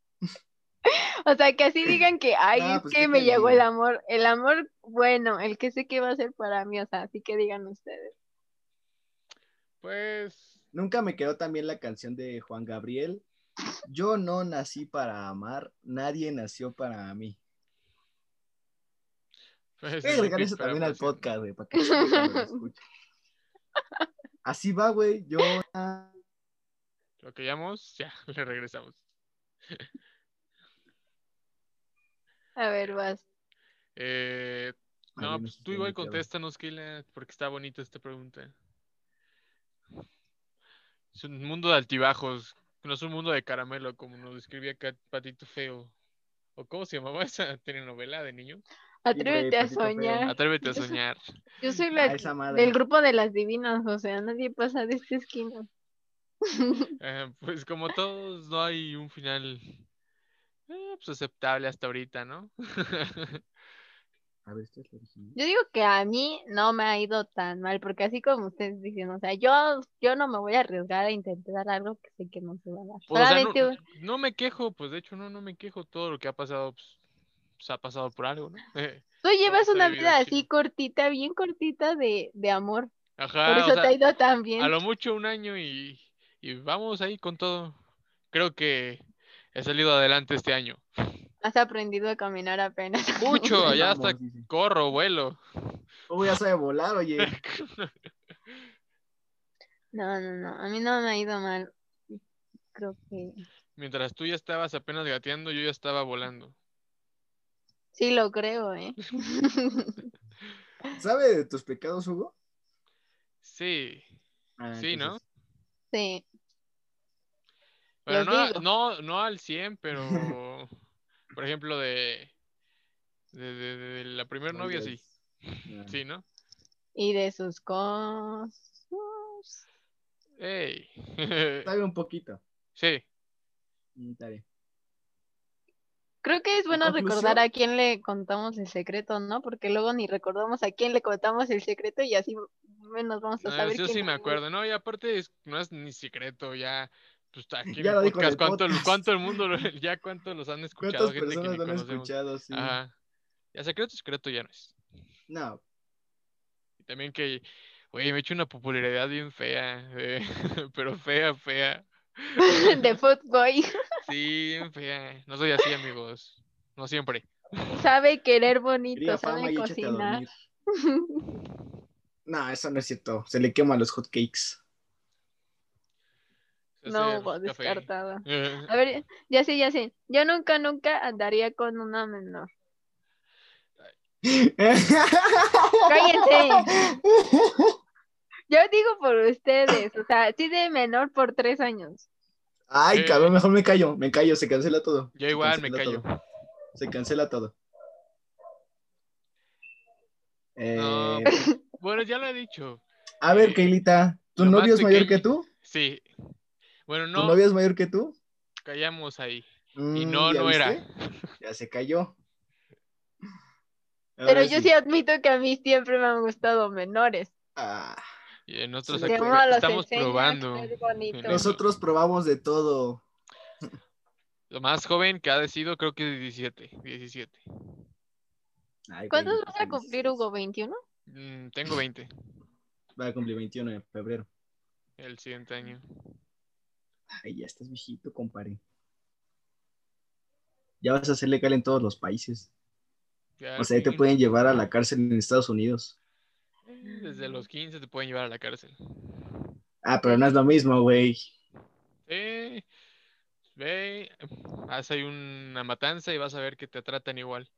Speaker 2: O sea, que así digan que, ay,
Speaker 3: Ah,
Speaker 2: es
Speaker 3: pues,
Speaker 2: que
Speaker 3: ¿qué
Speaker 2: me
Speaker 3: te
Speaker 2: llegó el
Speaker 3: digo?
Speaker 2: amor, el amor bueno, el que sé que va a ser para mí, o sea, así que digan ustedes.
Speaker 1: Pues,
Speaker 3: Nunca me quedó también la canción de Juan Gabriel. Yo no nací para amar, nadie nació para mí.
Speaker 1: pues,
Speaker 3: Voy a agregar
Speaker 1: Felipe,
Speaker 3: eso también
Speaker 1: para
Speaker 3: al
Speaker 1: próxima.
Speaker 3: podcast, güey, para que la gente lo escuche. Así va, güey. Yo. na-
Speaker 1: Lo que llamamos, ya, le regresamos.
Speaker 2: A ver, vas.
Speaker 1: Eh, no,
Speaker 3: Ay,
Speaker 1: pues
Speaker 3: sé
Speaker 1: tú
Speaker 3: qué
Speaker 1: igual
Speaker 3: me quedo.
Speaker 1: contéstanos, Keila, porque está bonita esta pregunta. Es un mundo de altibajos, no es un mundo de caramelo, como nos describía Cat- Patito Feo. ¿O cómo se llamaba esa telenovela de niño?
Speaker 2: Atrévete a
Speaker 3: Patito Feo.
Speaker 2: soñar.
Speaker 1: Atrévete a
Speaker 2: Ah, Eso-
Speaker 1: soñar.
Speaker 2: Yo soy
Speaker 3: Ah,
Speaker 2: la
Speaker 3: esa
Speaker 2: que-
Speaker 3: madre.
Speaker 2: del grupo de las divinas, o sea, nadie pasa de esta esquina.
Speaker 1: Eh, pues como todos, no hay un final eh, pues aceptable hasta ahorita, ¿no? Pues,
Speaker 3: A ver, ¿esto es lo original?
Speaker 2: Yo digo que a mí no me ha ido tan mal, porque así como ustedes dicen, o sea, yo, yo no me voy a arriesgar a intentar algo que sé que no se va a dar.
Speaker 1: Pues, o sea,
Speaker 2: Solamente
Speaker 1: no,
Speaker 2: un-
Speaker 1: no me quejo, pues de hecho no, no me quejo. Todo lo que ha pasado, pues, pues, ha pasado por algo, ¿no? Eh,
Speaker 2: tú llevas
Speaker 1: se
Speaker 2: una
Speaker 1: vivió
Speaker 2: vida
Speaker 1: chido.
Speaker 2: así cortita, bien cortita de, de amor.
Speaker 1: ajá,
Speaker 2: Por
Speaker 1: Ah, o
Speaker 2: eso
Speaker 1: sea,
Speaker 2: te ha ido tan bien.
Speaker 1: a lo mucho un año y, y vamos ahí con todo. Creo que he salido adelante este año.
Speaker 2: Has aprendido a caminar apenas.
Speaker 1: Mucho, ya hasta
Speaker 3: Vamos, dice.
Speaker 1: corro, vuelo.
Speaker 3: Hugo ya sabe volar, oye.
Speaker 2: No, no, no, a mí no me ha ido mal. Creo que
Speaker 1: Mientras tú ya estabas apenas gateando, yo ya estaba volando.
Speaker 2: sí lo creo, ¿eh?
Speaker 3: ¿Sabe de tus pecados, Hugo?
Speaker 1: Sí.
Speaker 3: Ah,
Speaker 1: Sí, ¿no?
Speaker 2: Sí.
Speaker 1: Pero
Speaker 2: Los
Speaker 1: no, a-
Speaker 2: digo.
Speaker 1: no, no al 100, pero por ejemplo de, de, de- de la primera
Speaker 3: No
Speaker 1: novia sí,
Speaker 3: digas. Ah.
Speaker 1: sí, ¿no?
Speaker 2: Y de sus cosas.
Speaker 1: Ey.
Speaker 3: Ah, Sabe un poquito.
Speaker 1: Sí,
Speaker 3: Mm, Está bien.
Speaker 2: Creo que es bueno
Speaker 3: conclusión?
Speaker 2: recordar a quién le contamos el secreto, ¿no? Porque luego ni recordamos a quién le contamos el secreto y así menos vamos a
Speaker 1: no,
Speaker 2: saber
Speaker 1: Ah, yo
Speaker 2: quién
Speaker 1: sí me
Speaker 2: es.
Speaker 1: acuerdo, no, y aparte es- no es ni secreto, ya, pues está aquí en
Speaker 3: Ya
Speaker 1: el
Speaker 3: lo dijo en
Speaker 1: podcast,
Speaker 3: el
Speaker 1: ¿cuánto,
Speaker 3: podcast.
Speaker 1: cuánto el mundo, lo- ya cuánto los han escuchado,
Speaker 3: ¿Cuántas
Speaker 1: gente que
Speaker 3: personas
Speaker 1: ni
Speaker 3: lo han
Speaker 1: conocemos.
Speaker 3: escuchado? Sí.
Speaker 1: Ajá. Ya secreto, secreto ya no es.
Speaker 3: No,
Speaker 1: Y también que, oye, me he hecho una popularidad bien fea, eh, pero fea, fea.
Speaker 2: de Footboy.
Speaker 1: Sí, bien fea. No soy así, amigos. No siempre.
Speaker 2: Sabe querer bonito,
Speaker 3: Cría fama
Speaker 2: sabe
Speaker 3: y échate a
Speaker 2: cocinar.
Speaker 3: dormir. No, eso no es cierto. Se le quema a los hotcakes.
Speaker 2: no,
Speaker 1: Ese
Speaker 2: Hugo,
Speaker 1: café.
Speaker 2: descartada.
Speaker 1: Eh,
Speaker 2: A ver, ya sé, ya sé. Yo nunca, nunca andaría con una menor. Cállense. Yo digo por ustedes, o sea, sí de menor por tres años.
Speaker 3: Ay,
Speaker 1: Eh.
Speaker 3: cabrón, mejor me callo, me callo, se cancela todo.
Speaker 1: Yo
Speaker 3: Se
Speaker 1: igual me
Speaker 3: cancela
Speaker 1: callo.
Speaker 3: todo, Se cancela todo. Eh,
Speaker 1: No. Bueno, ya lo he dicho.
Speaker 3: a ver, Keilita, ¿tu
Speaker 1: Lo más
Speaker 3: novio es mayor
Speaker 1: pequeño.
Speaker 3: que tú?
Speaker 1: Sí. Bueno,
Speaker 3: ¿Tu
Speaker 1: no,
Speaker 3: novia es mayor que tú?
Speaker 1: callamos ahí.
Speaker 3: Mm,
Speaker 1: Y no,
Speaker 3: ¿ya
Speaker 1: no era.
Speaker 3: viste? Ya se cayó.
Speaker 2: Pero
Speaker 3: Ahora
Speaker 2: yo sí admito que a mí siempre me han gustado menores.
Speaker 3: Ah,
Speaker 1: Y en otros
Speaker 3: Sí,
Speaker 2: Que
Speaker 1: aquí
Speaker 2: uno los
Speaker 1: estamos
Speaker 2: enseña a
Speaker 1: probando.
Speaker 2: ser bonitos.
Speaker 1: Eso.
Speaker 3: nosotros probamos de todo.
Speaker 1: Lo más joven que ha sido creo que 17. 17.
Speaker 3: Ay,
Speaker 2: ¿Cuántos
Speaker 3: güey,
Speaker 2: vas a cumplir, Hugo? ¿21?
Speaker 1: Mm, tengo 20
Speaker 3: Va a cumplir 21 de febrero.
Speaker 1: el siguiente año.
Speaker 3: Ay, ya estás viejito, compadre. Ya vas a hacerle cal en todos los países.
Speaker 1: Ya
Speaker 3: O sea, ahí te
Speaker 1: 15,
Speaker 3: pueden llevar a la cárcel en Estados Unidos.
Speaker 1: Desde los 15 te pueden llevar a la cárcel.
Speaker 3: Ah, pero no es lo mismo, güey.
Speaker 1: Eh, ve, haz ahí una matanza y vas a ver que te tratan igual.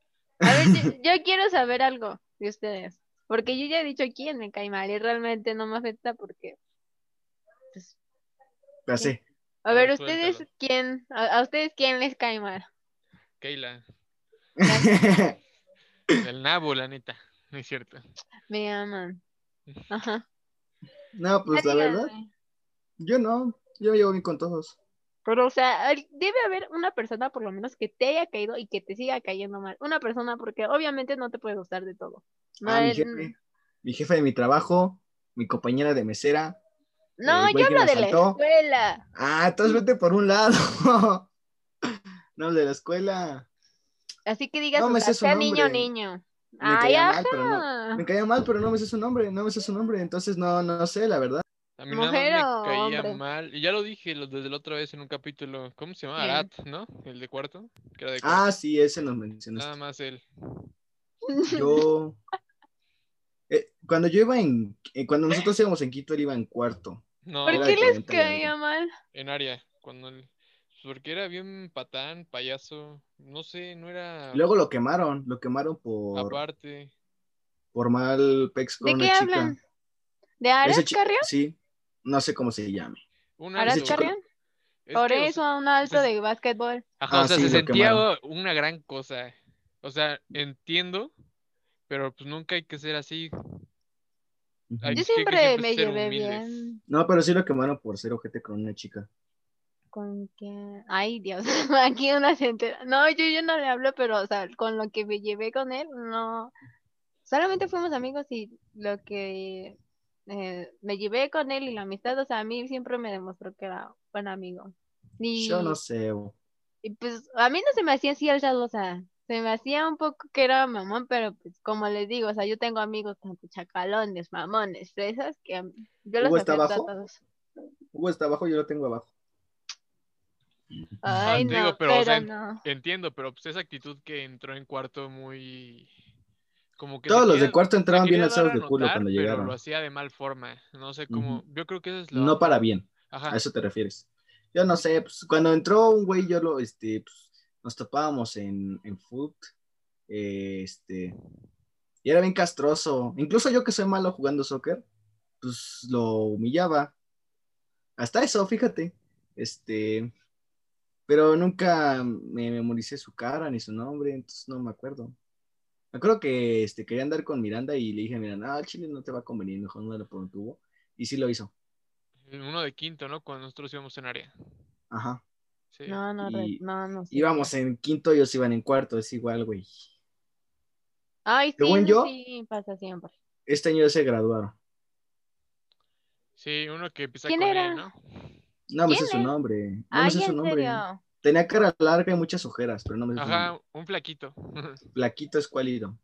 Speaker 2: A ver, yo, yo quiero saber algo de ustedes. Porque yo ya he dicho quién me cae mal y realmente no me afecta porque... pues,
Speaker 3: Ya sé.
Speaker 2: a
Speaker 1: A
Speaker 2: ver,
Speaker 1: ver,
Speaker 2: ustedes
Speaker 1: suéltalo.
Speaker 2: quién, a, a ustedes quién les cae mal.
Speaker 1: Keila, el nabo, la neta. No es cierto.
Speaker 2: Me aman. Ajá.
Speaker 3: no, pues
Speaker 2: Ya
Speaker 3: la verdad,
Speaker 2: díganme.
Speaker 3: yo no. Yo llevo bien con todos.
Speaker 2: Pero, o sea, hay- debe haber una persona por lo menos que te haya caído y que te siga cayendo mal. Una persona porque obviamente no te puede gustar de todo. No,
Speaker 3: Ah, mi
Speaker 2: es-
Speaker 3: jefe. Mi jefe de mi trabajo, mi compañera de mesera.
Speaker 2: no,
Speaker 3: el güey
Speaker 2: yo
Speaker 3: que me
Speaker 2: hablo de la
Speaker 3: asaltó.
Speaker 2: escuela.
Speaker 3: Ah, entonces vete por un lado. no, el de la escuela.
Speaker 2: Así que digas,
Speaker 3: No
Speaker 2: o
Speaker 3: me
Speaker 2: sea,
Speaker 3: sé su
Speaker 2: sea niño o
Speaker 3: nombre.
Speaker 2: niño.
Speaker 3: Me
Speaker 2: Ay,
Speaker 3: caía
Speaker 2: ajá.
Speaker 3: mal, pero no. Me caía mal, pero no me sé su nombre, no me sé su nombre, entonces no, no sé, la verdad.
Speaker 1: A mí nada más
Speaker 2: ¿Mujer o
Speaker 1: me caía
Speaker 2: hombre?
Speaker 1: mal. Y ya lo dije lo- desde la otra vez en un capítulo. ¿Cómo se llama?
Speaker 2: ¿Quién?
Speaker 1: Arat, ¿no? El de cuarto. Que era de cuarto.
Speaker 3: Ah, sí, ese nos
Speaker 1: Nada
Speaker 3: mencionaste.
Speaker 1: más él. Ah,
Speaker 3: Yo. Eh, cuando yo iba en. eh, cuando nosotros íbamos en Quito, él iba en cuarto.
Speaker 1: No,
Speaker 2: ¿Por
Speaker 3: era
Speaker 2: qué
Speaker 3: de
Speaker 2: les
Speaker 3: 40 y algo.
Speaker 2: caía mal?
Speaker 1: en área. Cuando él- Porque era bien patán, payaso. No sé, no era
Speaker 3: Luego lo quemaron, lo quemaron por,
Speaker 1: aparte.
Speaker 3: por mal pex con
Speaker 2: ¿De
Speaker 3: una
Speaker 2: qué
Speaker 3: chica.
Speaker 2: hablan? ¿De
Speaker 3: Ese
Speaker 2: Ares
Speaker 3: chi-
Speaker 2: Carrión?
Speaker 3: Sí, no sé cómo se llame.
Speaker 1: Una
Speaker 2: ¿Ares
Speaker 3: ese chico-
Speaker 2: Carrión?
Speaker 1: Es
Speaker 2: Por
Speaker 1: que, o sea, pues,
Speaker 2: eso, un alto
Speaker 1: es-
Speaker 2: de básquetbol.
Speaker 1: Ajá,
Speaker 3: Ah,
Speaker 1: o sea,
Speaker 3: sí,
Speaker 1: se
Speaker 3: lo
Speaker 1: sentía
Speaker 3: quemaron.
Speaker 1: una gran cosa. O sea, entiendo, pero pues nunca hay que ser así.
Speaker 3: Ujú.
Speaker 1: Ay,
Speaker 2: Yo
Speaker 1: es que hay que
Speaker 2: siempre
Speaker 1: siempre
Speaker 2: me
Speaker 1: ser
Speaker 2: llevé
Speaker 1: humildes.
Speaker 2: bien
Speaker 3: No, pero sí lo quemaron por ser ojete con una chica.
Speaker 2: con que... Ay, Dios, aquí una gente... No, yo, yo no le hablo, pero, o sea, con lo que me llevé con él, no... Solamente fuimos amigos y lo que eh, me llevé con él y la amistad, o sea, a mí siempre me demostró que era buen amigo. Y,
Speaker 3: Yo no sé. bo.
Speaker 2: y, pues a mí no se me hacía así alzado, o sea, se me hacía un poco que era mamón, pero pues como les digo, o sea, yo tengo amigos tanto chacalones, mamones, fresas, que a mí- yo los
Speaker 3: ¿Hugo está
Speaker 2: acepto a
Speaker 3: abajo?
Speaker 2: todos.
Speaker 3: Hugo está abajo, yo lo tengo abajo.
Speaker 2: Ay,
Speaker 1: digo,
Speaker 2: no,
Speaker 1: pero, o sea,
Speaker 2: pero
Speaker 1: en-
Speaker 2: no.
Speaker 1: Entiendo, pero pues esa actitud que entró en cuarto muy... Como que se
Speaker 3: Todos los
Speaker 1: quería-
Speaker 3: de cuarto
Speaker 1: se
Speaker 3: entraban bien
Speaker 1: quería
Speaker 3: alzados
Speaker 1: dar a
Speaker 3: de culo
Speaker 1: notar,
Speaker 3: cuando
Speaker 1: pero
Speaker 3: llegaron.
Speaker 1: lo hacía de mal forma. No sé cómo... Yo creo que eso es lo...
Speaker 3: No para bien.
Speaker 1: Ajá.
Speaker 3: ¿A eso te refieres? Yo no sé, pues, cuando entró un güey, yo lo, este, pues, nos topábamos en, en foot, eh, este, y era bien castroso. Incluso yo que soy malo jugando soccer, pues lo humillaba. Hasta eso, fíjate, este, pero nunca me memoricé su cara ni su nombre, entonces no me acuerdo. Me acuerdo que, este, quería andar con Miranda y le dije a Miranda, ah, Chile no te va a convenir, mejor no le por un tubo. Y sí lo hizo,
Speaker 1: Uno de quinto, ¿no? Cuando nosotros íbamos en área.
Speaker 3: ajá.
Speaker 1: Sí.
Speaker 2: No, no, re-
Speaker 3: y-
Speaker 2: no, no sé.
Speaker 3: íbamos en quinto, ellos iban en cuarto, es igual, güey.
Speaker 2: Ay, sí,
Speaker 3: según
Speaker 2: eso
Speaker 3: yo-
Speaker 2: sí, pasa siempre.
Speaker 3: Este año ya se graduaron.
Speaker 1: Sí, uno que empieza
Speaker 2: ¿Quién
Speaker 1: con
Speaker 2: era?
Speaker 1: él, ¿no?
Speaker 3: No me sé
Speaker 2: ¿Quién
Speaker 3: su
Speaker 2: es?
Speaker 3: nombre. No me
Speaker 2: Ay,
Speaker 3: sé su
Speaker 2: en
Speaker 3: nombre.
Speaker 2: serio.
Speaker 3: Tenía cara larga y muchas ojeras, pero no me sé su
Speaker 1: Ajá,
Speaker 3: nombre.
Speaker 1: un flaquito.
Speaker 3: Plaquito escuálido.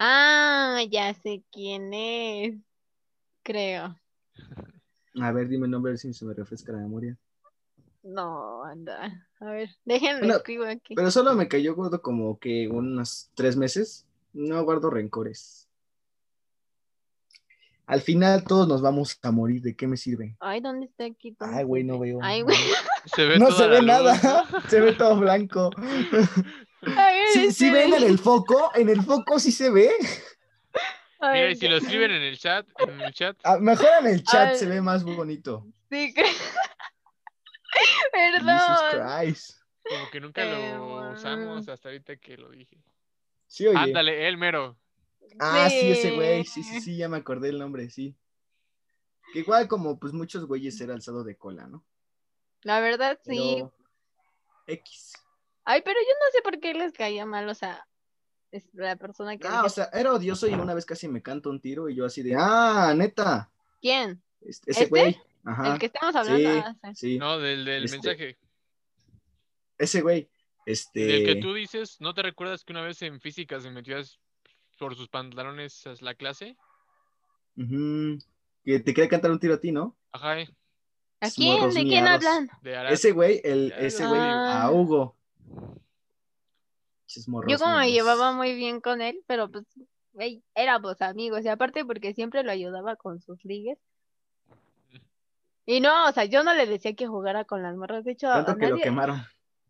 Speaker 2: Ah, ya sé quién es. Creo.
Speaker 3: A ver, dime el nombre, a ver si se me refresca la memoria.
Speaker 2: No, anda. A ver, déjenme
Speaker 3: Bueno,
Speaker 2: escribo aquí.
Speaker 3: Pero solo me cayó gordo como que unos tres meses. No guardo rencores. Al final todos nos vamos a morir. ¿De qué me sirve?
Speaker 2: Ay, ¿dónde está aquí? ¿Dónde
Speaker 3: Ay, güey,
Speaker 2: está
Speaker 3: no
Speaker 2: aquí?
Speaker 3: veo.
Speaker 2: Ay, güey.
Speaker 1: Se ve
Speaker 3: No
Speaker 1: toda la
Speaker 3: se ve
Speaker 1: luz,
Speaker 3: nada.
Speaker 1: ¿no?
Speaker 3: Se ve todo blanco.
Speaker 2: A ver,
Speaker 3: Si ven en
Speaker 2: esperen.
Speaker 3: el foco, en el foco sí se ve.
Speaker 2: A
Speaker 1: Mira,
Speaker 2: ver,
Speaker 1: y si lo escriben en el chat, en el chat,
Speaker 3: Ah, Mejor en el chat
Speaker 2: Ay.
Speaker 3: se ve más bonito.
Speaker 2: sí, que-
Speaker 3: Jesus
Speaker 2: Perdón.
Speaker 3: Christ.
Speaker 1: como que nunca lo
Speaker 2: Eh,
Speaker 1: usamos hasta ahorita que lo dije.
Speaker 3: Sí, oye.
Speaker 1: Ándale, el mero.
Speaker 3: Ah, sí, ese güey, sí, sí, sí, ya me acordé el nombre, sí. Que igual como pues muchos güeyes era alzado de cola, ¿no?
Speaker 2: La verdad, sí.
Speaker 3: Pero, X.
Speaker 2: Ay, pero yo no sé por qué les caía mal, o sea, es la persona que
Speaker 3: Ah, o
Speaker 2: dice,
Speaker 3: sea, era odioso y una vez casi me canta un tiro y yo así de, ah, neta,
Speaker 2: ¿quién?
Speaker 3: este- ese
Speaker 2: ¿Este?
Speaker 3: güey. Ajá.
Speaker 2: El que estamos hablando.
Speaker 3: Sí,
Speaker 2: ah, sí.
Speaker 3: sí,
Speaker 1: No, del, del
Speaker 3: Este,
Speaker 1: mensaje.
Speaker 3: ese güey.
Speaker 1: Del que
Speaker 3: Este,
Speaker 1: tú dices, ¿no te recuerdas que una vez en física se metió as- por sus pantalones a la clase?
Speaker 3: ujú, que te quiere cantar un tiro a ti, ¿no?
Speaker 1: Ajá, eh,
Speaker 2: ¿A quién?
Speaker 3: morros
Speaker 2: ¿De quién
Speaker 3: miados.
Speaker 2: hablan?
Speaker 1: de Arad.
Speaker 3: Ese güey, el,
Speaker 1: Ya,
Speaker 3: ese
Speaker 1: no
Speaker 3: güey,
Speaker 1: digo.
Speaker 3: a Hugo. Pinches
Speaker 2: Yo
Speaker 3: morros
Speaker 2: como me
Speaker 3: miados.
Speaker 2: llevaba muy bien con él, pero pues güey, éramos amigos y aparte porque siempre lo ayudaba con sus ligues. Y no, o sea, yo no le decía que jugara con las morras. De hecho, a
Speaker 3: Tanto que lo
Speaker 2: nadie,
Speaker 3: quemaron.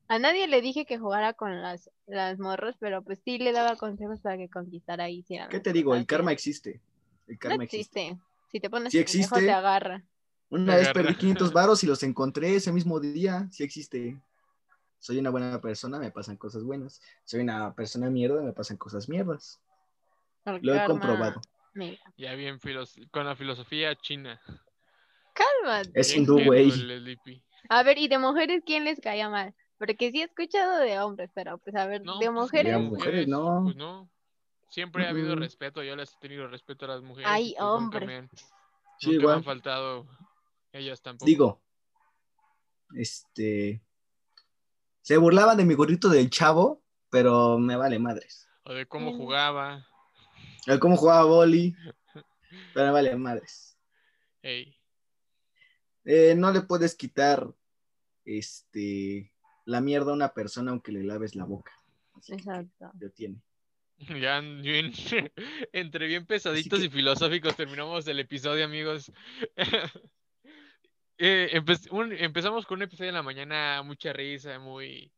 Speaker 2: a nadie le dije que jugara con las, las morras, pero pues sí le daba consejos para que conquistara y hiciera.
Speaker 3: ¿Qué
Speaker 2: las
Speaker 3: te digo?
Speaker 2: cosas
Speaker 3: El karma
Speaker 2: bien.
Speaker 3: existe. El
Speaker 2: no
Speaker 3: karma existe.
Speaker 2: existe. Si te pones
Speaker 3: Sí
Speaker 2: pendejo,
Speaker 3: existe.
Speaker 2: te agarra.
Speaker 3: Una vez
Speaker 1: Agarra.
Speaker 3: perdí 500 varos y los encontré ese mismo día. Sí existe. Soy una buena persona, me pasan cosas buenas. Soy una persona mierda, me pasan cosas mierdas.
Speaker 2: El
Speaker 3: Lo he
Speaker 2: karma.
Speaker 3: comprobado.
Speaker 2: Mira,
Speaker 1: Ya bien filos con la filosofía china.
Speaker 2: cálmate.
Speaker 3: Es
Speaker 1: Bien
Speaker 3: hindú,
Speaker 1: terco
Speaker 3: güey.
Speaker 1: el Sleepy.
Speaker 2: A ver, ¿y de mujeres quién les caía mal? Porque sí he escuchado de hombres, pero pues a ver,
Speaker 1: No,
Speaker 2: de
Speaker 1: pues,
Speaker 2: mujeres.
Speaker 3: de mujeres, no.
Speaker 1: Pues no. Siempre ha habido
Speaker 3: Mm.
Speaker 1: respeto, yo les he tenido respeto a las mujeres.
Speaker 2: Ay,
Speaker 1: y pues nunca
Speaker 2: hombre.
Speaker 1: me han-
Speaker 3: Sí,
Speaker 1: nunca me
Speaker 3: igual.
Speaker 1: han faltado ellas tampoco.
Speaker 3: Digo, este. Se burlaban de mi gorrito del chavo, pero me vale madres.
Speaker 1: O de cómo
Speaker 2: Mm.
Speaker 1: jugaba.
Speaker 3: El cómo jugaba boli, pero me vale madres.
Speaker 1: Ey.
Speaker 3: Eh, no le puedes quitar este la mierda a una persona aunque le laves la boca. Así que
Speaker 2: Exacto.
Speaker 3: lo tiene.
Speaker 1: Ya bien- entre bien pesaditos
Speaker 3: que-
Speaker 1: y filosóficos terminamos el episodio, amigos. Eh, empe- un- empezamos con un episodio en la mañana, mucha risa, muy...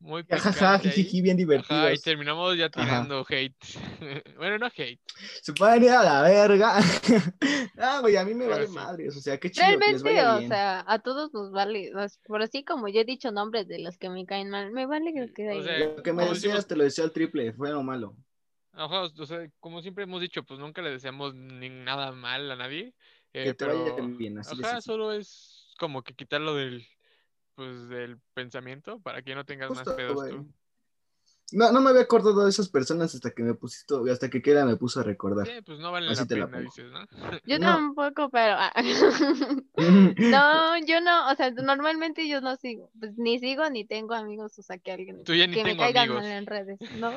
Speaker 1: Muy
Speaker 3: Jajaja,
Speaker 1: picante ahí.
Speaker 3: jijiji, bien divertido.
Speaker 1: Ajá, y terminamos ya
Speaker 3: Ajá.
Speaker 1: tirando hate. bueno, no hate.
Speaker 3: Se pueden ir a la verga. ah, güey, a mí me
Speaker 1: Pero
Speaker 3: vale
Speaker 1: sí.
Speaker 3: madres. O sea, qué chido. que les
Speaker 2: Realmente,
Speaker 3: vaya
Speaker 2: o
Speaker 3: bien.
Speaker 2: sea, a todos nos vale. o sea, Por así como ya he dicho nombres de los que me caen mal, me vale que
Speaker 1: O
Speaker 2: quede
Speaker 1: sea,
Speaker 3: lo que me
Speaker 1: Eh, como
Speaker 3: decías
Speaker 1: decimos-
Speaker 3: te lo decía el triple, fue lo malo.
Speaker 1: Ajá, o o sea, como siempre hemos dicho, pues nunca le deseamos ni nada mal a nadie. eh,
Speaker 3: Que te
Speaker 1: pero,
Speaker 3: vaya bien, así de
Speaker 1: ajá,
Speaker 3: sencillo.
Speaker 1: solo es como que quitarlo del, pues, del pensamiento para que no tengas
Speaker 3: Justo,
Speaker 1: más pedos
Speaker 3: güey.
Speaker 1: tú.
Speaker 3: No, no me había acordado de esas personas hasta que me pusiste, hasta que Kera me puso a recordar.
Speaker 1: Sí, pues no vale
Speaker 3: Así
Speaker 1: la
Speaker 3: te la
Speaker 1: pena,
Speaker 3: pongo.
Speaker 1: dices, ¿no?
Speaker 2: Yo
Speaker 3: no.
Speaker 2: tampoco, pero. ah.
Speaker 1: pues.
Speaker 2: no, yo no. O sea, normalmente yo no sigo. Pues ni sigo ni tengo amigos, o sea, que alguien.
Speaker 1: Tú ya ni
Speaker 2: que me
Speaker 1: tengo
Speaker 2: caigan
Speaker 1: amigos.
Speaker 2: mal en redes, ¿no?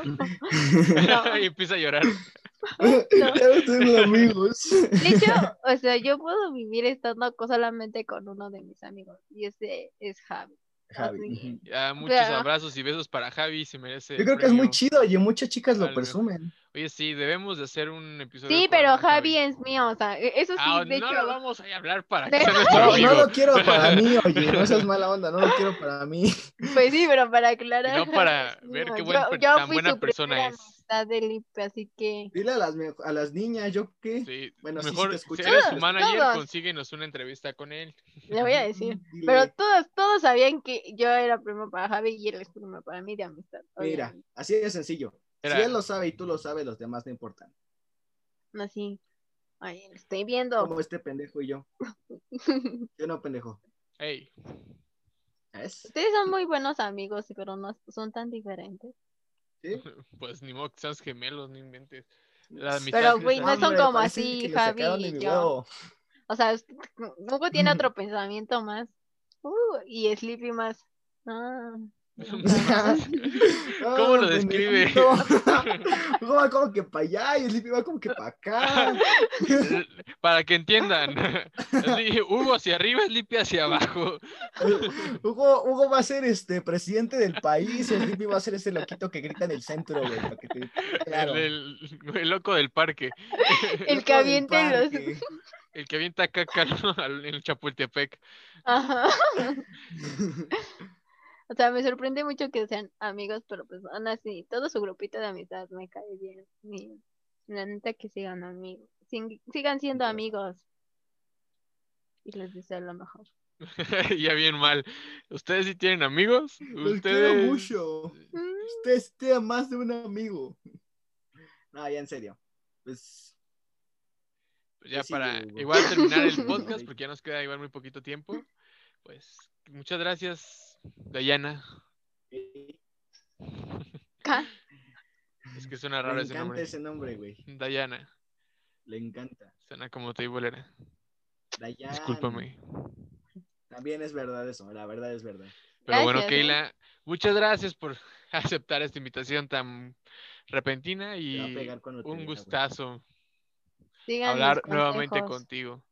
Speaker 1: y empieza a llorar.
Speaker 3: ya no tengo amigos.
Speaker 2: De hecho, o sea, yo puedo vivir estando co- solamente con uno de mis amigos y ese es Javi.
Speaker 3: Javi. ujú.
Speaker 1: Ya, muchos
Speaker 2: Claro.
Speaker 1: abrazos y besos para Javi, se merece.
Speaker 3: Yo
Speaker 1: el
Speaker 3: creo que es muy
Speaker 1: premio.
Speaker 3: chido y muchas chicas
Speaker 1: Al
Speaker 3: lo
Speaker 1: mejor.
Speaker 3: presumen.
Speaker 1: Oye, sí, debemos de hacer un episodio.
Speaker 2: Sí, pero
Speaker 1: con
Speaker 2: Javi es mío, o sea, e- eso sí,
Speaker 1: Ah,
Speaker 2: de
Speaker 1: no
Speaker 2: hecho.
Speaker 1: lo vamos a hablar para
Speaker 2: De-
Speaker 1: que sea nuestro
Speaker 3: No,
Speaker 1: amigo.
Speaker 3: no lo quiero para mí, oye, no seas mala onda, no lo quiero para mí.
Speaker 2: Pues sí, pero para
Speaker 1: Y
Speaker 2: aclarar.
Speaker 1: no
Speaker 2: Javi
Speaker 1: para
Speaker 2: es
Speaker 1: ver
Speaker 2: mío.
Speaker 1: qué buen
Speaker 2: Yo-
Speaker 1: per-
Speaker 2: yo
Speaker 1: tan
Speaker 2: fui
Speaker 1: buena
Speaker 2: su
Speaker 1: persona
Speaker 2: primera
Speaker 1: es.
Speaker 2: amistad de Lipe, así que.
Speaker 3: Dile a las, me- a las niñas, ¿yo qué?
Speaker 1: Sí,
Speaker 3: Bueno, sí, sí
Speaker 1: mejor
Speaker 3: te
Speaker 1: si
Speaker 3: escucho.
Speaker 1: eres su
Speaker 2: Todos,
Speaker 1: manager,
Speaker 2: todos.
Speaker 1: consíguenos una entrevista con él.
Speaker 2: Le voy a decir.
Speaker 3: Mm, Dile,
Speaker 2: Pero todos, todos sabían que yo era primo para Javi y él es primo para mí de amistad.
Speaker 3: Mira,
Speaker 2: obviamente.
Speaker 3: así de sencillo.
Speaker 1: Era-
Speaker 3: Si él lo sabe y tú lo sabes, los demás no importan.
Speaker 2: No, sí. Ay, lo estoy viendo.
Speaker 3: Como este pendejo y yo. Yo no, pendejo.
Speaker 1: Ey,
Speaker 3: ¿Sabes?
Speaker 2: Ustedes son muy buenos amigos, pero no son tan diferentes.
Speaker 3: ¿Sí?
Speaker 1: pues ni modo que seas gemelos, no inventes. La amistad
Speaker 2: Pero,
Speaker 1: es
Speaker 2: güey, no
Speaker 1: esa.
Speaker 2: son
Speaker 3: Hombre,
Speaker 2: como
Speaker 3: parece
Speaker 2: así,
Speaker 3: que lo sacaron
Speaker 2: Javi
Speaker 3: de
Speaker 2: y
Speaker 3: mi
Speaker 2: yo.
Speaker 3: huevo.
Speaker 2: O sea, es- Hugo tiene otro pensamiento más. Uh, y Sleepy más. Ah,
Speaker 1: ¿Cómo
Speaker 3: Ah,
Speaker 1: lo describe?
Speaker 3: Como va como que para allá y el Lipi va como que para acá.
Speaker 1: Para que entiendan. Así, Hugo hacia arriba, Lipi hacia abajo.
Speaker 3: Hugo, Hugo va a ser este presidente del país, el Lipi va a ser ese loquito que grita en el centro, güey. para que te- Claro.
Speaker 1: El, del- el loco del parque.
Speaker 2: El que
Speaker 3: Loco del
Speaker 2: aviente los.
Speaker 3: parque.
Speaker 1: El que avienta caca ¿no? al- en Chapultepec.
Speaker 2: Ajá. O sea, me sorprende mucho que sean amigos, pero pues aún así, todo su grupito de amistad me cae bien. Y la neta que sigan amigos, sin- sigan siendo
Speaker 3: Claro.
Speaker 2: amigos. Y les deseo lo mejor.
Speaker 1: ya bien mal. ¿Ustedes sí tienen amigos?
Speaker 3: Los quiero
Speaker 1: ¿Ustedes?
Speaker 3: mucho.
Speaker 2: Mm,
Speaker 3: Ustedes tienen más de un amigo. No, ya en serio. Pues
Speaker 1: ya
Speaker 3: Sí,
Speaker 1: para
Speaker 3: Hugo.
Speaker 1: igual terminar el podcast,
Speaker 3: Sí.
Speaker 1: porque ya nos queda igual muy poquito tiempo. Pues muchas gracias, Dayana.
Speaker 3: eh,
Speaker 2: Ca-
Speaker 1: Es que suena raro
Speaker 3: le
Speaker 1: ese
Speaker 3: encanta
Speaker 1: nombre.
Speaker 3: ese nombre, güey.
Speaker 1: Dayana.
Speaker 3: Le encanta.
Speaker 1: Suena como teibolera.
Speaker 3: Dayan.
Speaker 1: Discúlpame.
Speaker 3: También es verdad eso, la verdad es verdad.
Speaker 1: Pero bueno,
Speaker 2: Gracias, ¿eh?
Speaker 1: Keila, muchas gracias por aceptar esta invitación tan repentina
Speaker 3: Te va a
Speaker 1: y
Speaker 3: pegar cuando te
Speaker 1: un
Speaker 3: vea, güey.
Speaker 1: gustazo
Speaker 2: sigan mis
Speaker 1: hablar nuevamente
Speaker 2: consejos.
Speaker 1: contigo.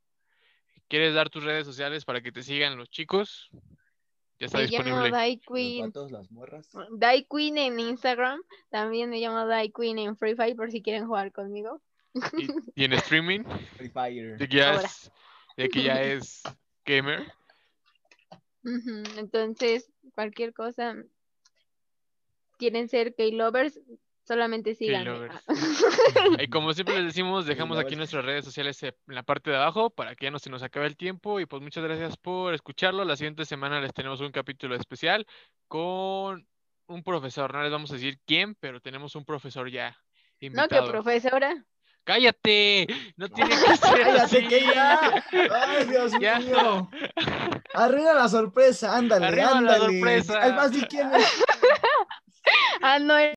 Speaker 1: ¿Quieres dar tus redes sociales para que te sigan los chicos? Ya está
Speaker 2: Me llamo
Speaker 1: disponible.
Speaker 2: Dai
Speaker 3: Los
Speaker 2: Queen.
Speaker 3: vatos, las morras.
Speaker 2: Dai Queen en Instagram. También me llamo Dai Queen en Free Fire por si quieren jugar conmigo.
Speaker 1: Y, y en streaming,
Speaker 3: Free Fire.
Speaker 1: de que ya
Speaker 2: Ahora.
Speaker 1: es, de que ya es gamer.
Speaker 2: Ujú, Entonces, cualquier cosa, quieren ser K-Lovers, solamente síganme. Ah,
Speaker 1: K-lovers. Y como siempre les decimos, dejamos aquí
Speaker 3: Lovers.
Speaker 1: nuestras redes sociales eh, en la parte de abajo para que ya no se nos acabe el tiempo. Y pues muchas gracias por escucharlo. La siguiente semana les tenemos un capítulo especial con un profesor. No les vamos a decir quién, pero tenemos un profesor ya
Speaker 2: No, que
Speaker 1: invitado.
Speaker 2: profesora.
Speaker 1: ¡Cállate! No tiene que ser
Speaker 3: ¡Cállate,
Speaker 1: así.
Speaker 3: Keila! ¡Ay, Dios
Speaker 1: Ya.
Speaker 3: mío! Arriba la sorpresa, ándale,
Speaker 1: Arriba la
Speaker 3: ándale.
Speaker 1: sorpresa.
Speaker 3: Además, di quién es.
Speaker 2: Ah, no,